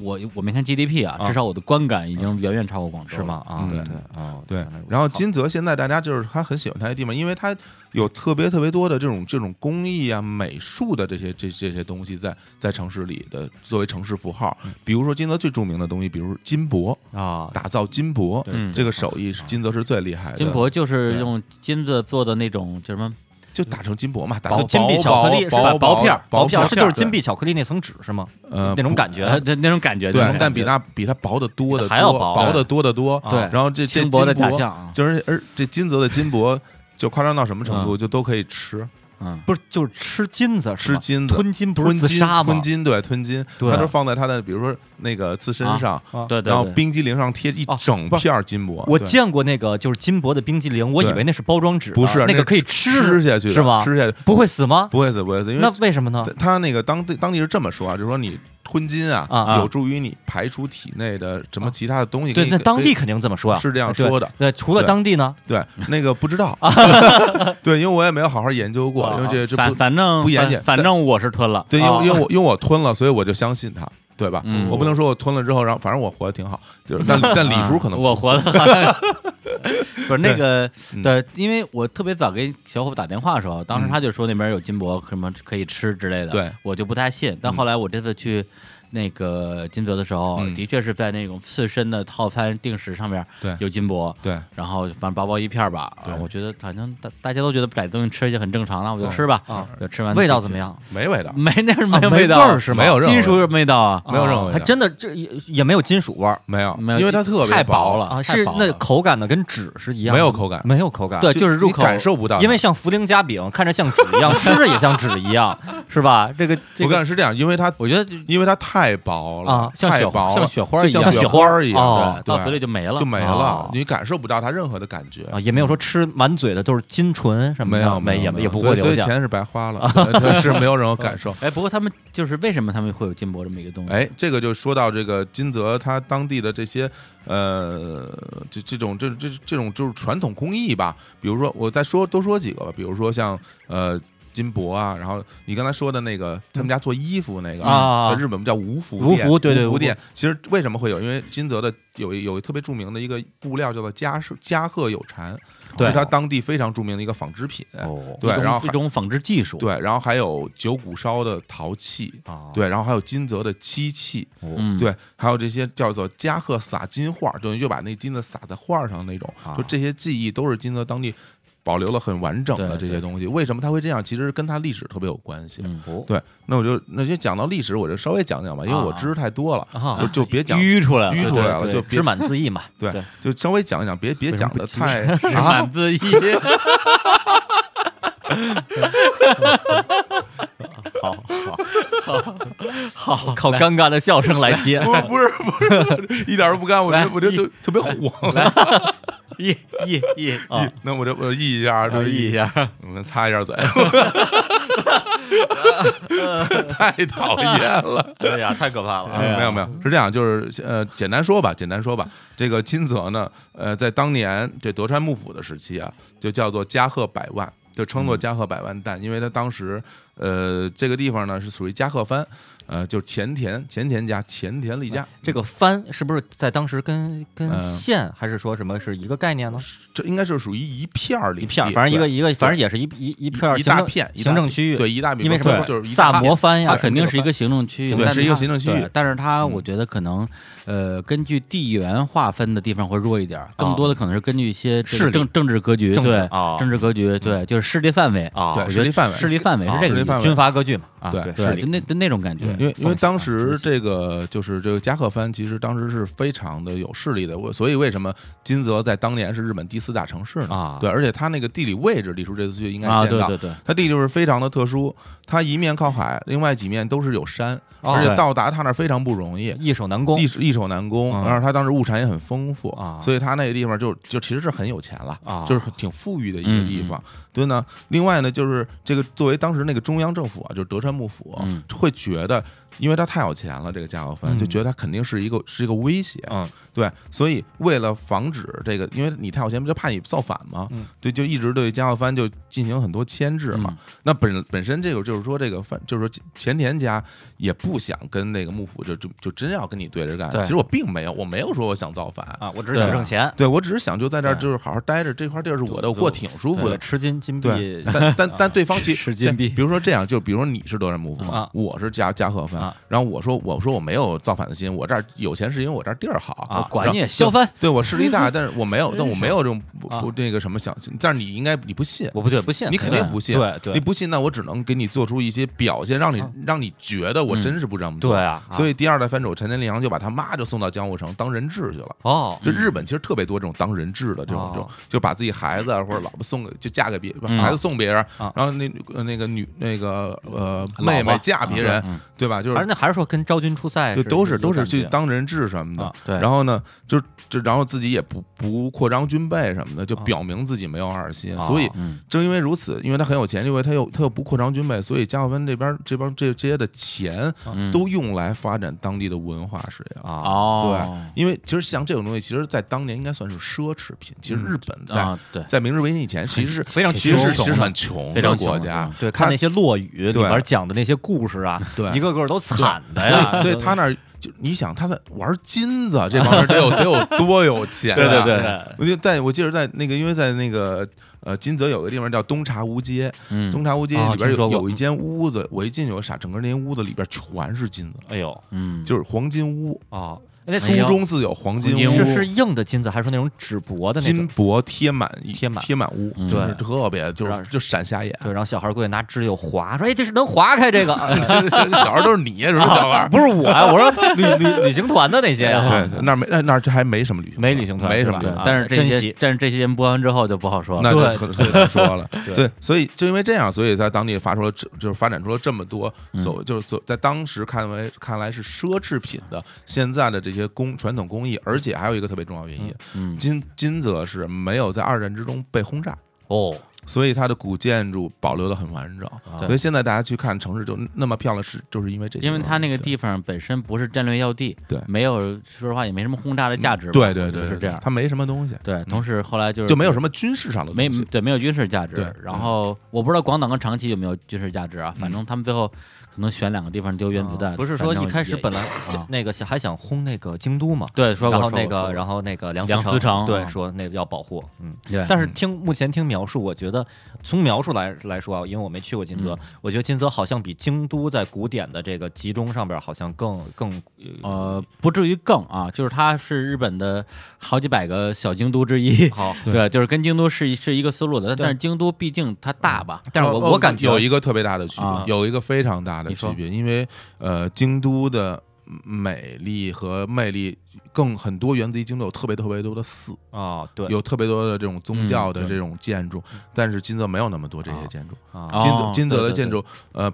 Speaker 1: 我我我没看 GDP 啊，
Speaker 3: 啊
Speaker 1: 至少我的观感已经远远超过广州，
Speaker 3: 是？吗？啊，
Speaker 2: 嗯
Speaker 3: 对
Speaker 2: 对
Speaker 3: 哦，
Speaker 2: 对
Speaker 3: 原来如此
Speaker 2: 然后金泽现在大家就是他很喜欢他的地方，因为他有特别特别多的这种这种工艺啊、美术的这些这这些东西在在城市里的作为城市符号。比如说金泽最著名的东西，比如金箔，
Speaker 3: 嗯啊，
Speaker 2: 打造金箔
Speaker 1: 嗯
Speaker 2: 这个手艺，是金泽是最厉害的。
Speaker 1: 金箔就是
Speaker 2: 哎对
Speaker 1: 用金子做的那种叫什么？
Speaker 2: 就打成金箔嘛，打
Speaker 3: 薄
Speaker 2: 成
Speaker 3: 金币
Speaker 2: 薄
Speaker 3: 巧克力是
Speaker 2: 薄
Speaker 3: 吧？
Speaker 2: 薄
Speaker 3: 薄片儿，
Speaker 2: 薄
Speaker 3: 片儿是就是金
Speaker 2: 币
Speaker 3: 币巧克力那层纸是吗？
Speaker 2: 呃
Speaker 3: 那种
Speaker 2: 不
Speaker 3: 感觉
Speaker 1: 呃，对那种感觉，
Speaker 2: 对
Speaker 1: 那种，
Speaker 2: 但
Speaker 1: 感
Speaker 2: 比
Speaker 1: 觉
Speaker 2: 它比它薄的多的
Speaker 3: 还要薄
Speaker 2: 薄，
Speaker 3: 对
Speaker 2: 的多的多。
Speaker 1: 对
Speaker 2: 然后这这
Speaker 1: 轻薄的
Speaker 2: 金
Speaker 1: 假
Speaker 2: 箔
Speaker 1: 象啊，
Speaker 2: 就是而这金泽的金箔就夸张到什么程度，就都可以吃
Speaker 1: 嗯，
Speaker 3: 不是，就是吃金子是
Speaker 2: 吃
Speaker 3: 吗，
Speaker 2: 金子。
Speaker 3: 吞金不
Speaker 2: 吞
Speaker 3: 是自
Speaker 2: 金，
Speaker 3: 杀吗
Speaker 2: 吞？金，对，吞金，
Speaker 3: 对
Speaker 2: 它都放在它的，比如说那个刺身
Speaker 1: 啊
Speaker 2: 上，
Speaker 3: 啊
Speaker 1: 对对，
Speaker 2: 然后
Speaker 1: 对
Speaker 2: 冰激凌上贴一
Speaker 3: 啊
Speaker 2: 整
Speaker 3: 不是
Speaker 2: 片儿金箔。
Speaker 3: 我
Speaker 2: 对
Speaker 3: 见过那个就是金箔的冰激凌，我以
Speaker 2: 对
Speaker 3: 为那是包装纸呢，啊
Speaker 2: 不是
Speaker 3: 那
Speaker 2: 那
Speaker 3: 个可以
Speaker 2: 吃下去的
Speaker 3: 是吗？
Speaker 2: 吃下去
Speaker 3: 不会死吗？
Speaker 2: 不会死，不会死，因为
Speaker 3: 那为什么呢？
Speaker 2: 他那个当地当地是这么说啊，就是说你吞金啊，
Speaker 3: 啊啊
Speaker 2: 有助于你排出体内的什么其他的东西。
Speaker 3: 对，
Speaker 2: 给
Speaker 3: 那
Speaker 2: 你
Speaker 3: 当地
Speaker 2: 给
Speaker 3: 肯定这么说呀，啊
Speaker 2: 是这样
Speaker 3: 对
Speaker 2: 说的
Speaker 3: 对，除了
Speaker 2: 对
Speaker 3: 当地呢，
Speaker 2: 对那个不知道， 对，因为我也没有好好研究
Speaker 1: 啊
Speaker 2: 过，因为这这
Speaker 1: 反
Speaker 2: 不
Speaker 1: 反正
Speaker 2: 不严
Speaker 1: 反
Speaker 2: 谨
Speaker 1: 反正我是吞了，
Speaker 2: 对，因
Speaker 3: 啊
Speaker 2: 为因为我因为我吞了，所以我就相信他。对吧？
Speaker 1: 嗯
Speaker 2: 我不能说我吞了之后，然后反正我活得挺好，就是但但李叔可能
Speaker 1: 啊我活的好像不是那个
Speaker 2: 嗯
Speaker 1: 对，因为我特别早给小伙打电话的时候，当时他就说那边有金箔什么可以吃之类的，
Speaker 2: 对
Speaker 1: 我就不太信。但后来我这次去那个金泽的时候，
Speaker 2: 嗯
Speaker 1: 的确是在那种刺身的套餐定时上面
Speaker 2: 对
Speaker 1: 有金箔，
Speaker 2: 对
Speaker 1: 然后反正薄薄一片儿吧，啊
Speaker 2: 对
Speaker 1: 我觉得反正大大家都觉得买东西吃就很正常了，我就吃吧，
Speaker 3: 啊
Speaker 1: 就吃完
Speaker 3: 味道
Speaker 1: 就
Speaker 3: 怎么？样？
Speaker 2: 没味道，
Speaker 1: 没， 那是没有
Speaker 3: 啊没
Speaker 1: 道，
Speaker 3: 味儿是
Speaker 2: 吗没有任何
Speaker 1: 金属
Speaker 2: 味
Speaker 1: 有味道啊，
Speaker 2: 没有任何味道
Speaker 3: 还真的这也也没有金属味儿
Speaker 2: 没有，
Speaker 1: 没有
Speaker 2: 因为它特别
Speaker 1: 太薄了
Speaker 3: 啊，
Speaker 1: 太
Speaker 3: 是
Speaker 1: 薄
Speaker 3: 那
Speaker 1: 了
Speaker 3: 口感的跟纸是一样的，
Speaker 2: 没有口感
Speaker 3: 没有口感，
Speaker 1: 对
Speaker 2: 就，
Speaker 1: 就是入
Speaker 2: 你
Speaker 1: 口
Speaker 2: 感受不到它，
Speaker 3: 因为像茯苓夹饼，看着像纸一样， 吃着也像纸一样，是吧？这个这
Speaker 2: 我
Speaker 3: 个
Speaker 2: 感觉是这样，因为它
Speaker 1: 我觉得就
Speaker 2: 因为它太薄了
Speaker 3: 啊
Speaker 1: 像
Speaker 2: 太
Speaker 1: 雪
Speaker 2: 薄了，
Speaker 1: 像雪花
Speaker 2: 就
Speaker 1: 一样
Speaker 2: 像
Speaker 3: 像
Speaker 2: 雪
Speaker 3: 雪花
Speaker 2: 花一样，
Speaker 3: 哦
Speaker 2: 对
Speaker 1: 到
Speaker 2: 对
Speaker 1: 嘴里就没了，
Speaker 2: 就没了
Speaker 3: 哦，
Speaker 2: 你感受不到它任何的感觉。
Speaker 3: 啊也没有说吃满嘴的都是金唇什么
Speaker 2: 没
Speaker 3: 的，
Speaker 2: 有，
Speaker 3: 没
Speaker 2: 有
Speaker 3: 也
Speaker 2: 没有
Speaker 3: 也不会
Speaker 2: 所以
Speaker 3: 留
Speaker 2: 所以
Speaker 3: 下。
Speaker 2: 钱是白花了，对对是没有任何感受。
Speaker 1: 哎，不过他们就是为什么他们会有金箔这么一个东西？
Speaker 2: 哎，这个就说到这个金泽，它当地的这些呃，这这种这这这种就是传统工艺吧。比如说，我再说多说几个吧，比如说像呃金箔啊，然后你刚才说的那个他们家做衣服那个
Speaker 3: 啊
Speaker 2: 在日本我们叫无服
Speaker 3: 无
Speaker 2: 店
Speaker 3: 服对对
Speaker 2: 无
Speaker 3: 无
Speaker 2: 服
Speaker 3: 服
Speaker 2: 店。其实为什么会有？因为金泽的有一有一特别著名的一个布料叫做加是加贺有蝉，
Speaker 1: 对
Speaker 2: 是它当地非常著名的一个纺织品。
Speaker 3: 哦
Speaker 2: 对
Speaker 1: 一种
Speaker 2: 然后还
Speaker 1: 一种纺织技术，
Speaker 2: 对，然后还有九谷烧的陶器，
Speaker 3: 啊，哦
Speaker 2: 对，然后还有金泽的漆器，
Speaker 1: 嗯，
Speaker 2: 对，还有这些叫做加贺撒金画，等于就把那金子撒在画上那种，就
Speaker 3: 啊
Speaker 2: 这些技艺都是金泽当地保留了很完整的
Speaker 1: 对
Speaker 2: 这
Speaker 1: 对
Speaker 2: 些东西。为什么它会这样？其实跟它历史特别有关系。
Speaker 1: 嗯
Speaker 3: 哦
Speaker 2: 对，那我就那就讲到历史，我就稍微讲讲吧，因为我
Speaker 3: 啊
Speaker 2: 知识太多了，
Speaker 3: 啊
Speaker 2: 就就别讲，
Speaker 1: 淤出来了，
Speaker 2: 淤
Speaker 1: 对
Speaker 2: 出来了
Speaker 3: 对
Speaker 2: 就别
Speaker 3: 知满自溢嘛。
Speaker 2: 对
Speaker 3: 对，
Speaker 2: 就稍微讲一讲，别别
Speaker 3: 为什
Speaker 2: 讲
Speaker 3: 么不
Speaker 2: 的
Speaker 3: 及
Speaker 2: 太
Speaker 1: 对是
Speaker 2: 啊
Speaker 1: 满自溢，
Speaker 3: 好好好，靠尴尬的笑声来接。
Speaker 2: 不是不是不是，一点都不干，我觉得我觉得就特别晃。
Speaker 1: 一一一
Speaker 3: 啊
Speaker 2: 那我就我就译一下，就
Speaker 1: 一
Speaker 2: 下，
Speaker 1: 下，
Speaker 2: 我们擦一 下嘴，太讨厌了。
Speaker 3: 哎呀，太可怕了
Speaker 1: 哎呀
Speaker 2: 没有没有，是这样，就是呃，简单说吧，简单说吧。这个金泽呢，呃，在当年这德川幕府的时期啊，就叫做加贺百万，就称
Speaker 3: 嗯
Speaker 2: 作加贺百万担，因为他当时呃这个地方呢是属于加贺藩，呃，就前田前田家前田利家，
Speaker 3: 这个藩是不是在当时跟跟
Speaker 2: 嗯
Speaker 3: 县还是说什么是一个概念呢？
Speaker 2: 这应该是属于一片儿里
Speaker 3: 一片儿，反正一个一个，反正也是一一一片儿
Speaker 2: 一
Speaker 3: 行
Speaker 2: 大
Speaker 3: 政
Speaker 2: 片一大
Speaker 3: 行政区域。
Speaker 2: 对，一大
Speaker 3: 因为什么？
Speaker 2: 就是一大
Speaker 3: 萨
Speaker 2: 片
Speaker 3: 摩藩呀，
Speaker 1: 它肯定是一个行政区域，
Speaker 2: 对
Speaker 1: 但
Speaker 2: 是一个
Speaker 1: 它
Speaker 2: 行政区域嗯
Speaker 1: 对但是它我觉得可能呃，根据地缘划分的地方会弱一点儿，更多的
Speaker 2: 哦
Speaker 1: 可能是根据一些这个
Speaker 3: 势力
Speaker 1: 政政治格局，
Speaker 3: 政治
Speaker 1: 对
Speaker 3: 啊
Speaker 1: 政治格局，对，就是势力范围
Speaker 3: 啊
Speaker 2: 对
Speaker 1: 我
Speaker 2: 哦嗯势
Speaker 1: 觉
Speaker 2: 力
Speaker 1: 得
Speaker 2: 范围哦
Speaker 1: 势力范围是
Speaker 3: 啊
Speaker 1: 这个
Speaker 2: 势
Speaker 1: 意
Speaker 2: 力
Speaker 1: 思
Speaker 2: 范围
Speaker 3: 军阀割据嘛，啊，
Speaker 2: 对
Speaker 3: 势
Speaker 1: 对，就
Speaker 3: 力
Speaker 1: 那就那种感觉，
Speaker 2: 嗯因为因为
Speaker 3: 奉献
Speaker 2: 当
Speaker 3: 啊
Speaker 2: 时
Speaker 3: 执
Speaker 2: 这个就是这个加贺藩，其实当时是非常的有势力的，我所以为什么金泽在当年是日本第四大城市呢？
Speaker 3: 啊
Speaker 2: 对，而且它那个地理位置，李叔这次去应该
Speaker 1: 啊，
Speaker 2: 见
Speaker 1: 对
Speaker 2: 到，
Speaker 1: 对对，
Speaker 2: 它地理就是非常的特殊，它一面靠海，另外几面都是有山，
Speaker 3: 哦
Speaker 2: 而且
Speaker 3: 对
Speaker 2: 到达它那儿非常不容易。
Speaker 3: 易守难攻
Speaker 2: 易易守难攻，
Speaker 3: 嗯
Speaker 2: 然后它当时物产也很丰富
Speaker 3: 啊
Speaker 2: 所以它那个地方就就其实是很有钱了，
Speaker 3: 啊嗯
Speaker 2: 就是很挺富裕的一个地方。所以呢，另外呢，就是这个作为当时那个中央政府啊，就是德川幕府，
Speaker 1: 嗯
Speaker 2: 会觉得，因为他太有钱了，这个加贺藩
Speaker 3: 嗯
Speaker 2: 就觉得他肯定是一个是一个威胁，
Speaker 3: 嗯
Speaker 2: 对，所以为了防止这个，因为你太有钱，不就怕你造反吗？
Speaker 3: 嗯
Speaker 2: 对，就一直对加贺藩就进行很多牵制嘛。
Speaker 1: 嗯
Speaker 2: 那本本身这个就是说，这个藩就是说前田家也不想跟那个幕府就就就真要跟你对着干。
Speaker 1: 对
Speaker 2: 其实我并没有，我没有说我想造反，
Speaker 3: 啊，我只是想
Speaker 1: 对
Speaker 3: 挣钱，
Speaker 2: 对我只是想就在这儿
Speaker 1: 对
Speaker 2: 就是好好待着，这块地儿是我的，
Speaker 3: 对
Speaker 2: 我过挺舒服的
Speaker 3: 我。吃金金
Speaker 2: 对
Speaker 3: 币，
Speaker 2: 但 但但对方其
Speaker 1: 是金币
Speaker 2: 比如说这样，就比如说你是德川幕府嘛
Speaker 3: 啊，
Speaker 2: 我是加加贺藩
Speaker 3: 啊，
Speaker 2: 然后我说我说我没有造反的心，我这儿有钱是因为我这儿地儿好
Speaker 1: 啊，管
Speaker 2: 然
Speaker 1: 你
Speaker 2: 后
Speaker 1: 削藩，
Speaker 2: 对我势力 大，但是我没有，但我没有这种不
Speaker 3: 啊
Speaker 2: 不那个什么想，但是你应该你不信，
Speaker 3: 我不对，不信，
Speaker 2: 你肯定不信，
Speaker 3: 对对
Speaker 2: 你不信，那我只能给你做出一些表现，让你
Speaker 3: 啊
Speaker 2: 让你觉得我真是不这么做。
Speaker 3: 对啊啊
Speaker 2: 所以第二代藩主陈天利阳就把他妈就送到江户城当人质去了。
Speaker 3: 哦
Speaker 2: 就日本其实特别多这种当人质的这种
Speaker 3: 哦
Speaker 2: 这种，就把自己孩子啊或者老婆送给就嫁给别把
Speaker 1: 嗯
Speaker 2: 孩子送别人，
Speaker 3: 啊
Speaker 2: 然后那呃那个女那个呃
Speaker 1: 老婆
Speaker 2: 妹妹嫁别人，
Speaker 1: 嗯
Speaker 2: 对吧？就
Speaker 3: 反
Speaker 2: 是
Speaker 3: 正那还是说跟昭君出塞
Speaker 2: 就都是
Speaker 3: 有
Speaker 2: 都是
Speaker 3: 感
Speaker 2: 去
Speaker 3: 觉
Speaker 2: 当人质什么的
Speaker 3: 啊。
Speaker 1: 对
Speaker 2: 然后呢，就就然后自己也不不扩张军备什么的，就
Speaker 3: 啊
Speaker 2: 表明自己没有二心，
Speaker 3: 啊
Speaker 2: 所以
Speaker 1: 嗯
Speaker 2: 正因为如此，因为他很有钱，因为他又他又不扩张军备，所以加贺藩这边这帮这这些的钱
Speaker 1: 嗯
Speaker 2: 都用来发展当地的文化事业。
Speaker 3: 啊
Speaker 1: 哦
Speaker 2: 对，，因为其实像这种东西，其实在当年应该算是奢侈品。其实日本在、
Speaker 1: 啊对，
Speaker 2: 在明治维新以前，其实是
Speaker 3: 非常
Speaker 2: 其实是
Speaker 1: 穷
Speaker 2: 其实很穷
Speaker 1: 非常
Speaker 2: 的国
Speaker 1: 穷
Speaker 2: 家
Speaker 1: 嗯。
Speaker 3: 对，看
Speaker 2: 他
Speaker 3: 那些落语里
Speaker 2: 对
Speaker 3: 边讲的那些故事啊，
Speaker 2: 对
Speaker 3: 一个个都惨
Speaker 2: 所
Speaker 3: 的哎呀。嗯
Speaker 2: 以，所以他那儿就你想他在玩金子，这帮人得有得有多有钱、啊？
Speaker 3: 对对对对
Speaker 2: 我记得在我记得在那个，因为在那个呃金泽有个地方叫东茶屋街，
Speaker 1: 嗯
Speaker 2: 东茶屋街
Speaker 3: 哦
Speaker 2: 里边
Speaker 3: 听
Speaker 2: 有、
Speaker 3: 说过
Speaker 2: 有一间屋子，我一进去我傻，整个那间屋子里边全是金子，
Speaker 3: 哎呦
Speaker 1: 嗯，
Speaker 2: 就是黄金屋。
Speaker 3: 哦，那
Speaker 1: 哎呦
Speaker 2: 啊书中自有黄金
Speaker 1: 黄金
Speaker 2: 屋，
Speaker 1: 屋
Speaker 3: 是是硬的金子，还是说那种纸薄的那
Speaker 2: 金
Speaker 3: 种？
Speaker 2: 箔贴满
Speaker 3: 贴满
Speaker 2: 贴满屋，
Speaker 1: 嗯
Speaker 2: 就是特别就是
Speaker 3: 让
Speaker 2: 就闪瞎眼。
Speaker 3: 对，然后小孩过去拿指甲划，说：“哎，这是能划开这个？
Speaker 2: 小孩都是你，什么小孩
Speaker 3: 啊？不是我呀，我说旅旅旅行团的那些啊呀。
Speaker 2: 对，那儿没那那儿还没什么旅行团，
Speaker 3: 没旅行团
Speaker 2: 没什
Speaker 3: 是
Speaker 2: 么
Speaker 3: 吧
Speaker 2: 旅行团
Speaker 3: 啊
Speaker 1: 但是这
Speaker 3: 珍
Speaker 1: 些
Speaker 3: 惜
Speaker 1: 但是这些人播完之后就不好说
Speaker 2: 那
Speaker 1: 了。
Speaker 2: 就
Speaker 3: 对
Speaker 2: 很很难说了
Speaker 3: 对。
Speaker 2: 对，所以就因为这样，所以在当地发出了这，就是发展出了这么多
Speaker 1: 嗯
Speaker 2: 所，就是所在当时看为看来是奢侈品的现在的这些工传统工艺，而且还有一个特别重要的原因，
Speaker 1: 嗯
Speaker 2: 金金泽是没有在二战之中被轰炸。
Speaker 3: 哦，
Speaker 2: 所以它的古建筑保留的很完整，
Speaker 1: 对
Speaker 2: 所以现在大家去看城市就那么漂亮，是就是因为这些东西，
Speaker 1: 啊因为它那个
Speaker 2: 对
Speaker 1: 地方本身不是战略要地，
Speaker 2: 对
Speaker 1: 没有说实话也没什么轰炸的价值吧，
Speaker 2: 嗯对对
Speaker 1: 就
Speaker 2: 对，
Speaker 1: 是
Speaker 2: 对
Speaker 1: 这样。
Speaker 2: 它没什么东西，嗯
Speaker 1: 对，同时后来就是
Speaker 2: 就没有什么军事上的
Speaker 1: 没
Speaker 2: 东西
Speaker 1: 对没有军事价值
Speaker 2: 对。
Speaker 1: 然后我不知道广岛跟长崎有没有军事价值啊，反正他们最后可能选两个地方丢原子弹，
Speaker 3: 哦不是
Speaker 1: 反
Speaker 3: 说
Speaker 1: 正
Speaker 3: 一开始
Speaker 1: 也啊
Speaker 3: 本来想那个还想轰那个京都嘛？
Speaker 1: 对说过
Speaker 3: 然后
Speaker 1: 说过
Speaker 3: 那
Speaker 1: 说
Speaker 3: 个
Speaker 1: 过
Speaker 3: 然后那个梁
Speaker 1: 梁思
Speaker 3: 思
Speaker 1: 成
Speaker 3: 对
Speaker 1: 嗯
Speaker 3: 说那个要保护，嗯。
Speaker 1: 对，
Speaker 3: 但是听目前听描述，我觉得从描述来来说啊，因为我没去过金
Speaker 2: 嗯
Speaker 3: 泽，我觉得金泽好像比京都在古典的这个集中上边儿好像更更
Speaker 1: 呃，不至于更啊，就是它是日本的好几百个小京都之一。
Speaker 3: 好。
Speaker 1: 对，就是跟京都是一是一个思路的，但
Speaker 3: 对
Speaker 1: 但是京都毕竟它大吧，
Speaker 3: 但是
Speaker 2: 哦
Speaker 3: 我
Speaker 2: 哦
Speaker 3: 我感觉
Speaker 2: 有一个特别大的区
Speaker 1: 啊
Speaker 2: 别，有一个非常大的
Speaker 1: 你
Speaker 2: 区
Speaker 1: 说
Speaker 2: 别，因为呃，京都的美丽和魅力更很多源自于京都有特别特别多的寺，
Speaker 3: 啊，对
Speaker 2: 有特别多的这种宗教的
Speaker 3: 对
Speaker 2: 这种建筑，但是金泽没有那么多这些建筑，
Speaker 3: 啊
Speaker 1: 哦
Speaker 2: 金泽金泽
Speaker 1: 对
Speaker 2: 的
Speaker 1: 对
Speaker 2: 建筑呃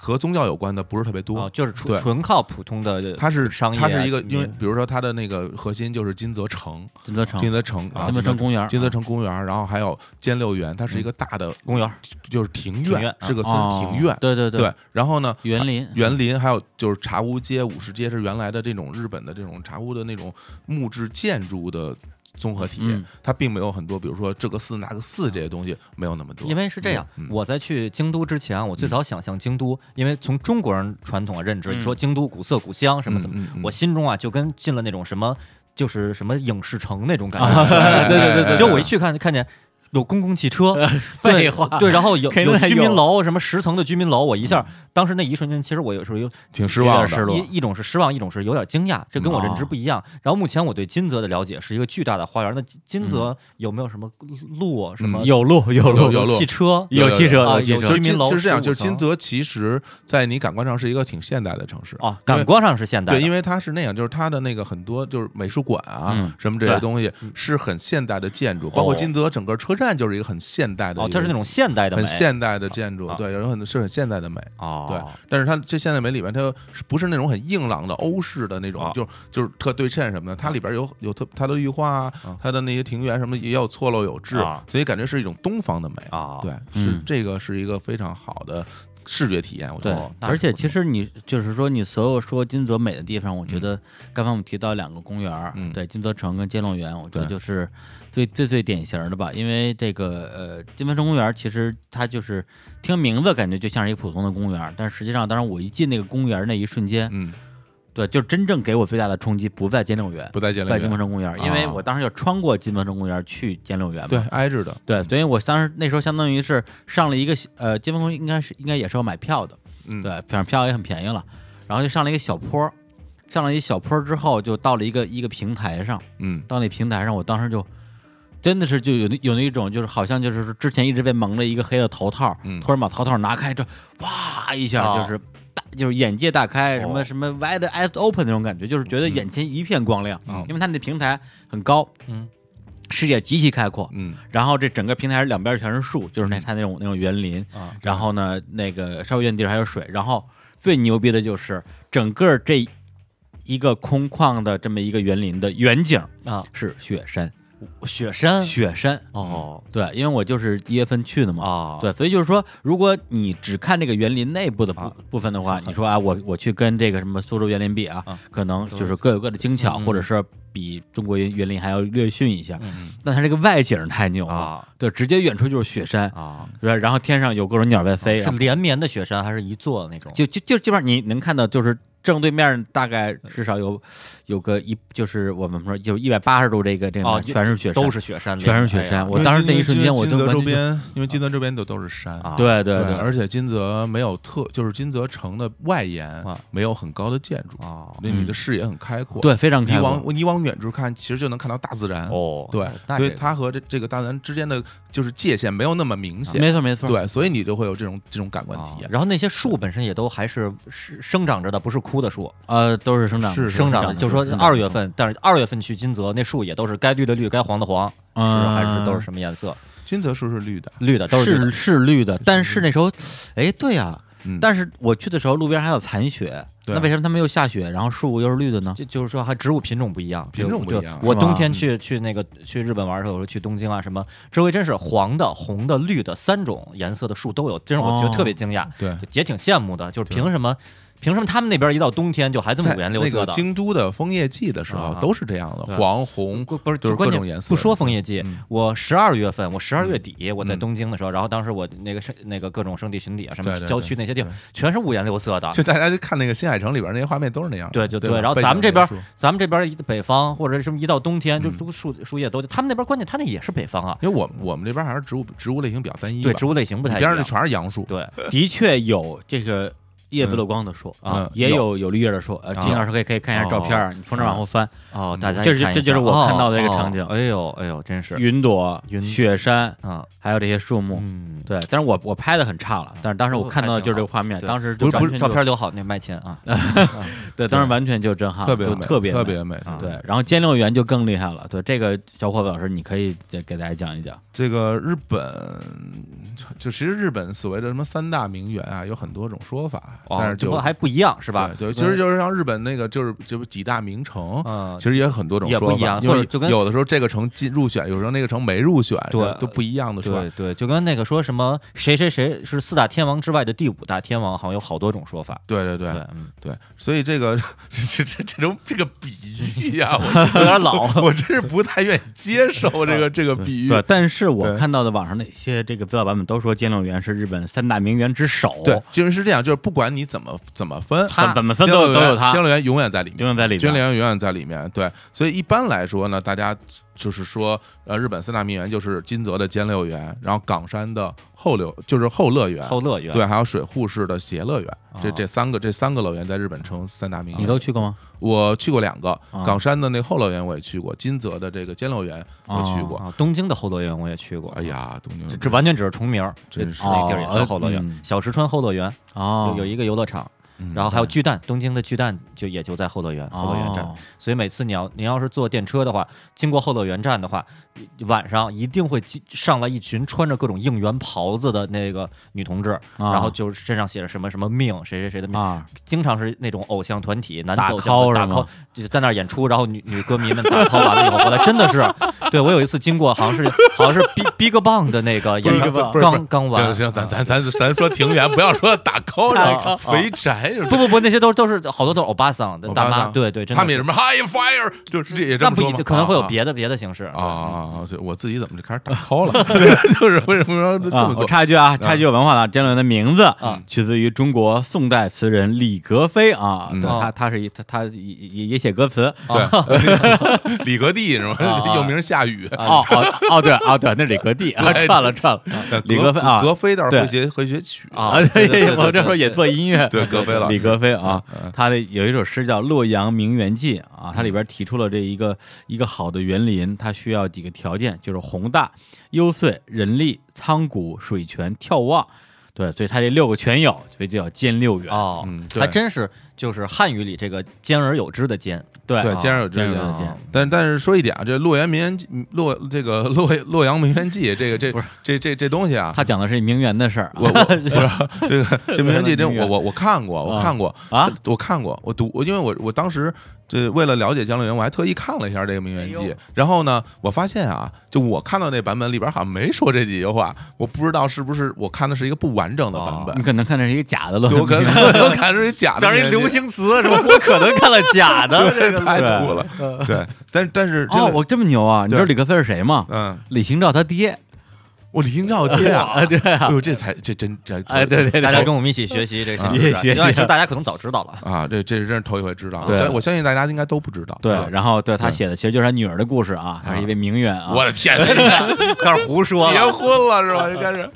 Speaker 2: 和宗教有关的不是特别
Speaker 3: 啊
Speaker 2: 多，。
Speaker 3: 就是纯
Speaker 2: 对
Speaker 3: 纯靠普通的
Speaker 2: 它是
Speaker 3: 商业
Speaker 2: 它
Speaker 3: 啊，
Speaker 2: 是一个，因为
Speaker 3: 民
Speaker 2: 比如说它的那个核心就是金泽城，
Speaker 1: 金泽城、
Speaker 2: 金泽城啊，
Speaker 1: 金泽城公园、
Speaker 2: 金泽城公园，然后还有兼六园，它是一个大的
Speaker 3: 公园儿
Speaker 2: 就是庭
Speaker 3: 庭
Speaker 2: 院
Speaker 3: 院，啊
Speaker 2: 是个森
Speaker 1: 哦
Speaker 2: 庭院，
Speaker 1: 对对
Speaker 2: 对，然后呢，啊
Speaker 1: 园林，
Speaker 2: 园林还有就是茶屋街、武士街是原来的这种日本的这种茶屋的那种木质建筑的综合体，
Speaker 1: 嗯
Speaker 2: 它并没有很多，比如说这个寺那个寺这些东西没有那么多。
Speaker 3: 因为是这样，
Speaker 2: 嗯
Speaker 3: 我在去京都之前，我最早想象京都，因为从中国人传统啊认知，
Speaker 1: 嗯
Speaker 3: 说京都古色古香什么怎么，
Speaker 2: 嗯嗯嗯
Speaker 3: 我心中啊就跟进了那种什么，就是什么影视城那种感觉。
Speaker 2: 哎
Speaker 1: 啊对 对对对
Speaker 3: 就我一去看看见。有公共 汽车，
Speaker 1: 废话
Speaker 3: 对，对，然后有
Speaker 1: 肯定
Speaker 3: 有
Speaker 1: 得
Speaker 3: 居民
Speaker 1: 有
Speaker 3: 楼，什么十层的居民楼，我一下，当时那一瞬间，其实我有时候有
Speaker 2: 挺失望
Speaker 1: 有点失
Speaker 2: 的
Speaker 1: 落。
Speaker 3: 一一种是失望，一种是有点惊讶，这跟我认知不一样。
Speaker 1: 嗯
Speaker 3: 然后目前我对金泽的了解是一个巨大的花园，那金金泽有没有什么路什么
Speaker 1: 嗯有路有
Speaker 2: 路有路
Speaker 3: 汽车？
Speaker 2: 有
Speaker 1: 汽车有
Speaker 3: 有有
Speaker 1: 汽
Speaker 2: 就是
Speaker 1: 车
Speaker 3: 居，民
Speaker 2: 金
Speaker 3: 楼
Speaker 2: 就是这样，
Speaker 3: 15
Speaker 2: 就是金
Speaker 3: 层
Speaker 2: 泽其实，在你感官上是一个挺现代的城市。
Speaker 3: 哦，感官上是现代的，
Speaker 2: 对，因为它是那样，就是它的那个很多就是美术馆啊，
Speaker 1: 嗯
Speaker 2: 什么这些
Speaker 3: 对
Speaker 2: 东西是很现代的建筑，包括金泽整个车站就是一个很现代的
Speaker 3: 哦
Speaker 2: 一，个
Speaker 3: 它是那种现代的美，
Speaker 2: 很现代的建筑
Speaker 3: 啊，
Speaker 2: 对，有很是很现代的美。
Speaker 3: 哦，
Speaker 2: 对，但是它这现代美里面，它是不是那种很硬朗的欧式的那种，
Speaker 3: 啊
Speaker 2: 就就是特对称什么的？它里边有有特它的绿化啊
Speaker 3: 啊，
Speaker 2: 它的那些庭园什么的也有错落有致
Speaker 3: 啊，
Speaker 2: 所以感觉是一种东方的美。
Speaker 3: 啊，
Speaker 2: 对，是
Speaker 1: 嗯
Speaker 2: 这个是一个非常好的视觉体验，我觉
Speaker 1: 对
Speaker 2: 得。，
Speaker 3: 那
Speaker 1: 而
Speaker 3: 是
Speaker 1: 且
Speaker 3: 不
Speaker 1: 其实你就是说，你所有说金泽美的地方，我觉得刚才我们提到两个公园儿，
Speaker 2: 嗯
Speaker 1: 对，金泽城跟兼龙园，我觉得
Speaker 2: 对
Speaker 1: 就是最最最典型的吧。因为这个呃，金泽城公园儿其实它就是听名字感觉就像是一个普通的公园儿，但实际上，当然我一进那个公园儿那一瞬间，
Speaker 2: 嗯，
Speaker 1: 对，就真正给我最大的冲击不在兼六园，
Speaker 2: 不再见了
Speaker 1: 在金泽城公园儿，因为
Speaker 2: 啊
Speaker 1: 我当时就穿过金泽城公园儿去兼六园嘛，
Speaker 2: 对，挨着的，
Speaker 1: 对，所以我当时那时候相当于是上了一个小呃，金丰宫应该是应该也是要买票的，
Speaker 2: 嗯
Speaker 1: 对，反正票也很便宜了，然后就上了一个小坡儿，上了一小坡儿之后，就到了一个一个平台上，
Speaker 2: 嗯，
Speaker 1: 到那平台上，我当时就真的是就有那有那一种就是好像就是说之前一直被蒙着一个黑的头套，
Speaker 2: 嗯
Speaker 1: 突然把头套拿开，这哇一下
Speaker 3: 哦
Speaker 1: 就是大、就是眼界大开，什么、
Speaker 3: 哦
Speaker 1: 什么 wide eyes open 那种感觉，就是觉得眼前一片光亮，
Speaker 2: 嗯
Speaker 1: 因为它那平台很高，
Speaker 3: 嗯，
Speaker 1: 视野极其开阔，
Speaker 2: 嗯，
Speaker 1: 然后这整个平台两边全是树，就是那它那种那种园林
Speaker 3: 啊，
Speaker 1: 然后呢，那个稍微远地儿还有水，然后最牛逼的就是整个这一个空旷的这么一个园林的远景
Speaker 3: 啊，
Speaker 1: 是雪山，
Speaker 3: 雪山
Speaker 1: 雪山。
Speaker 3: 哦
Speaker 1: 对，因为我就是一月份去的嘛，
Speaker 3: 啊，
Speaker 1: 对，所以就是说，如果你只看这个园林内部的部
Speaker 3: 啊
Speaker 1: 部分的 话，你说啊，我我去跟这个什么苏州园林比啊
Speaker 3: 啊，
Speaker 1: 可能就是各有各的精巧，或者是比中国园园林还要略逊一下，
Speaker 3: 嗯
Speaker 1: 但它这个外景太牛了，
Speaker 3: 啊
Speaker 1: 对，直接远处就是雪山，
Speaker 3: 啊，
Speaker 1: 是吧然后天上有各种鸟在飞，
Speaker 3: 哦是
Speaker 1: 然后
Speaker 3: 连绵的雪山还是一座那种？
Speaker 1: 啊就就就基本上你能看到，就是正对面大概至少有有个一，就是我们说就一百八十度这个这
Speaker 3: 哦
Speaker 1: 个全是雪山，
Speaker 3: 都是雪山连着，
Speaker 1: 全是雪
Speaker 3: 哎呀
Speaker 1: 山。我当时那一瞬间我
Speaker 2: 因
Speaker 1: 就
Speaker 2: 为金泽
Speaker 1: 完
Speaker 2: 周
Speaker 1: 全就
Speaker 2: 边，因为金泽周边都都是山
Speaker 3: 啊，
Speaker 1: 对对
Speaker 2: 而且金泽没有特，就是金泽城的外沿
Speaker 3: 啊
Speaker 2: 没有很高的建
Speaker 1: 啊
Speaker 2: 筑，
Speaker 3: 哦
Speaker 2: 那
Speaker 1: 嗯
Speaker 2: 你的视野很开阔。，
Speaker 1: 对，非常
Speaker 2: 你
Speaker 1: 开阔。
Speaker 2: 往你往远处看，其实就能看到大自然。
Speaker 3: 哦，
Speaker 2: 对，
Speaker 3: 那
Speaker 2: 所以
Speaker 3: 这个
Speaker 2: 它和这这个大自然之间的就是界限没有那么明显。
Speaker 1: 没错没错，
Speaker 2: 对，所以你就会有这种这种感官体
Speaker 3: 啊
Speaker 2: 验。
Speaker 3: 然后那些树本身也都还是是生长着的，不是枯的树，
Speaker 1: 呃，都是生长
Speaker 2: 是是
Speaker 3: 生长
Speaker 1: 的，
Speaker 3: 的。就是说
Speaker 1: 生长的
Speaker 3: 二月，份，但是二月份去金泽，那树也都是该绿的绿，该黄的黄，是
Speaker 1: 嗯，
Speaker 3: 还是都是什么颜色？
Speaker 2: 金泽树是绿的，
Speaker 3: 绿的都是绿
Speaker 1: 是
Speaker 3: 的
Speaker 1: 是绿的，但是那时候，哎，对呀、
Speaker 2: 嗯
Speaker 1: 但是我去的时候路边还有残雪，
Speaker 2: 对
Speaker 1: 那为什么他们又下雪，然后树又是绿的呢？
Speaker 3: 就就是说，还植物品种不一样，
Speaker 2: 品种不一样嗯
Speaker 3: 就我
Speaker 1: 是吧
Speaker 3: 冬天去去那个去日本玩的时候，我说去东京啊什么，周围真是黄的、红的、绿的三种颜色的树都有，真是我觉得
Speaker 1: 哦
Speaker 3: 特别惊讶，
Speaker 2: 对。
Speaker 3: 就也挺羡慕的。就是凭什么，凭什么他们那边一到冬天就还这么
Speaker 2: 在
Speaker 3: 五颜六色
Speaker 2: 那
Speaker 3: 的
Speaker 2: 个？京都的枫叶季的时候
Speaker 3: 啊
Speaker 2: 都是这样的，
Speaker 3: 对
Speaker 2: 黄红
Speaker 3: 不不是，
Speaker 2: 就
Speaker 3: 就是关
Speaker 2: 各
Speaker 3: 键
Speaker 2: 种颜色。
Speaker 3: 不说枫叶季
Speaker 2: 嗯，
Speaker 3: 我十二月份，我十二月底我在
Speaker 2: 嗯
Speaker 3: 东京的时候，然后当时我那个圣那个各种圣地巡礼啊，什么
Speaker 2: 对对
Speaker 3: 郊区那些地方
Speaker 2: 对，
Speaker 3: 全是五颜六色的。
Speaker 2: 就大家就看那个新海城里边那些画面都是那样的。
Speaker 3: 对就
Speaker 2: 对
Speaker 3: 对
Speaker 2: 吧，
Speaker 3: 然后
Speaker 2: 背
Speaker 3: 咱
Speaker 2: 景
Speaker 3: 们这边
Speaker 2: 那些树
Speaker 3: 咱们这边一北方或者什么一到冬天，就都树树叶都，他们那边关键他那也是北方啊，
Speaker 2: 因为我我们这边还是植物植物类型比较单一吧，
Speaker 3: 对植物类型不
Speaker 2: 你
Speaker 3: 太一
Speaker 2: 边上就
Speaker 3: 样。
Speaker 2: 全是杨树，
Speaker 3: 对
Speaker 1: 的确有这个叶子漏光的树
Speaker 3: 啊
Speaker 2: 嗯
Speaker 1: 也
Speaker 2: 有
Speaker 1: 有有绿叶的树，呃，
Speaker 3: 啊
Speaker 1: 金老师可以可以看一下照片儿，你从这儿往后翻，
Speaker 3: 哦，大家
Speaker 1: 这是
Speaker 3: 看一
Speaker 1: 这就是
Speaker 3: 下
Speaker 1: 我
Speaker 3: 哦
Speaker 1: 看到的这个
Speaker 3: 哦
Speaker 1: 场景
Speaker 3: 哎呦哎呦，真是
Speaker 1: 云朵、
Speaker 3: 云
Speaker 1: 雪山，
Speaker 3: 啊，
Speaker 1: 还有这些树木。
Speaker 3: 嗯，
Speaker 1: 对，但是我我拍的很差了，但是当时我看到的就是这个画面，
Speaker 3: 对
Speaker 1: 当时就
Speaker 3: 不是
Speaker 1: 完全
Speaker 3: 不是
Speaker 1: 就
Speaker 3: 照片留好那麦前啊，
Speaker 1: 对，当时完全就震撼了，
Speaker 2: 特别
Speaker 1: 就
Speaker 2: 美
Speaker 1: 特别
Speaker 2: 特
Speaker 1: 美
Speaker 2: 别美。
Speaker 3: 啊
Speaker 1: 对，然后监六员就更厉害了。对，这个小伙子老师，你可以再给大家讲一讲。
Speaker 2: 这个日本就其实日本所谓的什么三大名园啊，有很多种说法，
Speaker 3: 哦
Speaker 2: 但是
Speaker 3: 这
Speaker 2: 就
Speaker 3: 不还不一样是吧？
Speaker 2: 对，对其实就是像日本那个就是就是几大名城。
Speaker 3: 嗯
Speaker 2: 其，实也有很多种
Speaker 3: 也不
Speaker 2: 说
Speaker 3: 一样
Speaker 2: 法，因为
Speaker 3: 或者就跟
Speaker 2: 有的时候这个城进入选，有时候那个城没入选，
Speaker 3: 对
Speaker 2: 都不一样的说法
Speaker 3: 对。对，就跟那个说什么谁谁谁是四大天王之外的第五大天王，好像有好多种说法。
Speaker 2: 对对
Speaker 3: 对
Speaker 2: 对，
Speaker 3: 嗯，
Speaker 2: 对，所以这个 这这这种这个比喻呀、
Speaker 3: 有点老。
Speaker 2: 我我真是不太愿意接受这 个这个比喻。
Speaker 1: 对，但是我
Speaker 2: 对
Speaker 1: 看到的网上的一些这个资料版本都说监六员是日本三大名媛之首，
Speaker 2: 对，就是是这样，就是不管你怎么怎么分，
Speaker 1: 哦
Speaker 2: 啊
Speaker 1: 他怎么分
Speaker 2: 监
Speaker 1: 都有都
Speaker 2: 柳
Speaker 1: 有
Speaker 2: 园
Speaker 1: 他
Speaker 2: 监，柳园永远在里面，
Speaker 1: 永远在里
Speaker 2: 监柳
Speaker 1: 边。
Speaker 2: 园永远在里面。对，所以一般来说呢，大家就是说，呃，日本三大名园就是金泽的监六园，然后冈山的后柳就是后乐园，
Speaker 3: 后乐园
Speaker 2: 对，还有水户市的偕乐园，这
Speaker 3: 哦
Speaker 2: 这三个这三个乐园在日本称三大名
Speaker 1: 你
Speaker 2: 园。
Speaker 1: 都去过吗？
Speaker 2: 我去过两个
Speaker 1: 啊，
Speaker 2: 冈山的那后乐园我也去过，金泽的这个监乐园我去过。
Speaker 1: 哦
Speaker 3: 啊，东京的后乐园我也去过。
Speaker 2: 哎，呀，东京
Speaker 3: 这这完全只是重名儿，
Speaker 2: 真
Speaker 3: 这
Speaker 2: 是
Speaker 3: 那地儿也
Speaker 1: 嗯哦
Speaker 3: 叫后乐
Speaker 1: 嗯
Speaker 3: 园，小石川后乐园
Speaker 1: 哦
Speaker 3: 有，有一个游乐场，
Speaker 2: 嗯
Speaker 3: 然后还有巨蛋，东京的巨蛋就也就在后乐园后乐园站
Speaker 1: 哦。
Speaker 3: 所以每次你要你要是坐电车的话，经过后乐园站的话，晚上一定会进上来一群穿着各种应援袍子的那个女同志，
Speaker 1: 啊
Speaker 3: 然后就是身上写着什么什么命，谁谁谁的命，
Speaker 1: 啊，
Speaker 3: 经常是那种偶像团体男子
Speaker 1: 打
Speaker 3: 偶像团
Speaker 1: call
Speaker 3: 打
Speaker 1: 是吗
Speaker 3: call，就是在那儿演出，然后女女歌迷们打 call 完了以后回来，真的是，对我有一次经过，好像是好像是 Big Big Bang 的那个演唱
Speaker 2: 不是不
Speaker 3: 刚
Speaker 2: 是
Speaker 3: 刚完
Speaker 2: 行，
Speaker 3: 啊
Speaker 2: 行，咱咱咱咱说庭园，不要说 打 call
Speaker 3: 打
Speaker 2: 了，肥宅
Speaker 3: 不不不，那些都都是好多都是欧巴桑的
Speaker 2: 欧巴
Speaker 3: 大
Speaker 2: 桑
Speaker 3: 妈，对对，真的
Speaker 2: 他们也
Speaker 3: 是
Speaker 2: 什么 high fire，就是这也这
Speaker 3: 那
Speaker 2: 么
Speaker 3: 不
Speaker 2: 说
Speaker 3: 一
Speaker 2: 吗
Speaker 3: 定可能会有
Speaker 2: 啊
Speaker 3: 别的嗯别的形式
Speaker 2: 啊啊啊！啊！所以我自己怎么就开始打 call 了？ 就是为什么说这
Speaker 1: 啊
Speaker 2: 么
Speaker 1: 我
Speaker 2: 做？
Speaker 1: 插一句啊，插一句有文化的，监六员的名字啊
Speaker 3: 嗯
Speaker 1: 取自于中国宋代词人李格非啊，
Speaker 2: 嗯
Speaker 1: 对他他是一他他也也也写歌词。
Speaker 2: 对， 李格弟是吗
Speaker 3: 啊？
Speaker 2: 又名夏雨，
Speaker 1: 哦哦哦，对哦对，那是李格弟啊，
Speaker 2: 对
Speaker 1: 串了串了，李格非啊，
Speaker 2: 格非倒是
Speaker 1: 对
Speaker 2: 会学会学曲
Speaker 3: 啊
Speaker 1: 啊，
Speaker 3: 对对对对
Speaker 1: 我这时候也做音乐，
Speaker 2: 对格非老 师
Speaker 1: 李格非啊，他的有一首诗叫《洛阳名园记》啊，它里边提出了这一个一个好的园林，它需要几个条件，就是宏大、幽邃、人力、苍古、水泉、眺望。对，所以它这六个全有，所以就叫兼六园。
Speaker 3: 哦
Speaker 2: 嗯，对
Speaker 3: 还真是就是汉语里这个兼而有之的哦兼，
Speaker 1: 对
Speaker 2: 对，
Speaker 1: 啊
Speaker 2: 兼而有之
Speaker 1: 兼而
Speaker 2: 这
Speaker 1: 有
Speaker 2: 样
Speaker 1: 之兼
Speaker 3: 啊
Speaker 2: 但但是说一点啊，这《洛阳名园记》洛这个洛洛阳名园记，这个这这这这东西啊，
Speaker 1: 他讲的是名媛的事儿啊
Speaker 2: 我我不是这个这名园记真我我我看过，
Speaker 1: 啊
Speaker 2: 我看过
Speaker 1: 啊，
Speaker 2: 我看过，我读我因为我我当时这为了了解江乐园，我还特意看了一下这个《名媛记》
Speaker 3: 哎呦
Speaker 2: 然后呢，我发现啊，就我看到那版本里边好像没说这几句话，我不知道是不是我看的是一个不完整的版本
Speaker 1: 你，可能看的是一个假的论
Speaker 2: 对
Speaker 1: 文
Speaker 2: 我 可
Speaker 1: 评
Speaker 2: 能
Speaker 1: 论，
Speaker 2: 我可能看的是一假的
Speaker 3: 当
Speaker 2: 《
Speaker 3: 然
Speaker 2: 流
Speaker 3: 流
Speaker 2: 行
Speaker 3: 行词什么，我可能看了假的，这个
Speaker 2: 太
Speaker 3: 对
Speaker 2: 土了， 对，但但是 真
Speaker 1: 哦，
Speaker 2: 的，
Speaker 1: 我这么牛啊！你知道李克菲是谁吗？
Speaker 2: 嗯，
Speaker 1: 李行照他爹，
Speaker 2: 我林兆基啊，对啊，哎呦，这才这真这
Speaker 1: 哎对对对
Speaker 3: 大家跟我们一起学习这个新知识
Speaker 1: 也
Speaker 3: 啊，
Speaker 1: 学习
Speaker 3: 其实大家可能早知道了。
Speaker 2: 啊，这这真是头一回知道，
Speaker 1: 对
Speaker 2: 我相我相信大家应该都不知道，
Speaker 1: 对
Speaker 2: 啊，
Speaker 1: 然后对他写的其实就是他女儿的故事啊，她是一位名媛啊，
Speaker 2: 我的天，
Speaker 3: 开始胡说
Speaker 2: 结
Speaker 3: 了，
Speaker 2: 婚了 是吧？就开始。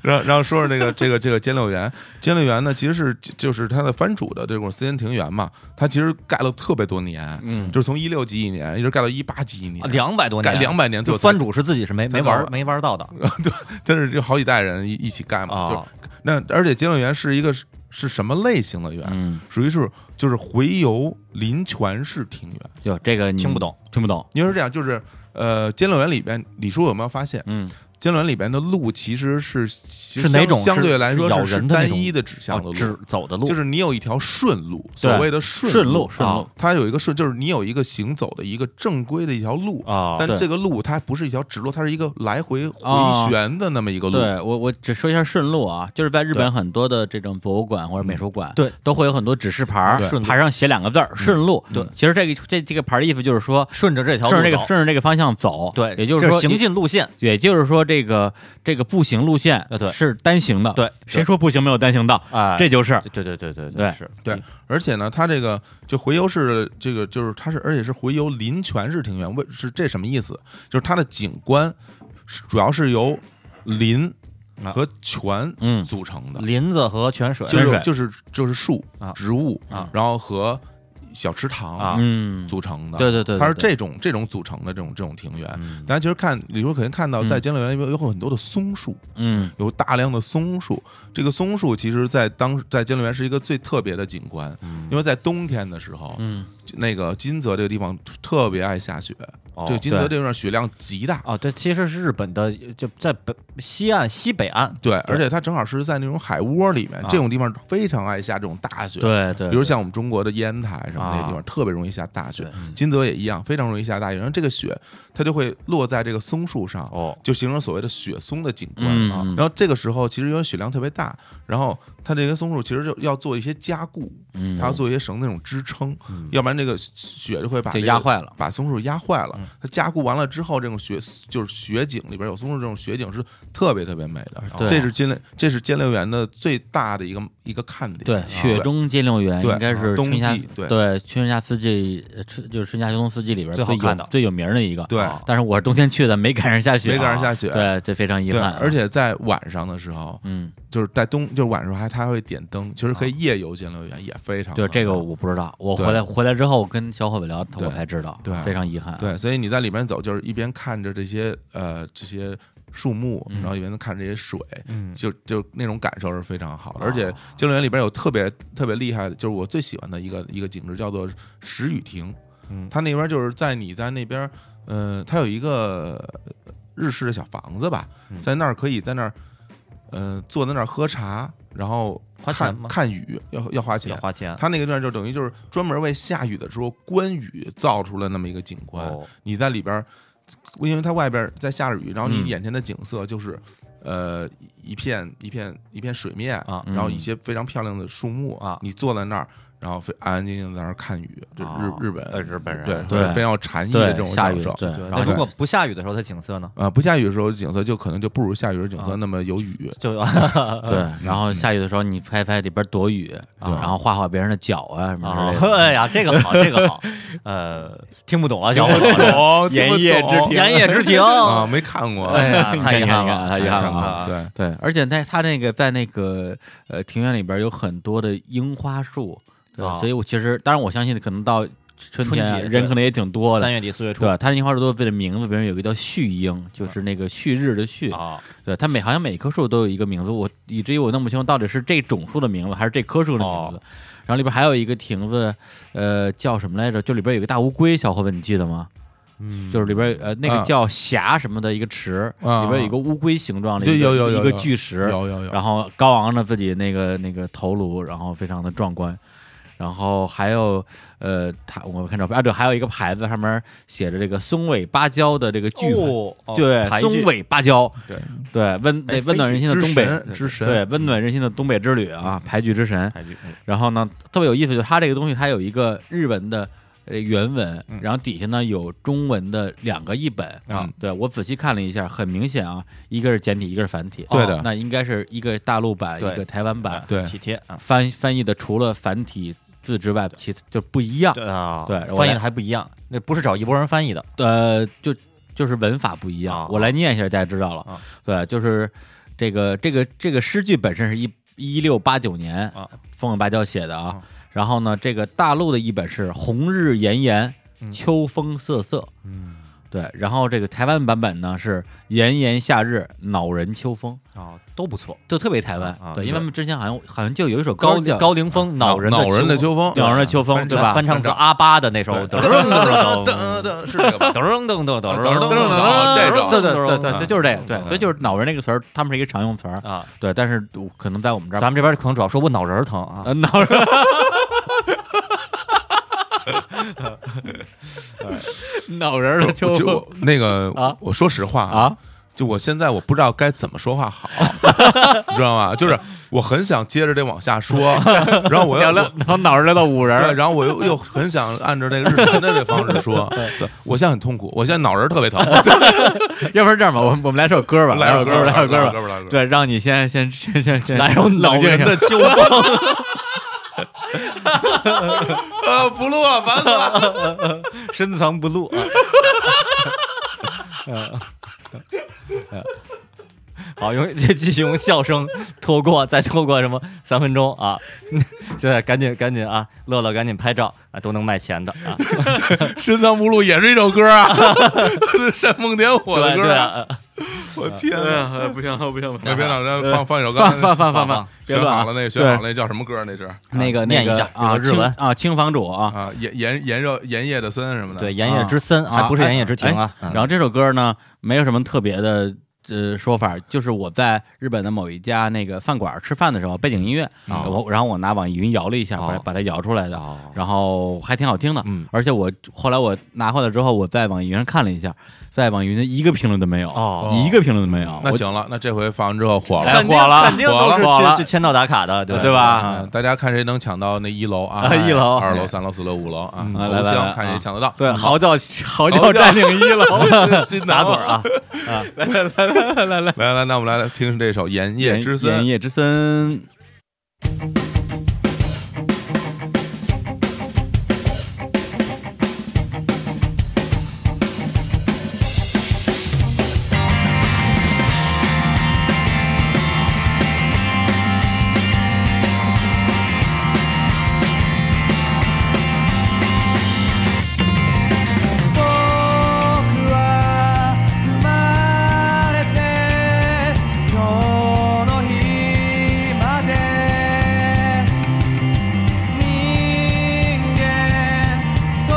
Speaker 2: 然后，然后说说这个这个这个监六园，监六园呢，其实是就是它的藩主的这种私人庭园嘛，它其实盖了特别多年，
Speaker 1: 嗯
Speaker 2: 就是从一六几几年一直盖到一八几几年，
Speaker 3: 啊两百多
Speaker 2: 盖嗯
Speaker 3: 年，
Speaker 2: 两百年最
Speaker 3: 就
Speaker 2: 后
Speaker 3: 藩主是自己是没
Speaker 2: 才
Speaker 3: 没
Speaker 2: 到
Speaker 3: 玩
Speaker 2: 了
Speaker 3: 没玩到的
Speaker 2: 才，但是有好几代人一一起盖嘛，
Speaker 3: 啊
Speaker 2: 就，那而且监六园是一个是是什么类型的园？
Speaker 1: 嗯，
Speaker 2: 属于是就是回游林泉式庭园，
Speaker 1: 哟，这个你
Speaker 3: 听不懂，
Speaker 1: 听不懂，
Speaker 2: 因为是这样，就是呃，监六园里边，李叔有没有发现？
Speaker 1: 嗯，
Speaker 2: 监轮里边的路其实是其实
Speaker 3: 是哪
Speaker 2: 相
Speaker 3: 种
Speaker 2: 相对来说
Speaker 3: 是咬
Speaker 2: 是
Speaker 3: 人的那
Speaker 2: 单
Speaker 3: 种
Speaker 2: 一的指向的
Speaker 3: 哦
Speaker 2: 路，
Speaker 3: 只走的路
Speaker 2: 就是你有一条顺路，
Speaker 1: 对
Speaker 2: 所谓的顺
Speaker 1: 顺路顺
Speaker 3: 啊
Speaker 1: 路，
Speaker 2: 它有一个顺，就是你有一个行走的一个正规的一条路，
Speaker 3: 啊，
Speaker 2: 但
Speaker 1: 对
Speaker 2: 这个路它不是一条直路，它是一个来回
Speaker 1: 哦
Speaker 2: 回旋的那么一个路。
Speaker 1: 对我，我只说一下顺路啊，就是在日
Speaker 2: 对
Speaker 1: 本很多的这种博物馆或者美术馆，
Speaker 3: 对，
Speaker 1: 都会有很多指示牌儿
Speaker 3: 对顺，路
Speaker 1: 牌上写两个字儿“顺路”。
Speaker 3: 对
Speaker 1: 其实这个这这个牌儿的意思就是说，
Speaker 3: 顺着这条路
Speaker 1: 顺着这个
Speaker 3: 走
Speaker 1: 顺着这个方向走，
Speaker 3: 对，
Speaker 1: 也就是
Speaker 3: 这
Speaker 1: 说
Speaker 3: 行
Speaker 1: 你，
Speaker 3: 进路线啊
Speaker 1: 也就是说这个这个步行路线
Speaker 3: 啊对
Speaker 1: 是单行的，
Speaker 3: 对
Speaker 1: 谁说步行没有单行道？
Speaker 3: 啊，
Speaker 1: 这就是
Speaker 3: 对对对对
Speaker 1: 对
Speaker 3: 是
Speaker 2: 对，而且呢，它这个就回游式，这个就是它是，而且是回游林泉式庭园，为是这什么意思？就是它的景观是主要是由林
Speaker 3: 啊
Speaker 2: 和泉
Speaker 1: 嗯
Speaker 2: 组成的，
Speaker 3: 林子和泉水
Speaker 2: 就
Speaker 1: 泉
Speaker 2: 是
Speaker 1: 水
Speaker 2: 就是就是树
Speaker 3: 啊、
Speaker 2: 植物
Speaker 3: 啊，
Speaker 2: 然后和小池塘
Speaker 3: 啊
Speaker 1: 嗯，
Speaker 2: 组成的。
Speaker 1: 对对对，
Speaker 2: 它是
Speaker 1: 对
Speaker 2: 这种这种组成的这种这种庭园。
Speaker 3: 嗯
Speaker 2: 大家其实看，李叔肯定看到，在
Speaker 1: 嗯
Speaker 2: 监乐园里面有很多的松树，
Speaker 1: 嗯
Speaker 2: 有大量的松树。这个松树其实，在当在监乐园是一个最特别的景观，因为在冬天的时候，
Speaker 1: 嗯
Speaker 2: 那个金泽这个地方特别爱下雪，
Speaker 3: 哦
Speaker 2: 这个金泽
Speaker 1: 对
Speaker 2: 这地方雪量极大。
Speaker 3: 哦，对，其实是日本的，就在北西岸西北岸
Speaker 2: 对，而且它正好是在那种海窝里面，
Speaker 3: 啊
Speaker 2: 这种地方非常爱下这种大雪。
Speaker 1: 对对，
Speaker 2: 比如像我们中国的烟台什么那地方，
Speaker 3: 啊
Speaker 2: 特别容易下大雪嗯
Speaker 1: 对，嗯
Speaker 2: 金泽也一样，非常容易下大雪。然后这个雪它就会落在这个松树上，
Speaker 3: 哦，
Speaker 2: 就形成所谓的雪松的景观
Speaker 1: 嗯
Speaker 2: 啊。
Speaker 1: 嗯
Speaker 2: 然后这个时候其实因为雪量特别大，然后它这些松树其实就要做一些加固，
Speaker 1: 嗯
Speaker 2: 它要做一些绳那种支撑，
Speaker 3: 嗯
Speaker 2: 要不然这个雪就会把、
Speaker 1: 就压坏了，
Speaker 2: 把松树压坏了。它加固完了之后，这种雪就是雪景里边有松树，这种雪景是特别特别美的。
Speaker 1: 嗯对
Speaker 2: 这是金陵这是监六园的最大的一个一个看点。
Speaker 1: 对，雪中见六园
Speaker 2: 啊对
Speaker 1: 应该是
Speaker 2: 冬
Speaker 1: 春夏
Speaker 2: 季对
Speaker 1: 对春夏四季，呃春就是春夏秋冬四季里边
Speaker 3: 最好
Speaker 1: 有
Speaker 3: 看的
Speaker 1: 最有名儿的一个。
Speaker 2: 对
Speaker 1: 但是我是冬天去的，没赶上下雪，啊
Speaker 2: 没赶上下雪
Speaker 1: 对，这非常遗
Speaker 2: 对，
Speaker 1: 憾。啊
Speaker 2: 而，且在晚上的时候，
Speaker 1: 嗯，
Speaker 2: 就是在冬，就是晚上还它会点灯，其实可以夜游监六园，也非常
Speaker 1: 啊对
Speaker 2: 好
Speaker 1: 这个我不知道，我回来回来之后我跟小伙伴聊，我才知道，
Speaker 2: 对
Speaker 1: 非常遗
Speaker 3: 啊
Speaker 1: 憾。，啊
Speaker 2: 对，所以你在里面走，就是一边看着这些呃这些树木，然后一边能看着这些水，
Speaker 3: 嗯哦
Speaker 2: 就就那种感受是非常好的。而且金陵园里边有特别特别厉害的，就是我最喜欢的一个一个景致叫做石雨亭，
Speaker 3: 嗯
Speaker 2: 它那边就是在你在那边，呃，它有一个呃日式的小房子吧，
Speaker 3: 嗯
Speaker 2: 在那儿可以在那儿，呃，坐在那儿喝茶，然后
Speaker 3: 花钱
Speaker 2: 看
Speaker 3: 吗
Speaker 2: 看雨，要要花钱
Speaker 3: 要。花钱
Speaker 2: 它那个地方就等于就是专门为下雨的时候观雨造出了那么一个景观，
Speaker 3: 哦
Speaker 2: 你在里边儿，因为它外边儿在下着雨，然后你
Speaker 1: 嗯
Speaker 2: 眼前的景色就是，呃，一片一片一片水面，
Speaker 3: 啊
Speaker 2: 然后一
Speaker 1: 嗯
Speaker 2: 些非常漂亮的树木
Speaker 3: 啊
Speaker 2: 你坐在那儿，然后非安安静静在那儿看雨，这日
Speaker 3: 啊
Speaker 2: 日本
Speaker 3: 呃日本人
Speaker 2: 对
Speaker 1: 对
Speaker 2: 非常有禅意的这
Speaker 1: 对，
Speaker 2: 种
Speaker 1: 下
Speaker 2: 享
Speaker 1: 雨
Speaker 2: 受，
Speaker 1: 对，
Speaker 3: 对，
Speaker 1: 然
Speaker 3: 那
Speaker 1: 后
Speaker 3: 如果不下雨的时候，它景色呢？
Speaker 2: 啊，不下雨的时候景色就可能就不如下雨的景色
Speaker 3: 啊
Speaker 2: 那么有雨，
Speaker 3: 就
Speaker 1: 对，然后下雨的时候你拍拍里边躲雨，啊然后画画别人的脚啊什么
Speaker 3: 啊
Speaker 1: 之类，的。
Speaker 3: 哎呀，这个好，这个好，呃，听不懂啊，小伙
Speaker 2: 不
Speaker 3: 伴，
Speaker 2: 懂
Speaker 1: 言叶之庭
Speaker 3: 言叶之庭，
Speaker 2: 啊，没看过，
Speaker 3: 哦哎呀， 哎
Speaker 1: 你看
Speaker 3: 太遗
Speaker 1: 你
Speaker 3: 憾
Speaker 1: 看看
Speaker 3: 了，
Speaker 1: 太遗憾了
Speaker 2: 看过
Speaker 1: 啊
Speaker 2: 对。
Speaker 1: 对，而且在他那个在那个呃庭院里边有很多的樱花树，对吧？
Speaker 3: 啊
Speaker 1: 所以我其实，当然我相信可能到春天啊
Speaker 3: 春季
Speaker 1: 人
Speaker 3: 对
Speaker 1: 可能也挺多
Speaker 3: 三
Speaker 1: 的。
Speaker 3: 月底四月初
Speaker 1: 对，它的樱花树都有自己的名字，比如有一个叫旭樱，就是那个旭日的旭。
Speaker 3: 啊，
Speaker 1: 对，它每好像每一棵树都有一个名字，我以至于我弄不清到底是这种树的名字还是这棵树的名
Speaker 2: 哦
Speaker 1: 字。然后里边还有一个亭子，呃，叫什么来着？就里边有一个大乌龟，小伙子你记得吗？
Speaker 3: 嗯
Speaker 1: 就是里边呃那
Speaker 2: 啊
Speaker 1: 个叫峡什么的一个池，
Speaker 2: 啊
Speaker 1: 里边有一个乌龟形状的
Speaker 2: 对
Speaker 1: 一个
Speaker 2: 有有有
Speaker 1: 一个
Speaker 2: 有
Speaker 1: 巨石，
Speaker 2: 有有有，
Speaker 1: 然后高昂着自己那个那个头颅，然后非常的壮观。然后还有呃，他我们看照片啊，对，还有一个牌子上面写着这个松尾芭蕉的这个剧本，
Speaker 3: 哦，哦
Speaker 1: 对，
Speaker 3: 排
Speaker 1: 松
Speaker 3: 剧
Speaker 1: 尾芭蕉，
Speaker 2: 对
Speaker 1: 对，温
Speaker 3: 哎
Speaker 1: 那温暖人心的
Speaker 2: 之
Speaker 1: 东北，
Speaker 2: 神之神，
Speaker 1: 对，温暖人心的东北之旅
Speaker 2: 嗯
Speaker 1: 啊，排剧之神。
Speaker 2: 哎
Speaker 3: 排剧，嗯
Speaker 1: 然后呢，特别有意思，就是它这个东西它有一个日文的呃原文，
Speaker 2: 嗯
Speaker 1: 然后底下呢有中文的两个译本
Speaker 3: 啊。
Speaker 1: 对我仔细看了一下，很明显啊，一个是简体，一个是繁体。
Speaker 2: 对的
Speaker 1: 哦那应该是一个大陆版，
Speaker 3: 对
Speaker 1: 一个台湾版。
Speaker 2: 对
Speaker 3: 体贴啊，
Speaker 1: 翻翻译的除了繁体字之外，其就不一样。
Speaker 3: 对啊，
Speaker 1: 对我
Speaker 3: 翻译
Speaker 1: 来
Speaker 3: 的还不一样，那不是找一拨人翻译的，
Speaker 1: 呃，就就是文法不一样。
Speaker 3: 啊
Speaker 1: 我来念一下，大家知道了。
Speaker 3: 啊
Speaker 1: 对，就是这个这个这个诗句本身是一一六八九年
Speaker 3: 啊
Speaker 1: 风尾芭蕉写的啊
Speaker 3: 啊。
Speaker 1: 然后呢，这个大陆的译本是“红日炎炎，
Speaker 3: 嗯
Speaker 1: 秋风瑟瑟”。
Speaker 2: 嗯，
Speaker 1: 对，然后这个台湾版本呢是“炎炎夏日，恼人秋风
Speaker 3: 啊，都不错”，。
Speaker 1: 就特别台湾。
Speaker 3: 啊啊
Speaker 1: 对，因
Speaker 3: 对
Speaker 1: 为我们之前好像好像就有一首歌
Speaker 3: 高
Speaker 1: 叫
Speaker 3: 高凌风恼人
Speaker 2: 恼人的
Speaker 3: 秋
Speaker 2: 秋风，
Speaker 1: 啊恼人的秋风，
Speaker 2: 翻
Speaker 1: 对吧？
Speaker 3: 翻唱自
Speaker 2: 翻唱
Speaker 3: 阿巴的那首噔
Speaker 2: 对
Speaker 3: 噔噔噔
Speaker 2: 噔噔是这 个吧？
Speaker 3: 噔噔噔噔
Speaker 2: 噔
Speaker 3: 噔
Speaker 2: 噔噔
Speaker 3: 噔
Speaker 2: 哦这种
Speaker 1: 对对对对对，就是这个，对，
Speaker 3: 嗯
Speaker 1: 所以就是“恼人”那个词儿，他们是一个常用词儿，
Speaker 3: 啊，
Speaker 1: 对，但是我可能在我们这儿
Speaker 3: 咱，们这边可能主要说我脑仁儿疼啊
Speaker 1: 呃，恼人， 恼人的
Speaker 2: 我
Speaker 1: 秋
Speaker 2: 就我那个
Speaker 1: 啊
Speaker 2: 我说实话
Speaker 1: 啊，
Speaker 2: 就我现在我不知道该怎么说 话好，你知道吗？就是我很想接着这往下 说，然后我又我
Speaker 1: 然后恼人到五人
Speaker 2: 对，
Speaker 1: 儿，
Speaker 2: 然后我又又很想按照这个日常的这方式 说，对，我现在很痛苦，我现在脑仁儿特别疼，
Speaker 1: 要不然这样吧，我们我们来首歌吧，
Speaker 2: 来
Speaker 1: 首
Speaker 2: 首
Speaker 1: 歌，
Speaker 2: 歌吧
Speaker 1: 来首歌
Speaker 2: 来首歌吧来首歌吧
Speaker 1: 对，让你先先先先先
Speaker 3: 哪有恼
Speaker 1: 冷静
Speaker 3: 人
Speaker 1: 一
Speaker 3: 的
Speaker 1: 下，
Speaker 3: 秋风？
Speaker 2: 呃，不录了，烦死 了。
Speaker 3: 深藏不露啊。 嗯好，用这继续用笑声拖过，再拖过什么三分钟啊！ 现在赶紧赶紧啊，乐乐赶紧拍照啊，都能卖钱的啊！
Speaker 2: 深藏不露也是一首 歌啊， 这是煽风点火的
Speaker 3: 对
Speaker 2: 歌
Speaker 3: 对
Speaker 2: 啊，
Speaker 3: 啊，
Speaker 2: 我天哪！
Speaker 1: 嗯，不行不行，
Speaker 2: 别别老这放放一首歌，
Speaker 1: 放放放
Speaker 3: 放
Speaker 1: 放
Speaker 3: 放，
Speaker 1: 别
Speaker 2: 学
Speaker 1: 乱
Speaker 2: 好
Speaker 1: 啊
Speaker 2: 了那个学
Speaker 1: 对
Speaker 2: 好了那叫什么歌？那是
Speaker 1: 那个那
Speaker 3: 念一
Speaker 1: 个
Speaker 3: 下
Speaker 1: 啊，
Speaker 3: 有日
Speaker 1: 青
Speaker 3: 文
Speaker 1: 啊，青房主啊，
Speaker 2: 啊，炎炎炎热炎夜的森什么的，
Speaker 3: 对，盐业之森
Speaker 1: 啊嗯
Speaker 3: 还不是盐业之庭啊！
Speaker 1: 然后这首歌呢，没有什么特别的呃说法，就是我在日本的某一家那个饭馆吃饭的时候，背景音乐，
Speaker 3: 哦
Speaker 1: 我然后我拿网易云摇了一下，把、
Speaker 3: 哦
Speaker 1: 把它摇出来的，
Speaker 3: 哦
Speaker 1: 然后还挺好听的。
Speaker 3: 嗯
Speaker 1: 而且我后来我拿回来之后，我在网易云上看了一下，在网易云的一个评论都没有，
Speaker 3: 哦
Speaker 1: 一个评论都没有。
Speaker 2: 那
Speaker 1: 我
Speaker 2: 行了，那这回放完之后火了
Speaker 1: 哎
Speaker 3: 肯定
Speaker 1: 火了
Speaker 3: 肯定都是
Speaker 1: 火了
Speaker 3: 去去签到打卡的，对
Speaker 1: 对吧
Speaker 2: 嗯
Speaker 3: 啊
Speaker 2: 大家看谁能抢到那一楼啊
Speaker 1: 啊？一楼
Speaker 2: 二楼、三楼、四楼、五楼啊？
Speaker 1: 啊来
Speaker 2: 头
Speaker 1: 来来
Speaker 2: 香看谁抢得到。
Speaker 1: 对，嚎叫嚎
Speaker 2: 嚎
Speaker 1: 叫
Speaker 2: 叫
Speaker 1: 占领一楼，
Speaker 2: 新
Speaker 3: 打
Speaker 2: 打
Speaker 3: 盹儿啊！
Speaker 2: 来来，那我们来听这首《炎夜之森
Speaker 1: 炎》。夜之森。
Speaker 5: 僕は生まれて今日の日まで人間と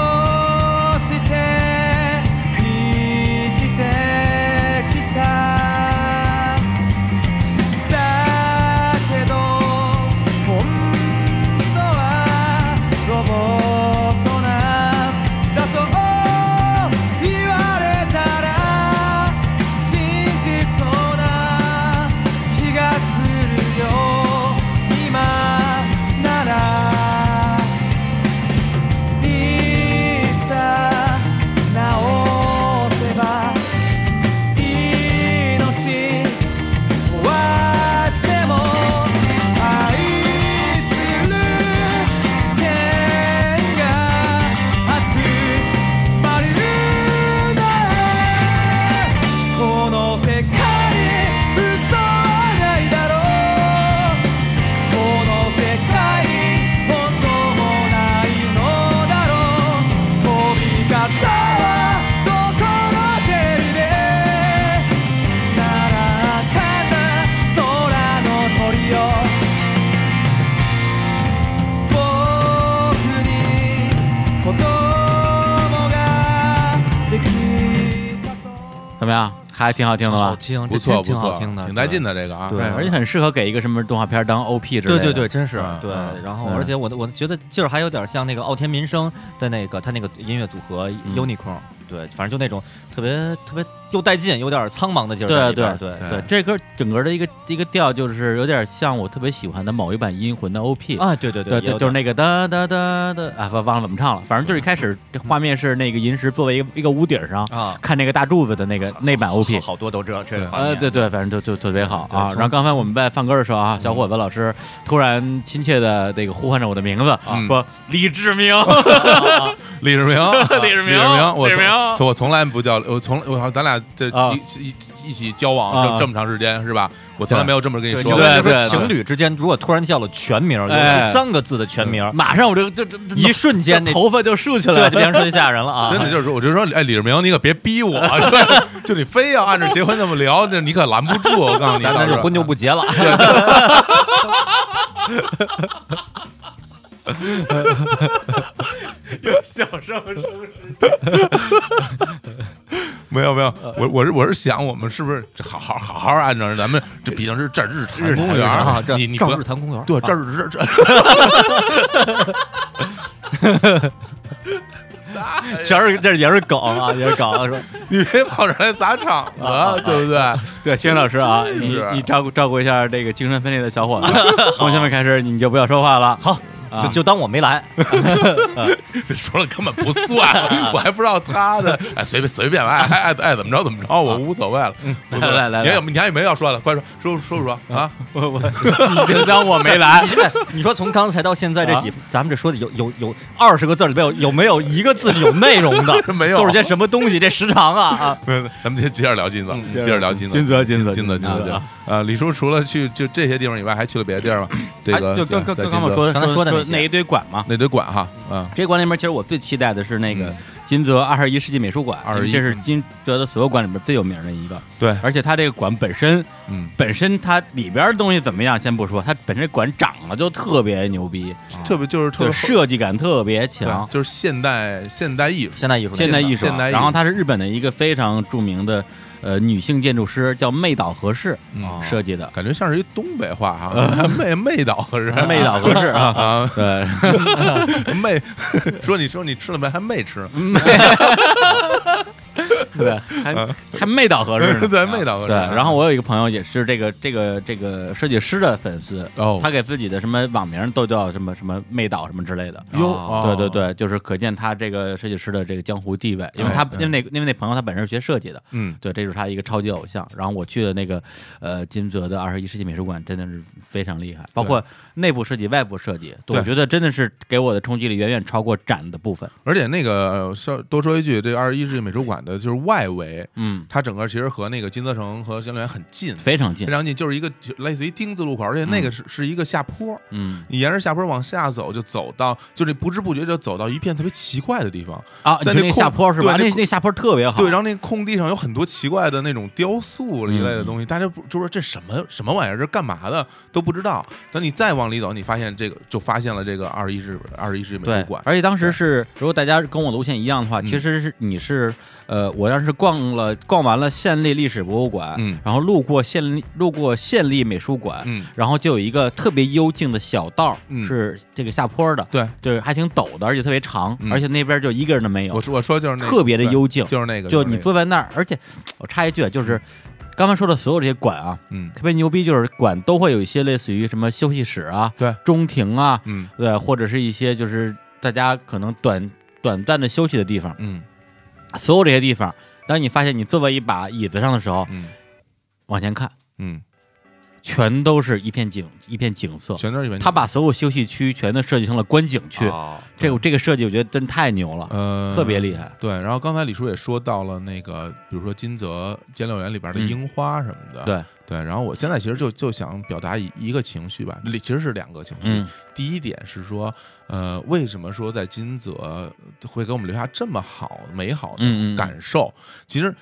Speaker 5: して生きてきただけど本当はロボットなんだと言われたら信じそうな気がするよ今ならいさ直せば命壊しても愛する人を視線が集まるならこの世界に嘘はないだろうこの世界本当もないのだろう飛び方はどこの蹴りでならかな空の鳥よ僕に子供ができたと
Speaker 1: 怎么样？还挺好听的
Speaker 3: 好
Speaker 1: 吧？
Speaker 3: 听，
Speaker 2: 不
Speaker 3: 这
Speaker 2: 错
Speaker 3: 真
Speaker 2: 不
Speaker 3: 挺
Speaker 2: 错
Speaker 3: 好，听的，
Speaker 2: 挺带劲的这个啊。
Speaker 3: 对
Speaker 1: 对，而且很适合给一个什么动画片当 OP 之类
Speaker 3: 对。
Speaker 1: 的。
Speaker 3: 对对对，真是
Speaker 2: 嗯
Speaker 3: 对
Speaker 1: 嗯。
Speaker 3: 然后，
Speaker 1: 嗯
Speaker 3: 而且我的我觉得劲儿还有点像那个奥田民生的那个他那个音乐组合
Speaker 2: 嗯
Speaker 3: Unicorn，对，反正就那种特别特别又带劲，有点苍茫的劲儿在
Speaker 1: 对
Speaker 3: 里边
Speaker 1: 对
Speaker 3: 儿。对
Speaker 1: 对，这歌整个的一个一个调就是有点像我特别喜欢的某一版《阴魂》的 OP
Speaker 3: 啊，对对
Speaker 1: 对
Speaker 3: 对，
Speaker 1: 对，
Speaker 3: 有
Speaker 1: 就是
Speaker 3: 点
Speaker 1: 那个哒哒哒哒啊，忘忘了怎么唱了，反正就是一开始这画面是那个银石作为一个一个屋顶上
Speaker 3: 啊
Speaker 1: 看那个大柱子的那个那版 OP，
Speaker 3: 好好多都这这
Speaker 2: 对
Speaker 3: 画
Speaker 1: 呃，
Speaker 3: 面
Speaker 1: 对对，反正就就特别好
Speaker 3: 对
Speaker 1: 啊。
Speaker 3: 风
Speaker 1: 然后刚才我们在放歌的时候啊，小伙子老师突然亲切的这个呼唤着我的名字，
Speaker 2: 嗯
Speaker 1: 说李志明，
Speaker 2: 李志明，
Speaker 1: 李志
Speaker 2: 志
Speaker 1: 明
Speaker 2: 明，我
Speaker 1: 李志明
Speaker 2: 从从我从来不叫，我从我好像咱俩这
Speaker 1: 啊
Speaker 2: 一一一起交往
Speaker 1: 啊
Speaker 2: 这这么长时间是吧？我从来
Speaker 1: 对
Speaker 2: 没有这么跟你
Speaker 3: 对，
Speaker 2: 说
Speaker 3: 就
Speaker 2: 过。
Speaker 1: 对
Speaker 3: 是
Speaker 1: 对
Speaker 3: 情侣之间，如果突然叫了全名，尤
Speaker 1: 哎
Speaker 3: 其三个字的全名，
Speaker 1: 马上我这这这这
Speaker 3: 一瞬间那
Speaker 1: 这头发就竖起来
Speaker 3: 对，
Speaker 1: 了，
Speaker 3: 就变成特别吓人了啊！
Speaker 2: 真的就是说，我就说，哎，李志明，你可别逼我，是吧就你非要按着结婚那么聊，那你可拦不住。我告诉你，
Speaker 3: 咱
Speaker 2: 到
Speaker 3: 咱
Speaker 2: 时
Speaker 3: 就
Speaker 2: 候
Speaker 3: 婚就不结了。
Speaker 2: 没有没有，
Speaker 3: 呃
Speaker 2: 我我是我是想，我们是不是好好好好按照咱们这毕竟是这日坛公园
Speaker 3: 啊，这
Speaker 2: 你你
Speaker 3: 照
Speaker 2: 不
Speaker 3: 日坛公园，
Speaker 2: 对这
Speaker 3: 啊
Speaker 2: 日这这，
Speaker 3: 全是这也是梗 啊，也是梗啊，说
Speaker 2: 你别跑这儿来砸场子，啊对不对？
Speaker 1: 对，星老师啊，你
Speaker 2: 是
Speaker 1: 你照顾照顾一下这个精神分裂的小伙子，啊从现在开始你就不要说话了。好，啊
Speaker 3: 就就当我没 来。
Speaker 2: 这说了根本不算，我还不知道他的，哎，随便随便吧，爱爱爱爱怎么着怎么
Speaker 3: 啊
Speaker 2: 着，我无所谓了。
Speaker 3: 嗯
Speaker 2: 无所谓
Speaker 1: 来来来
Speaker 2: 你还有你还有没有要说的？快说说说说说啊！
Speaker 1: 我我你就当我没来。
Speaker 3: 你说从刚才到现在这几，咱们这说的有有有二十个字里边有有没有一个字是有内容 的？
Speaker 2: 没有
Speaker 3: 嗯都是些什么东西？这时长啊啊！
Speaker 2: 没有， 咱们接接着聊金子，接着聊金
Speaker 1: 嗯
Speaker 2: 子，
Speaker 1: 金子金子
Speaker 2: 金子，
Speaker 1: 金
Speaker 2: 金
Speaker 1: 子
Speaker 2: 子。对呃，李叔除了去就这些地方以外，还去了别的地儿吗？这
Speaker 1: 啊
Speaker 2: 个
Speaker 1: 就跟
Speaker 2: 在
Speaker 1: 跟
Speaker 2: 在
Speaker 1: 跟
Speaker 2: 金
Speaker 1: 刚我
Speaker 2: 泽
Speaker 1: 说
Speaker 3: 刚才
Speaker 1: 说
Speaker 3: 说的那些
Speaker 1: 那一堆馆嘛，
Speaker 2: 那堆馆哈，啊，
Speaker 1: 这馆里面其实我最期待的是那个
Speaker 2: 嗯
Speaker 1: 金泽二十一世纪美术馆，
Speaker 2: 21
Speaker 1: 因为这是金泽的所有馆里面最有名的一个。
Speaker 2: 对，
Speaker 1: 而且它这个馆本身
Speaker 2: 嗯，
Speaker 1: 本身它里边的东西怎么样先不说，它本身馆长得就特别牛逼，
Speaker 2: 特别就是特
Speaker 1: 就
Speaker 2: 别
Speaker 1: 是设计感特别
Speaker 2: 对
Speaker 1: 强，
Speaker 2: 就是现代现代艺术，
Speaker 3: 现代艺术，
Speaker 1: 现代艺术。啊
Speaker 2: 现代艺术
Speaker 1: 然后它是日本的一个非常著名的呃女性建筑师叫妹岛和世
Speaker 2: 嗯，
Speaker 1: 设计的，
Speaker 2: 感觉像是一东北话哈， 妹 妹岛可是
Speaker 1: 嗯妹岛和世啊，
Speaker 2: 啊，
Speaker 1: 对。
Speaker 2: 妹 说你说你吃了没？还没吃呢，
Speaker 1: 嗯 对，还还妹岛合适呢。
Speaker 2: 对，妹岛可是
Speaker 1: 对，然后我有一个朋友也是这个这个这个设计师的粉丝，
Speaker 2: 哦
Speaker 1: 他给自己的什么网名都叫什么什么妹岛什么之类的。
Speaker 2: 哟，
Speaker 3: 哦
Speaker 2: 哦
Speaker 1: 对对，对，就是可见他这个设计师的这个江湖地位，因为他
Speaker 2: 哎
Speaker 1: 因为那因为那朋友他本身是学设计的，
Speaker 2: 嗯，
Speaker 1: 对，这就是他一个超级偶像。然后我去的那个呃金泽的二十一世纪美术馆真的是非常厉害，包括内部设计、外部设计，
Speaker 2: 对
Speaker 1: 我觉得真的是给我的冲击力远远超过展的部分。
Speaker 2: 而且那个呃稍多说一句，这二十一世纪美术馆的就是外围，
Speaker 1: 嗯，
Speaker 2: 它整个其实和那个金泽城和新乐园很近，
Speaker 1: 非常近
Speaker 2: 非。常近，就是一个就类似于丁字路口，而且那个是、是一个下坡，
Speaker 1: 嗯
Speaker 2: 你沿着下坡往下走，就走到，就你不知不觉就走到一片特别奇怪的地方。
Speaker 1: 啊，你
Speaker 2: 在
Speaker 1: 说
Speaker 2: 那
Speaker 1: 那
Speaker 2: 空
Speaker 1: 下坡是吧？
Speaker 2: 对
Speaker 1: 那
Speaker 2: 那
Speaker 1: 那下坡特别好。
Speaker 2: 对，然后那空地上有很多奇怪的那种雕塑一类
Speaker 1: 嗯
Speaker 2: 的东西，大家不就说这什么什么玩意儿，这干嘛的都不知道。等你再往里走，你发现这个就发现了这个二十一世二十一世纪美
Speaker 1: 对
Speaker 2: 术，馆，
Speaker 1: 而且当时是，如果大家跟我路线一样的话，
Speaker 2: 嗯
Speaker 1: 其实是你是，呃，我当时逛了逛完了县立历史博物馆，
Speaker 2: 嗯
Speaker 1: 然后路过县立路过县立美术馆，
Speaker 2: 嗯，
Speaker 1: 然后就有一个特别幽静的小道，
Speaker 2: 嗯
Speaker 1: 是这个下坡的，
Speaker 2: 对，
Speaker 1: 就是还挺陡的，而且特别长，
Speaker 2: 嗯
Speaker 1: 而且那边就一个人都没有
Speaker 2: 我，说我说就是那个
Speaker 1: 特别的幽静
Speaker 2: 对，嗯就是那个，
Speaker 1: 就是
Speaker 2: 那
Speaker 1: 你
Speaker 2: 个
Speaker 1: 坐在那儿，而且我插一句啊，就是刚才说的所有这些馆啊，
Speaker 2: 嗯
Speaker 1: 特别牛逼，就是馆都会有一些类似于什么休息室啊、
Speaker 2: 对
Speaker 1: 中庭啊，
Speaker 2: 嗯
Speaker 1: 对，或者是一些就是大家可能短短暂的休息的地方，
Speaker 2: 嗯
Speaker 1: 所有这些地方，当你发现你坐在一把椅子上的时候，
Speaker 2: 嗯
Speaker 1: 往前看，
Speaker 2: 嗯，
Speaker 1: 全都是一片景，一片景色。
Speaker 2: 全都是啊一文
Speaker 1: 他把所有休息区全都设计成了观景区，
Speaker 3: 哦
Speaker 1: 这个这个设计我觉得真太牛了，
Speaker 2: 呃
Speaker 1: 特别厉害。
Speaker 2: 对，然后刚才李叔也说到了那个，比如说金泽监六园里边的
Speaker 1: 嗯
Speaker 2: 樱花什么的，
Speaker 1: 对，
Speaker 2: 对然后我现在其实就就想表达一一个情绪吧，里其实是两个情绪。
Speaker 1: 嗯
Speaker 2: 第一点是说，呃，为什么说在金泽会给我们留下这么好美好
Speaker 1: 嗯嗯嗯
Speaker 2: 的感受？其实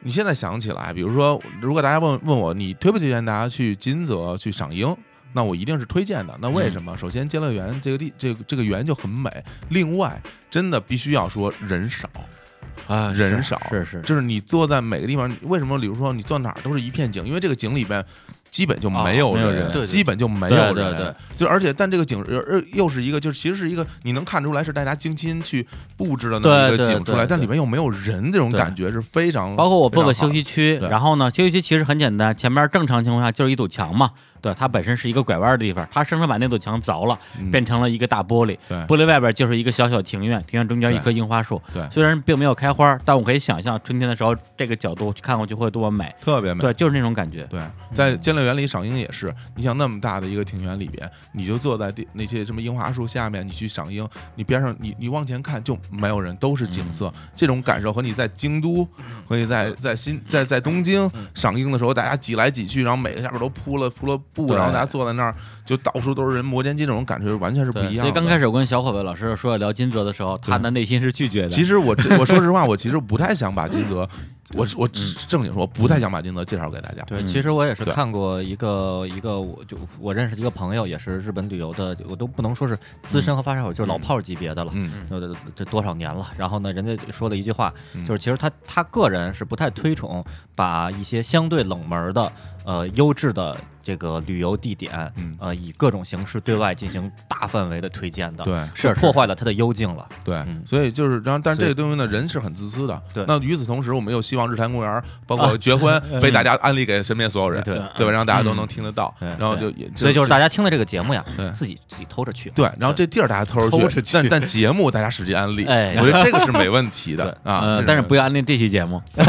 Speaker 2: 你现在想起来，比如说，如果大家问问我，你推不推荐大家去金泽去赏樱？那我一定是推荐的。那为什么？
Speaker 1: 嗯
Speaker 2: 首先，监乐园这个地，这个这个园就很美。另外，真的必须要说人少，
Speaker 1: 啊，是
Speaker 2: 人少，
Speaker 1: 是是，
Speaker 2: 就是你坐在每个地方，你为什么？比如说你坐哪儿都是一片景，因为这个景里边基本就没有
Speaker 1: 啊没有
Speaker 2: 人，
Speaker 1: 人
Speaker 3: 对对
Speaker 2: 基本就没有人，
Speaker 1: 对对对
Speaker 2: 就而且但这个景又又又是一个，就是其实是一个你能看出来是大家精心去布置的那么一
Speaker 1: 对
Speaker 2: 个
Speaker 1: 对
Speaker 2: 景出来，
Speaker 1: 对
Speaker 2: 但
Speaker 1: 对
Speaker 2: 里面又没有人，这种
Speaker 1: 对
Speaker 2: 感觉是非常
Speaker 1: 包括我坐
Speaker 2: 非
Speaker 1: 个
Speaker 2: 常好
Speaker 1: 休息区，
Speaker 2: 对
Speaker 1: 然后呢，休息区其实很简单，前面正常情况下就是一堵墙嘛，对，它本身是一个拐弯的地方，它生生把那堵墙凿了，
Speaker 2: 嗯
Speaker 1: 变成了一个大玻璃，
Speaker 2: 对
Speaker 1: 玻璃外边就是一个小小庭院，庭院中间一
Speaker 2: 对
Speaker 1: 棵樱花树，
Speaker 2: 对
Speaker 1: 虽然并没有开花，但我可以想象春天的时候这个角度去看过去会多么美，
Speaker 2: 特别美。
Speaker 1: 对，就是那种感觉，
Speaker 2: 对，在《监乐园》里赏樱也是，你想那么大的一个庭园里边，你就坐在地那些什么樱花树下面，你去赏樱，你边上你你往前看就没有人，都是景色，
Speaker 1: 嗯
Speaker 2: 这种感受和你在京都和你在在新在在东
Speaker 1: 嗯
Speaker 2: 京赏樱的时候，大家挤来挤去，然后每个下边都铺了铺了布，
Speaker 1: 对
Speaker 2: 然后大家坐在那儿就到处都是人摩肩接这种感觉完全是不
Speaker 1: 对，
Speaker 2: 一样
Speaker 1: 所
Speaker 2: 的。
Speaker 1: 以刚开始我跟小伙伴老师说要聊金哲的时候，他的内心是拒绝的，
Speaker 2: 其实我这我说实话，我其实不太想 把金泽，我我正经说，我不太想把金泽介绍给大家。
Speaker 3: 对，
Speaker 1: 嗯
Speaker 3: 其实我也是
Speaker 2: 对
Speaker 3: 看过一个一个，我就我认识的一个朋友，也是日本旅游的，我都不能说是资深和发烧友，就是老炮儿级别的了。
Speaker 2: 嗯，
Speaker 3: 呃，这多少年了？然后呢，人家说了一句话，
Speaker 2: 嗯
Speaker 3: 就是其实他他个人是不太推崇把一些相对冷门的、呃优质的这个旅游地点
Speaker 2: 嗯，
Speaker 3: 呃以各种形式对外进行大范围的推荐的，，
Speaker 2: 对。
Speaker 1: 是
Speaker 3: 破坏了他的幽静了。
Speaker 2: 对
Speaker 3: 嗯，
Speaker 2: 所以就是，然后，但是这
Speaker 3: 所以
Speaker 2: 个东西呢，人是很自私的。
Speaker 3: 对嗯
Speaker 2: 那与此同时，我们又希望日坛公 园，包括结婚，被大家安利给身边所有人，
Speaker 3: 对
Speaker 2: 对吧？让大家都能听得到，
Speaker 3: 嗯
Speaker 2: 然后就也，
Speaker 3: 所以就是大家听的这个节目呀
Speaker 2: 对，
Speaker 3: 自己自己偷着去。
Speaker 2: 对，然后这地儿大家偷
Speaker 3: 偷
Speaker 2: 着
Speaker 3: 着去
Speaker 2: 但但节目大家使劲安利，
Speaker 3: 哎
Speaker 2: 我觉得这个是没问题 的啊。
Speaker 1: 呃，
Speaker 2: 这
Speaker 1: 但是不
Speaker 2: 要
Speaker 1: 要安利这期节 目， 哎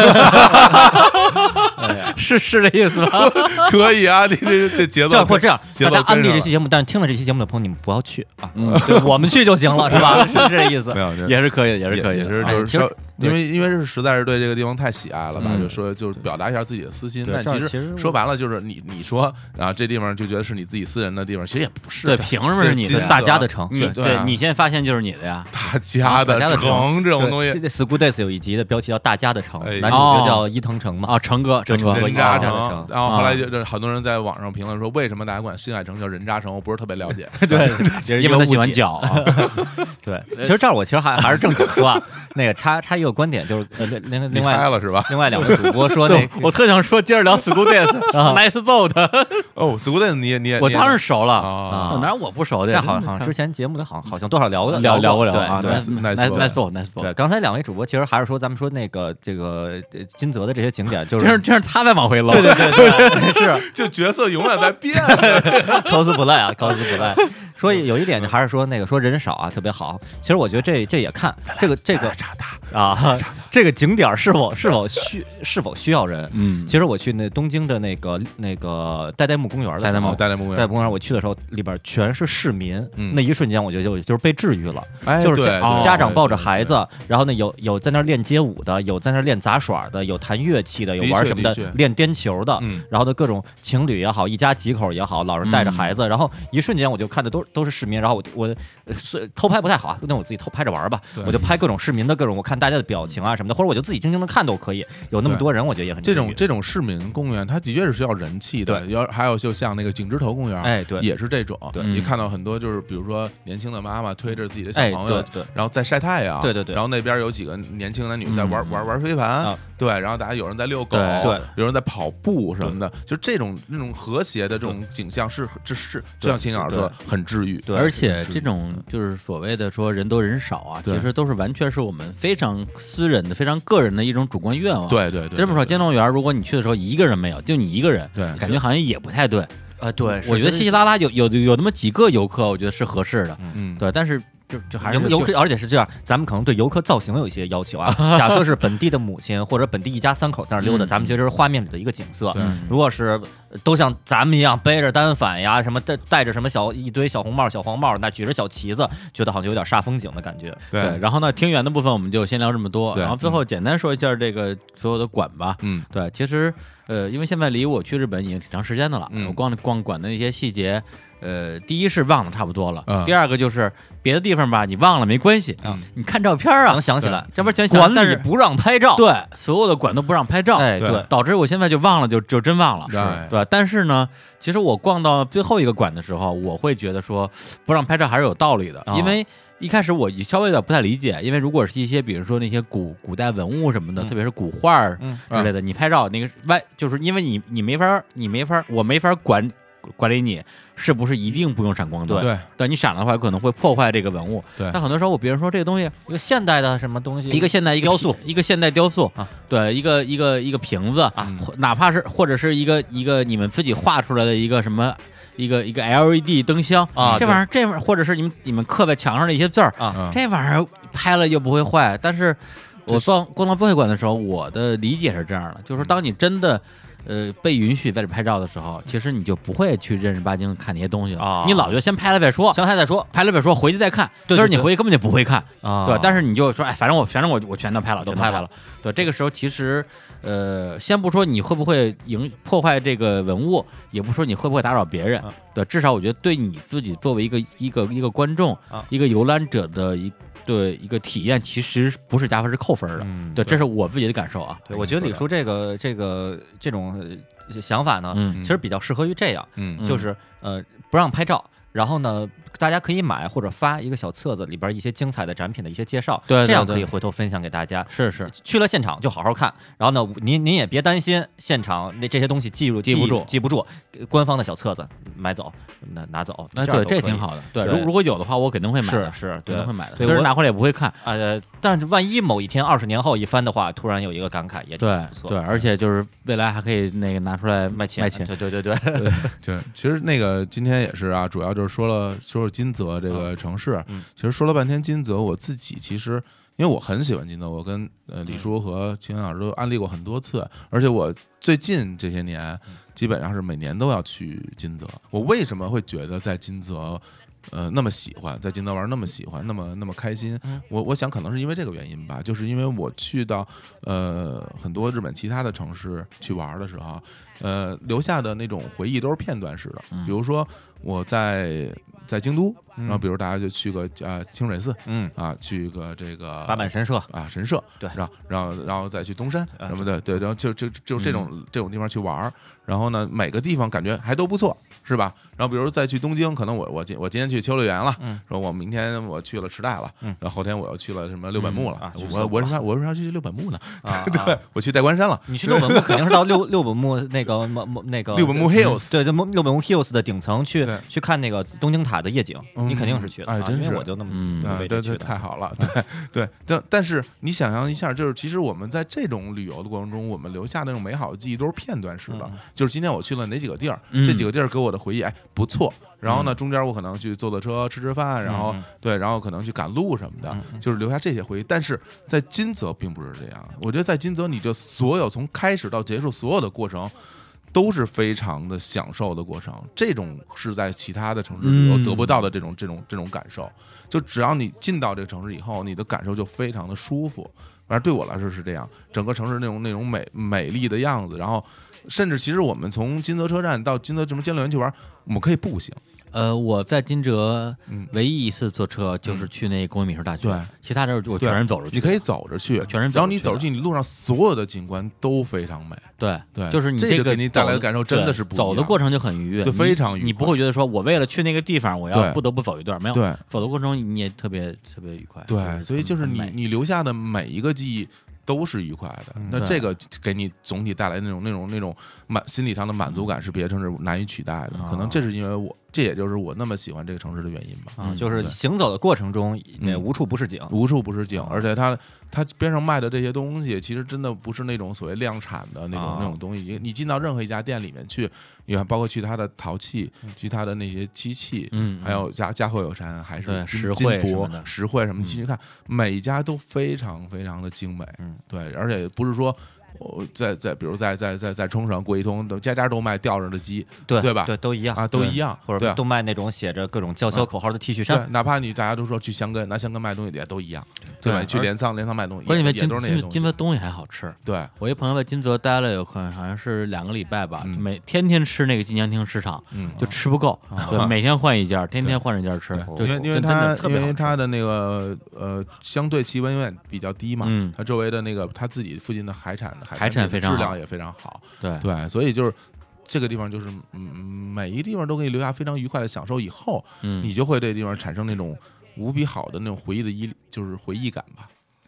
Speaker 3: 是是这意思吧？
Speaker 2: 可以啊，你这这节奏
Speaker 3: 这
Speaker 2: 跟，
Speaker 3: 样或这样，
Speaker 2: 节
Speaker 3: 大
Speaker 2: 奏
Speaker 3: 家安利
Speaker 2: 跟上
Speaker 3: 这
Speaker 2: 了
Speaker 3: 期节目，但是听了这期节目的朋友，你们不要去啊，
Speaker 1: 嗯，
Speaker 3: 对我们去就行了，是 吧？是这意思
Speaker 2: 没。有，这
Speaker 1: 也是可以的，也是
Speaker 2: 也
Speaker 1: 可以
Speaker 2: 也
Speaker 1: 的，啊
Speaker 2: 是
Speaker 3: 哎
Speaker 2: 就是
Speaker 3: 其实
Speaker 2: 稍，因为因为是实在是对这个地方太喜爱了吧，
Speaker 1: 嗯
Speaker 2: 就说就是表达一下自己的私心。
Speaker 3: 对
Speaker 2: 但
Speaker 3: 这样
Speaker 2: 其
Speaker 3: 其实
Speaker 2: 实
Speaker 3: 我
Speaker 2: 说白了就是你你说啊，这地方就觉得是你自己私人的地方，其实也不是
Speaker 1: 对，
Speaker 2: 的
Speaker 1: 凭什么是你
Speaker 2: 这
Speaker 1: 的
Speaker 2: 金？
Speaker 3: 大家的城
Speaker 1: 你
Speaker 2: 对
Speaker 1: 对
Speaker 2: 啊
Speaker 1: 你现在发现就是你的呀，
Speaker 2: 大家
Speaker 3: 大家
Speaker 2: 的
Speaker 3: 的
Speaker 2: 城这种东
Speaker 3: 这
Speaker 2: 西，
Speaker 3: 这 School Days 有一集的标题叫《大家的城
Speaker 2: 哎》，
Speaker 3: 男主角叫伊藤诚嘛。
Speaker 1: 哦啊，成哥，成
Speaker 3: 对
Speaker 1: 哥，
Speaker 3: 成哥
Speaker 2: 人渣
Speaker 3: 大家的
Speaker 2: 城
Speaker 3: 城。
Speaker 2: 然后后
Speaker 1: 啊
Speaker 2: 来就就很多人在网上评论说，为什么大家管新海城叫人渣城？我不是特别了解。
Speaker 3: 对，也是
Speaker 1: 因为
Speaker 3: 一个
Speaker 1: 他
Speaker 3: 误
Speaker 1: 喜欢
Speaker 3: 解。
Speaker 1: 脚啊，
Speaker 3: 对，其实这儿我其 实还还是正经说啊，那个插插一个观点，就是呃另另
Speaker 2: 你
Speaker 3: 另
Speaker 2: 猜
Speaker 3: 外
Speaker 2: 了是 吧？
Speaker 3: 另外两位主播说那
Speaker 1: 对，
Speaker 3: 个
Speaker 1: 我特想说，接着聊 School Days，Nice Boat，
Speaker 2: 哦，school day 你也你也
Speaker 1: 我
Speaker 2: 你也
Speaker 1: 当然熟了，
Speaker 2: 啊
Speaker 3: 啊
Speaker 1: 哪有我不熟的
Speaker 3: 这
Speaker 1: 呀？
Speaker 3: 好像好像之前节目里好像好像多少聊的
Speaker 1: 聊聊过
Speaker 3: 过
Speaker 1: 聊过啊
Speaker 3: 对对
Speaker 2: 对
Speaker 1: ，Nice
Speaker 2: Nice Boat
Speaker 1: Nice Boat，Nice Boat，
Speaker 3: 对，刚才两位主播其实还是说咱们说那个这个呃金泽的这些景点，就
Speaker 1: 这是
Speaker 3: 是
Speaker 1: 这是他在往回搂，对对对，
Speaker 3: 是
Speaker 2: 就角色永远在变。
Speaker 3: 高斯不赖啊，高斯不赖。说有一点就还是说那个说人少啊特别好，其实我觉得这这也看这个这个
Speaker 2: 渣大
Speaker 3: 啊，这个景点儿是否是否需是否需要人？
Speaker 1: 嗯
Speaker 3: 其，实我去那东京的那个那个代代木公园的时
Speaker 1: 代
Speaker 3: 候
Speaker 1: 代木
Speaker 2: 哦，带来木
Speaker 3: 代代
Speaker 2: 园，
Speaker 3: 木公园，我去的时候里边全是市民，
Speaker 2: 嗯
Speaker 3: 那一瞬间我觉得就就是被治愈了，
Speaker 2: 哎
Speaker 3: 就是
Speaker 2: 对
Speaker 3: 家
Speaker 2: 对
Speaker 3: 家长抱着孩
Speaker 2: 对对对
Speaker 3: 子，然后呢有有在那儿练街舞的，有在那儿练杂耍的，有弹乐器的，有玩
Speaker 2: 的确
Speaker 3: 什么的
Speaker 2: 的确，
Speaker 3: 练颠球的。
Speaker 2: 嗯，
Speaker 3: 然后呢，各种情侣也好，一家几口也好，老人带着孩子，然后一瞬间我就看的都都是市民，然后我我呃是偷拍不太好啊，那我自己偷拍着玩吧
Speaker 2: 对，
Speaker 3: 我就拍各种市民的各种，我看大家的表情啊什么的，或者我就自己静静的看都可以。有那么
Speaker 2: 对
Speaker 3: 多人，我觉得也很
Speaker 2: 这
Speaker 3: 治
Speaker 2: 种
Speaker 3: 愈
Speaker 2: 这种市民公园，它的确是需要人气的。要还有就像那个景芝头公园，
Speaker 3: 哎对
Speaker 2: 也是这种。
Speaker 3: 对
Speaker 2: 你
Speaker 1: 嗯
Speaker 2: 看到很多就是比如说年轻的妈妈推着自己的小
Speaker 3: 哎
Speaker 2: 朋友
Speaker 3: 对，对
Speaker 2: 然后在晒太阳，
Speaker 3: 对对对
Speaker 2: 然后那边有几个年轻男女在玩
Speaker 1: 嗯
Speaker 2: 玩玩飞盘
Speaker 3: 啊，
Speaker 2: 对，然后大家有人在遛狗，
Speaker 3: 对对，
Speaker 2: 有人在跑步什么的，就这种那种和谐的这种景象是这是就像秦老师说的很治愈，
Speaker 3: 对
Speaker 1: 而且这种就是所谓的说人多人少啊，
Speaker 2: 对
Speaker 1: 其实都是完全是我们非常私人的、非常个人的一种主观愿望。，
Speaker 2: 对对对，
Speaker 1: 这么说，
Speaker 2: 对
Speaker 1: 监洞园，如果你去的时候一个人没有，就你一个人，
Speaker 2: 对
Speaker 1: 感觉好像也不太呃对。
Speaker 3: 啊，对，
Speaker 1: 我觉得稀稀拉拉有有有那么几个游客，我觉得是合适的。
Speaker 2: 嗯，
Speaker 1: 对，但是就就还是
Speaker 3: 游游客，而且是这样，咱们可能对游客造型有一些要 求啊。假设是本地的母亲或者本地一家三口在那儿溜达，
Speaker 1: 嗯
Speaker 3: 咱们觉得这是画面里的一个景色。
Speaker 2: 对
Speaker 1: 嗯
Speaker 3: 如果是呃都像咱们一样背着单反呀，什么带带着什么小一堆小红帽、小黄帽，那举着小旗子，觉得好像有点煞风景的感觉。
Speaker 1: 对，
Speaker 2: 对，
Speaker 1: 然后呢，听园的部分我们就先聊这么多，
Speaker 2: 对
Speaker 1: 然后最后简单说一下这个所有的馆吧。
Speaker 2: 嗯
Speaker 1: 对，其实呃，因为现在离我去日本已经挺长时间的了，
Speaker 2: 嗯
Speaker 1: 我逛逛馆的那些细节，呃，第一是忘的差不多了，
Speaker 2: 嗯
Speaker 1: 第二个就是别的地方吧，你忘了没关系，
Speaker 2: 嗯
Speaker 1: 你看照片
Speaker 3: 让
Speaker 1: 啊
Speaker 3: 我，想起来，
Speaker 1: 这不是全想
Speaker 3: 管
Speaker 1: 但
Speaker 3: 理
Speaker 1: 是
Speaker 3: 不让拍照。
Speaker 1: 对，所有的馆都不让拍照，
Speaker 3: 哎，
Speaker 2: 对
Speaker 3: 对，
Speaker 1: 导致我现在就忘了，就就真忘了。
Speaker 2: 对
Speaker 1: 对，但是呢，其实我逛到最后一个馆的时候，我会觉得说不让拍照还是有道理的，
Speaker 3: 哦
Speaker 1: 因为一开始我稍微有点不太理解，因为如果是一些比如说那些古古代文物什么的，
Speaker 3: 嗯
Speaker 1: 特别是古画儿
Speaker 3: 嗯
Speaker 1: 之类的，你拍照那个外就是因为你你没法儿你没法儿我没法儿管管理你是不是一定不用闪光灯，
Speaker 2: 对嗯
Speaker 1: 对你闪了的话可能会破坏这个文物。
Speaker 2: 对
Speaker 1: 但很多时候别人说这个东西
Speaker 3: 一个现代的什么东西，
Speaker 1: 一个现代一个
Speaker 3: 雕塑
Speaker 1: 一个现代雕塑
Speaker 3: 啊，
Speaker 1: 对，一个一个一个瓶子
Speaker 3: 啊
Speaker 1: 或哪怕是或者是一个一个你们自己画出来的一个什么一个一个 LED 灯箱
Speaker 3: 啊
Speaker 1: 这
Speaker 3: 对
Speaker 1: 玩意儿这玩意儿或者是你们你们刻在墙上的一些字儿，
Speaker 3: 啊
Speaker 2: 嗯
Speaker 1: 这玩意儿拍了又不会坏。但是我
Speaker 2: 这
Speaker 1: 逛逛到博物馆的时候，我的理解是这样的，
Speaker 3: 嗯
Speaker 1: 就是说当你真的。呃，被允许在这拍照的时候，其实你就不会去认认八经看那些东西了。
Speaker 3: 啊
Speaker 1: 你老就先拍了再说，
Speaker 3: 先拍再说
Speaker 1: 拍了再说，回去再看。
Speaker 3: 对对
Speaker 1: 就是你
Speaker 3: 对
Speaker 1: 回去根本就不会看。
Speaker 3: 啊，
Speaker 1: 啊对，但是你就说，哎，反正我反正我我全都拍了，都
Speaker 3: 全
Speaker 1: 拍
Speaker 3: 拍
Speaker 1: 了。对，这个时候其实，呃，先不说你会不会影破坏这个文物，也不说你会不会打扰别人
Speaker 3: 啊，
Speaker 1: 对，至少我觉得对你自己作为一个一个一个观众
Speaker 3: 啊，
Speaker 1: 一个游览者的一对一个体验，其实不是加分是扣分的。
Speaker 3: 嗯
Speaker 1: 对，这是我自己的感受啊。
Speaker 3: 对，我觉得李叔这个这个这种呃想法呢，
Speaker 1: 嗯
Speaker 3: 其实比较适合于这样，
Speaker 2: 嗯
Speaker 1: 嗯
Speaker 3: 就是呃不让拍照。然后呢，大家可以买或者发一个小册子，里边一些精彩的展品的一些介绍，
Speaker 1: 对对
Speaker 3: 这样
Speaker 1: 对
Speaker 3: 可以回头分享给大家。
Speaker 1: 是是，
Speaker 3: 去了现场就好好看，然后呢，您您也别担心现场那这些东西记住
Speaker 1: 记不住
Speaker 3: 记不住，官方的小册子买走，拿拿走，
Speaker 1: 那
Speaker 3: 样
Speaker 1: 哎对，
Speaker 3: 都
Speaker 1: 这也
Speaker 3: 可以
Speaker 1: 挺好的。对，
Speaker 3: 对
Speaker 1: 如如果有的话，我肯定会买的，
Speaker 3: 是是
Speaker 1: 肯定
Speaker 3: 对
Speaker 1: 会买的。
Speaker 3: 对
Speaker 1: 虽然
Speaker 3: 我
Speaker 1: 拿回来也不会看，
Speaker 3: 呃，但是万一某一天二十年后一翻的话，突然有一个感慨，也挺
Speaker 1: 对
Speaker 3: 不错
Speaker 1: 对，而且就是未来还可以那个拿出来
Speaker 3: 卖
Speaker 1: 钱卖钱。
Speaker 3: 对对对对，
Speaker 2: 对，其实那个今天也是啊，主要就是说了说说金泽这个城市。
Speaker 3: 嗯
Speaker 2: 其实说了半天金泽，我自己其实因为我很喜欢金泽，我跟呃李叔和秦岩老师都安利过很多次，而且我最近这些年基本上是每年都要去金泽。我为什么会觉得在金泽？呃，那么喜欢在金泽玩，那么喜欢，那么那么开心，我我想可能是因为这个原因吧，就是因为我去到呃很多日本其他的城市去玩的时候，呃，留下的那种回忆都是片段式的。比如说我在在京都，然后比如大家就去个啊、呃清水寺
Speaker 3: 嗯，
Speaker 2: 啊，去个这个
Speaker 3: 八坂神社，
Speaker 2: 啊神社，
Speaker 3: 对
Speaker 2: 然后然后然后再去东山
Speaker 3: 啊嗯
Speaker 2: 什么的，对，然后就就就这种、这种地方去玩儿，然后呢，每个地方感觉还都不错，是吧？然后比如再去东京，可能我我今我今天去秋乐园了，
Speaker 3: 嗯，
Speaker 2: 说我明天我去了池袋了，
Speaker 3: 嗯
Speaker 2: 然后后天我又去了什么六本木了，
Speaker 3: 嗯啊去
Speaker 2: 我
Speaker 3: 涩谷
Speaker 2: 我是啥我是啥去六本木呢？
Speaker 3: 啊
Speaker 2: 对，
Speaker 3: 啊
Speaker 2: 我去代官山了，
Speaker 3: 你去六本木肯定是到六 六本木那个某某那个嗯
Speaker 2: 六本木 Hills
Speaker 3: 对，对木六本木 Hills 的顶层去
Speaker 2: 对
Speaker 3: 去看那个东京塔的夜景，
Speaker 2: 嗯
Speaker 3: 你肯定是去的，
Speaker 2: 哎
Speaker 3: 啊
Speaker 2: 真
Speaker 3: 因为
Speaker 2: 是
Speaker 3: 我就那么
Speaker 1: 嗯
Speaker 3: 那么
Speaker 2: 啊，
Speaker 3: 位
Speaker 2: 对
Speaker 3: 置去
Speaker 2: 对，
Speaker 3: 的，
Speaker 2: 太好 了，对对，但但是你想象一下，就是其实我们在这种旅游的过程中，我们留下的那种美好的记忆都是片段式的，
Speaker 3: 嗯
Speaker 2: 就是今天我去了哪几个地儿，
Speaker 1: 嗯
Speaker 2: 这几个地儿给我的回忆哎不错，然后呢，中间我可能去坐坐车吃吃饭，然后、
Speaker 3: 嗯
Speaker 2: 对，然后可能去赶路什么的，
Speaker 3: 嗯嗯
Speaker 2: 就是留下这些回忆。但是在金泽并不是这样，我觉得在金泽，你这所有从开始到结束所有的过程。都是非常的享受的过程，这种是在其他的城市旅游
Speaker 1: 嗯
Speaker 2: 得不到的这种、这种这种感受。就只要你进到这个城市以后，你的感受就非常的舒服。反正对我来说是这样，整个城市那种那种美美丽的样子，然后甚至其实我们从金泽车站到金泽什么监乐园去玩，我们可以步行。
Speaker 1: 呃，我在金哲
Speaker 2: 嗯
Speaker 1: 唯一一次坐车就是去那工艺美术大学，
Speaker 2: 对
Speaker 1: 其他地儿我
Speaker 2: 对
Speaker 1: 全是走着去。
Speaker 2: 你可以，走着去，
Speaker 1: 全是走着去的
Speaker 2: 然后你走着去，你路上所有的景观都非常美。
Speaker 1: 对
Speaker 2: 对
Speaker 1: 就是你
Speaker 2: 这就
Speaker 1: 个
Speaker 2: 给你带来的
Speaker 1: 走
Speaker 2: 感受真的是不一
Speaker 1: 走的
Speaker 2: 样
Speaker 1: 过程就很愉悦，
Speaker 2: 对非常愉
Speaker 1: 你你
Speaker 2: 快
Speaker 1: 不会觉得说我为了去那个地方，我要
Speaker 2: 对
Speaker 1: 不得不走一段，没有，
Speaker 2: 对
Speaker 1: 走的过程中你也特别特别愉快。
Speaker 2: 对，所以就是
Speaker 1: 很
Speaker 2: 你
Speaker 1: 美嗯
Speaker 2: 你留下的每一个记忆都是愉快的。那
Speaker 1: 对
Speaker 2: 这个给你总体带来那种那种那种满心理上的满足感是别的城市难以取代的。可
Speaker 1: 嗯
Speaker 2: 能这是因为我，这也就是我那么喜欢这个城市的原因吧。
Speaker 3: 啊
Speaker 1: 哦嗯，
Speaker 3: 就是
Speaker 2: 对
Speaker 3: 行走的过程中，那
Speaker 2: 嗯
Speaker 3: 无处不是景，
Speaker 2: 无处不是景，而且它它边上卖的这些东西，其实真的不是那种所谓量产的那种、
Speaker 1: 哦
Speaker 3: 啊
Speaker 2: 那种东西。你你进到任何一家店里面去，你看包括去它的陶器，去它的那些机器，
Speaker 1: 嗯，
Speaker 2: 还有家家后有山，还是
Speaker 1: 对
Speaker 2: 金
Speaker 1: 石
Speaker 2: 金
Speaker 1: 绘什么
Speaker 2: 箔
Speaker 1: 的嗯
Speaker 2: 石绘什么，进去看，每一家都非常非常的精美。
Speaker 3: 嗯，
Speaker 2: 对，而且不是说。我在在，比如在在在在冲绳、过一通，都家家都卖吊着的鸡，
Speaker 3: 对
Speaker 2: 对吧
Speaker 3: 对，都一样
Speaker 2: 啊都一样
Speaker 3: 或
Speaker 2: 对
Speaker 3: 者
Speaker 2: 啊
Speaker 3: 都卖那种写着各种叫嚣口号的 T 恤
Speaker 2: 对
Speaker 3: 衫，，
Speaker 2: 哪怕你大家都说去香根，拿香根卖东西也都一样，对
Speaker 1: 对
Speaker 2: 吧？你去
Speaker 1: 而
Speaker 2: 镰仓，镰仓卖东西，
Speaker 1: 关键因为
Speaker 2: 也
Speaker 1: 金
Speaker 2: 都是那些
Speaker 1: 金
Speaker 2: 东西
Speaker 1: 金。泽东西还好吃。
Speaker 2: 对，
Speaker 1: 我一朋友在金泽待了有可能好像是两个礼拜吧，
Speaker 2: 嗯
Speaker 1: 就每天天吃那个金江町市场，
Speaker 2: 嗯
Speaker 1: 就吃不够，对， 每天换一家，天天换一家吃，就
Speaker 2: 对嗯因为因为
Speaker 1: 真的
Speaker 2: 它
Speaker 1: 特别
Speaker 2: 因
Speaker 1: 好
Speaker 2: 为
Speaker 1: 吃
Speaker 2: 它的那个呃相对气温永远比较低嘛，
Speaker 1: 嗯
Speaker 2: 它周围的那个它自己附近的海产
Speaker 1: 海
Speaker 2: 海
Speaker 1: 产
Speaker 2: 产
Speaker 1: 非
Speaker 2: 品
Speaker 1: 常
Speaker 2: 质
Speaker 1: 好
Speaker 2: 量也非常好，
Speaker 1: 对
Speaker 2: 对，所以就是这个地方就是嗯每一个地方都给你留下非常愉快的享受，以后
Speaker 1: 嗯
Speaker 2: 你就会对地方产生那种无比好的那种回忆的一，就是回忆感吧。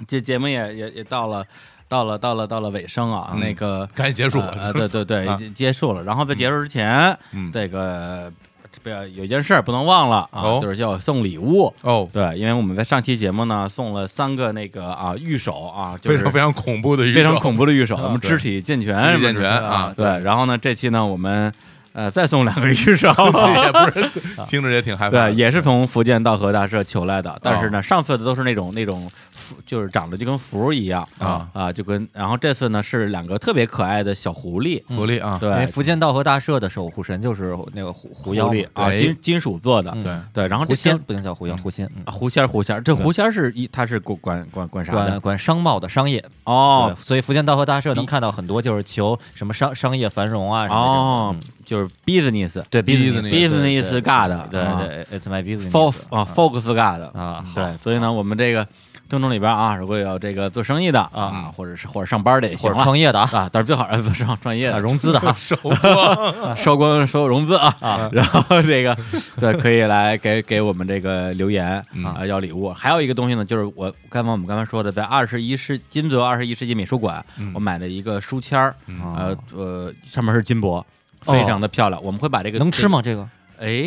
Speaker 1: 这节目也也也到了，到了，到了，到了尾声啊。那个
Speaker 2: 赶紧嗯结束
Speaker 1: 呃呃对对对，
Speaker 2: 啊
Speaker 1: 结结束了。然后在结束之前，
Speaker 2: 嗯
Speaker 1: 这个这不要有一件事儿不能忘了啊，
Speaker 2: 哦
Speaker 1: 就是要送礼物。
Speaker 2: 哦，
Speaker 1: 对，因为我们在上期节目呢送了三个那个啊玉手啊，就
Speaker 2: 非
Speaker 1: 是
Speaker 2: 常非常恐怖的一
Speaker 1: 非常
Speaker 2: 首
Speaker 1: 恐怖的玉手，我们
Speaker 2: 对
Speaker 1: 肢体健全，什
Speaker 2: 肢体
Speaker 1: 么
Speaker 2: 健
Speaker 1: 之
Speaker 2: 全
Speaker 1: 类的
Speaker 2: 啊
Speaker 1: 对，然后呢，这期呢我们呃再送两个玉 手，
Speaker 2: 也 不是，听着也挺害怕
Speaker 1: 对，
Speaker 2: 的。
Speaker 1: 也是从福建道和大社求来的，但
Speaker 3: 哦
Speaker 1: 是呢，上次的都是那种那种符，就是长得就跟符儿一样
Speaker 2: 啊
Speaker 1: 啊，就跟然后这次呢是两个特别可爱的小狐狸，
Speaker 2: 狐狸啊，
Speaker 3: 因为
Speaker 1: 对，
Speaker 3: 哎福建道和大社的守护神就是那个狐狐
Speaker 1: 狐
Speaker 3: 妖嘛，
Speaker 1: 狸啊，
Speaker 2: 对
Speaker 1: 金金属做的，
Speaker 3: 嗯
Speaker 2: 对，
Speaker 1: 对，然后
Speaker 3: 狐
Speaker 1: 这
Speaker 3: 仙
Speaker 1: 仙
Speaker 3: 不能叫狐妖，狐仙，嗯
Speaker 1: 啊，狐仙儿狐仙儿，这狐仙儿是一它是管管管管啥
Speaker 3: 管
Speaker 1: 的
Speaker 3: 管商贸的商业
Speaker 1: 哦
Speaker 3: 对所以福建道和大社能
Speaker 1: 比
Speaker 3: 看到很多就是求什么商商业繁荣啊什么的这种
Speaker 1: 哦
Speaker 3: 嗯，
Speaker 1: 就是 business
Speaker 3: 对
Speaker 2: business
Speaker 1: business god
Speaker 3: 对
Speaker 1: 啊嗯
Speaker 3: 对，It's my business
Speaker 1: fo 啊 focus god
Speaker 3: 啊好
Speaker 1: 对，所以呢，我们这个听众里边啊，如果有这个做生意的啊，或者是或者上班的也
Speaker 3: 或
Speaker 1: 行
Speaker 3: 者
Speaker 1: 了
Speaker 3: 创业的啊，
Speaker 1: 啊，但是最好是上创业
Speaker 3: 啊
Speaker 1: 的，
Speaker 3: 融资 的哈，
Speaker 2: 手光
Speaker 1: 收光收融资啊，然后这个对可以来给给我们这个留言
Speaker 3: 嗯
Speaker 1: 啊要礼物。还有一个东西呢，就是我刚才我们刚才说的，在二十一世金泽二十一世纪美术馆，
Speaker 3: 嗯
Speaker 1: 我买了一个书签儿，
Speaker 3: 哦
Speaker 1: 呃呃，上面是金箔。非常的漂亮，我们会把这个
Speaker 3: 能吃？吗？这个？
Speaker 1: 哎，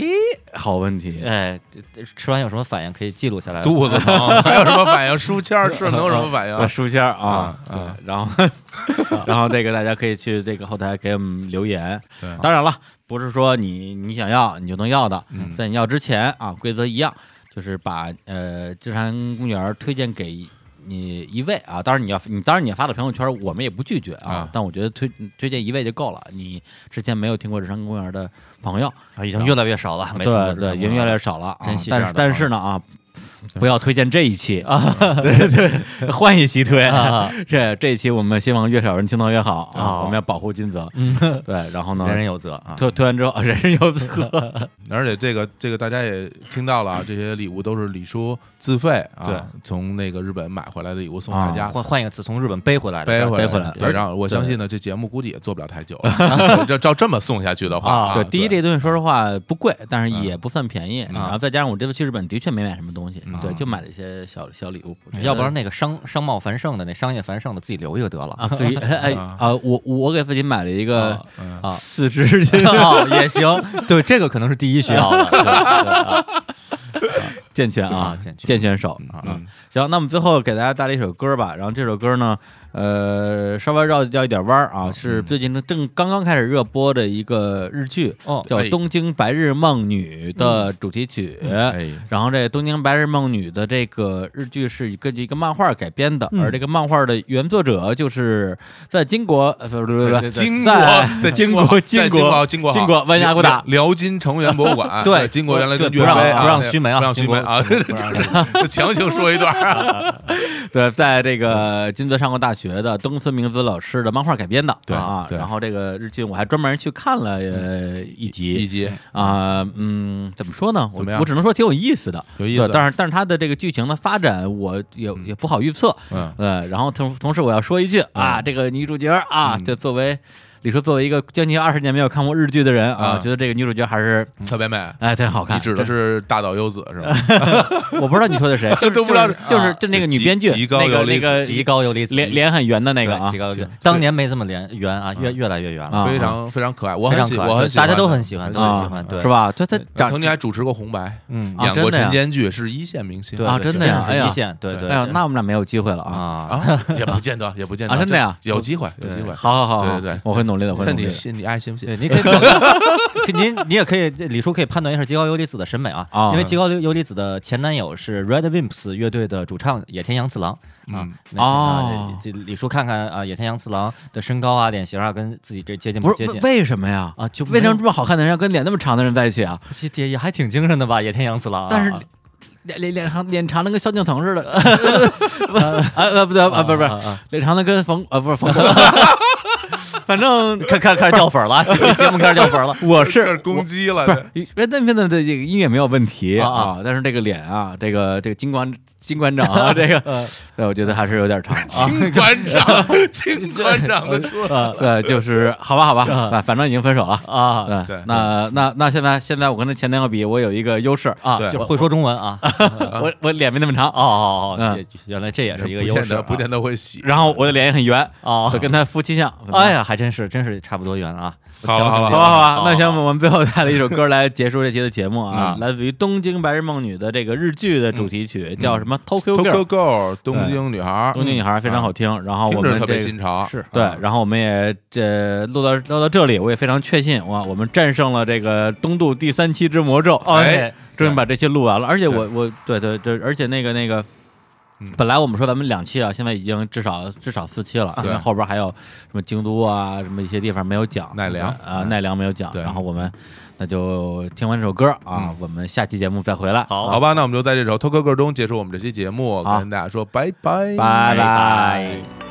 Speaker 1: 好问题，
Speaker 3: 哎，这这吃完有什么反应可以记录下来。
Speaker 2: 肚子疼，还有什么反应？书签儿吃了能有什么反应
Speaker 1: 啊，
Speaker 2: 啊？
Speaker 1: 书签儿啊，
Speaker 2: 啊啊
Speaker 1: 对，然后 然后这个大家可以去这个后台给我们留言。
Speaker 2: 对
Speaker 1: 当然了，不是说你你想要你就能要的，在你要之前啊，规则一样，就是把呃智山公园推荐给。你一位啊，当然你要你当然你要发到朋友圈，我们也不拒绝啊。
Speaker 2: 啊
Speaker 1: 但我觉得推推荐一位就够了。你之前没有听过智山公园的朋友，
Speaker 3: 啊，已经越来越少了，没听过
Speaker 1: 对
Speaker 3: 这
Speaker 1: 对，
Speaker 3: 种
Speaker 1: 已经越
Speaker 3: 了
Speaker 1: 来越少了啊。
Speaker 3: 珍惜这
Speaker 1: 但
Speaker 3: 样
Speaker 1: 是
Speaker 3: 的
Speaker 1: 但是呢啊，不要推荐这一期啊， 对对，换一期推
Speaker 3: 嗯啊，
Speaker 1: 这这一期我们希望越少人听到越好啊
Speaker 3: 哦，嗯
Speaker 1: 我们要保护金泽。对，然后呢，
Speaker 3: 人人有责啊。
Speaker 1: 推推完之后，啊人人有责。
Speaker 2: 而且这个这个大家也听到了啊，这些礼物都是李叔自费啊，从那个日本买回来的礼物送
Speaker 1: 啊
Speaker 2: 大家。
Speaker 3: 换换一个词，从日本背回来的，
Speaker 2: 背回
Speaker 1: 背回来
Speaker 2: 对，
Speaker 1: 而
Speaker 2: 然后我相信呢，这节目估计也做不了太久 了。照照这么送下去的话，
Speaker 3: 啊
Speaker 2: 啊
Speaker 1: 对，第一这东西说实话不贵，但是也不算便宜。
Speaker 3: 嗯
Speaker 1: 然后再加上我这次去日本的确没买什么东西，对，就买了一些小小礼物。我觉得
Speaker 3: 啊要不然那个商商贸繁盛的那商业繁盛的自己留一个得了
Speaker 1: 啊， 自己哎哎啊，我我给自己买了一个
Speaker 3: 啊啊
Speaker 1: 四 只金
Speaker 3: 哦也行，对，这个可能是第一需要
Speaker 1: 啊
Speaker 3: 的，对 对
Speaker 1: 健全啊
Speaker 3: 啊，健全
Speaker 1: 健全手
Speaker 3: 啊
Speaker 1: 啊。行，那我们最后给大家带来一首歌吧。然后这首歌呢，呃，稍微绕绕一点弯儿啊，是最近正刚刚开始热播的一个日剧，
Speaker 3: 哦
Speaker 1: 叫
Speaker 2: 哎
Speaker 1: 《东京白日梦女》的主题曲。
Speaker 2: 哎
Speaker 1: 然后这《东京白日梦女》的这个日剧是根据一个漫画改编的，而这个漫画的原作者就是在金国，呃不不不不，
Speaker 2: 经国
Speaker 1: 在
Speaker 2: 在 金
Speaker 1: 国
Speaker 2: 国
Speaker 1: 金
Speaker 2: 在金
Speaker 1: 国
Speaker 2: 国金国
Speaker 1: 金国湾亚古达
Speaker 2: 辽金成员博物馆
Speaker 3: 对
Speaker 2: 金国原来跟岳
Speaker 3: 对不让
Speaker 2: 飞啊
Speaker 3: 不让
Speaker 2: 那
Speaker 3: 须眉啊
Speaker 2: 不让
Speaker 3: 金
Speaker 2: 须眉
Speaker 3: 国
Speaker 2: 啊，这这 强行说一段啊，
Speaker 1: 对，在这个金泽上过大学的东村明子老师的漫画改编的，
Speaker 2: 对
Speaker 1: 啊，
Speaker 2: 对
Speaker 1: 然后这个日剧我还专门去看了呃一集，
Speaker 2: 以及
Speaker 1: 啊，嗯，怎么说呢？我
Speaker 2: 怎么样
Speaker 1: 我只能说挺有意思的，
Speaker 2: 有意思
Speaker 1: 对但是但是它的这个剧情的发展，我也也不好预测。
Speaker 2: 嗯
Speaker 1: 呃，然后同同时我要说一句啊，这个女主角啊，
Speaker 2: 嗯
Speaker 1: 就作为你说作为一个将近二十年没有看过日剧的人啊，
Speaker 2: 啊
Speaker 1: 觉得这个女主角还是
Speaker 2: 特别美。
Speaker 1: 哎真好看。
Speaker 2: 你指的
Speaker 1: 真
Speaker 2: 是大岛优子是吧？
Speaker 1: 我不知道你说 的谁，就是
Speaker 2: 都不知道
Speaker 1: 就是就是
Speaker 2: 啊
Speaker 1: 就那个
Speaker 2: 极
Speaker 1: 女编剧，
Speaker 2: 极高
Speaker 1: 那个
Speaker 2: 有
Speaker 1: 那
Speaker 2: 力
Speaker 1: 个
Speaker 3: 极高游离子
Speaker 1: 脸脸很圆的那个啊
Speaker 3: 极，高游离，当年没这么连圆啊，越越来越圆
Speaker 1: 啊
Speaker 3: 了，
Speaker 2: 非常非常可爱，我
Speaker 3: 非
Speaker 2: 很
Speaker 3: 常
Speaker 2: 喜，
Speaker 3: 可爱
Speaker 2: 我很喜
Speaker 3: 大
Speaker 2: 欢
Speaker 3: 家
Speaker 2: 的，
Speaker 3: 都很喜欢，都很喜
Speaker 1: 啊
Speaker 3: 欢，对，
Speaker 1: 是？吧？她她长
Speaker 2: 曾经还主持过红白，
Speaker 3: 嗯
Speaker 1: 啊
Speaker 2: 演过
Speaker 1: 真的呀
Speaker 2: 晨间剧，是一线明星
Speaker 3: 对
Speaker 1: 啊真的呀
Speaker 3: 是
Speaker 1: 哎呀
Speaker 3: 一线，对对，
Speaker 1: 哎呦，
Speaker 3: 对
Speaker 1: 那我们俩没有机会了啊！
Speaker 3: 啊，
Speaker 2: 啊， 也不见得，也不见得
Speaker 1: 啊真的呀
Speaker 2: 有机会，有机会。
Speaker 1: 好好好好，
Speaker 2: 对对对
Speaker 1: 我会努力的，我会
Speaker 2: 看
Speaker 1: 努力
Speaker 2: 你
Speaker 1: 的。
Speaker 2: 信，你爱信不信？
Speaker 3: 对，你可以考虑，可您你也可以，这李叔可以判断一下吉高由里子的审美啊，
Speaker 1: 啊
Speaker 3: 因为吉高由里子的前男友是 Red Wimps 乐队的主唱野田洋次郎啊
Speaker 2: 嗯。
Speaker 3: 那是
Speaker 1: 哦
Speaker 3: 啊这这李叔看看啊，野田洋次郎的身高啊、脸型啊，跟自己这接近
Speaker 1: 不是
Speaker 3: 接近
Speaker 1: 为为什么呀？
Speaker 3: 啊？就
Speaker 1: 为什么这么好看的人要跟脸那么长的人在一起啊？
Speaker 3: 这也也还挺精神的吧？野田洋次郎啊，
Speaker 1: 但是
Speaker 3: 啊
Speaker 1: 脸脸脸长脸长的跟萧敬腾似 的，啊呃不对啊不是不
Speaker 3: 啊
Speaker 1: 是
Speaker 3: 啊
Speaker 1: 脸长的跟冯啊不是冯巩， 反正
Speaker 3: 开开开始掉粉 儿了，这个节目开始掉粉儿了。
Speaker 1: 我
Speaker 2: 这是攻击了，
Speaker 1: 不是 Red d e a 的这个音乐没有问题
Speaker 3: 啊
Speaker 1: 啊，但是这个脸啊，这个这个金馆金馆长 啊，这个，
Speaker 3: 嗯
Speaker 1: 对，我觉得还是有点长啊。
Speaker 2: 这馆 长，请馆长的 出来。
Speaker 1: 对，呃就是好吧，好吧，啊反正已经分手了啊。嗯
Speaker 2: 对
Speaker 1: 那那那现在现在我跟他前男友比，我有一个优势啊，
Speaker 3: 啊，
Speaker 2: 对
Speaker 3: 就是会说中文啊！
Speaker 1: 我我脸没那么长
Speaker 3: 哦哦哦，
Speaker 1: 嗯
Speaker 3: 也原来这也是一个
Speaker 2: 不
Speaker 3: 优
Speaker 2: 见
Speaker 3: 势、
Speaker 2: 得
Speaker 3: 啊。
Speaker 2: 不见得会洗。
Speaker 1: 然后我的脸也很圆
Speaker 3: 哦
Speaker 1: 就跟他夫妻相。
Speaker 3: 哎呀，还真是，真是差不多圆啊！
Speaker 2: 好
Speaker 3: 行
Speaker 2: 好
Speaker 3: 行
Speaker 1: 好
Speaker 2: 好
Speaker 1: 吧，好吧，那
Speaker 3: 好
Speaker 1: 行，我们最后带了一首歌来结束这期的节目啊，
Speaker 2: 嗯
Speaker 1: 来自于《东京白日梦女》的这个日剧的主题曲，叫什么？Tokyo Girl，
Speaker 2: Tokyo Girl，东京女孩，嗯
Speaker 1: 东京女孩非常好听。然后我
Speaker 2: 听
Speaker 1: 们
Speaker 2: 着特别
Speaker 1: 这个
Speaker 2: 新潮，
Speaker 3: 是
Speaker 1: 对，然后我们也这录到录到这里，我也非常确信，哇，我们战胜了这个东渡第三期之魔咒，
Speaker 2: 哎，
Speaker 1: 终于把这期录完了。而且我我对对对，而且那个那个
Speaker 2: 嗯。
Speaker 1: 本来我们说咱们两期啊，现在已经至少至少四期了，因
Speaker 2: 对
Speaker 1: 为后边还有什么京都啊，什么一些地方没有讲，
Speaker 2: 奈良嗯
Speaker 1: 啊，奈良没有讲。
Speaker 2: 对嗯
Speaker 1: 然后我们那就听完这首歌啊，我们下期节目再回来。
Speaker 3: 好
Speaker 2: 好吧，那我们就在这首《Tokyo Girl》中结束我们这期节目，
Speaker 1: 好
Speaker 2: 跟大家说拜拜，
Speaker 1: 拜
Speaker 3: 拜拜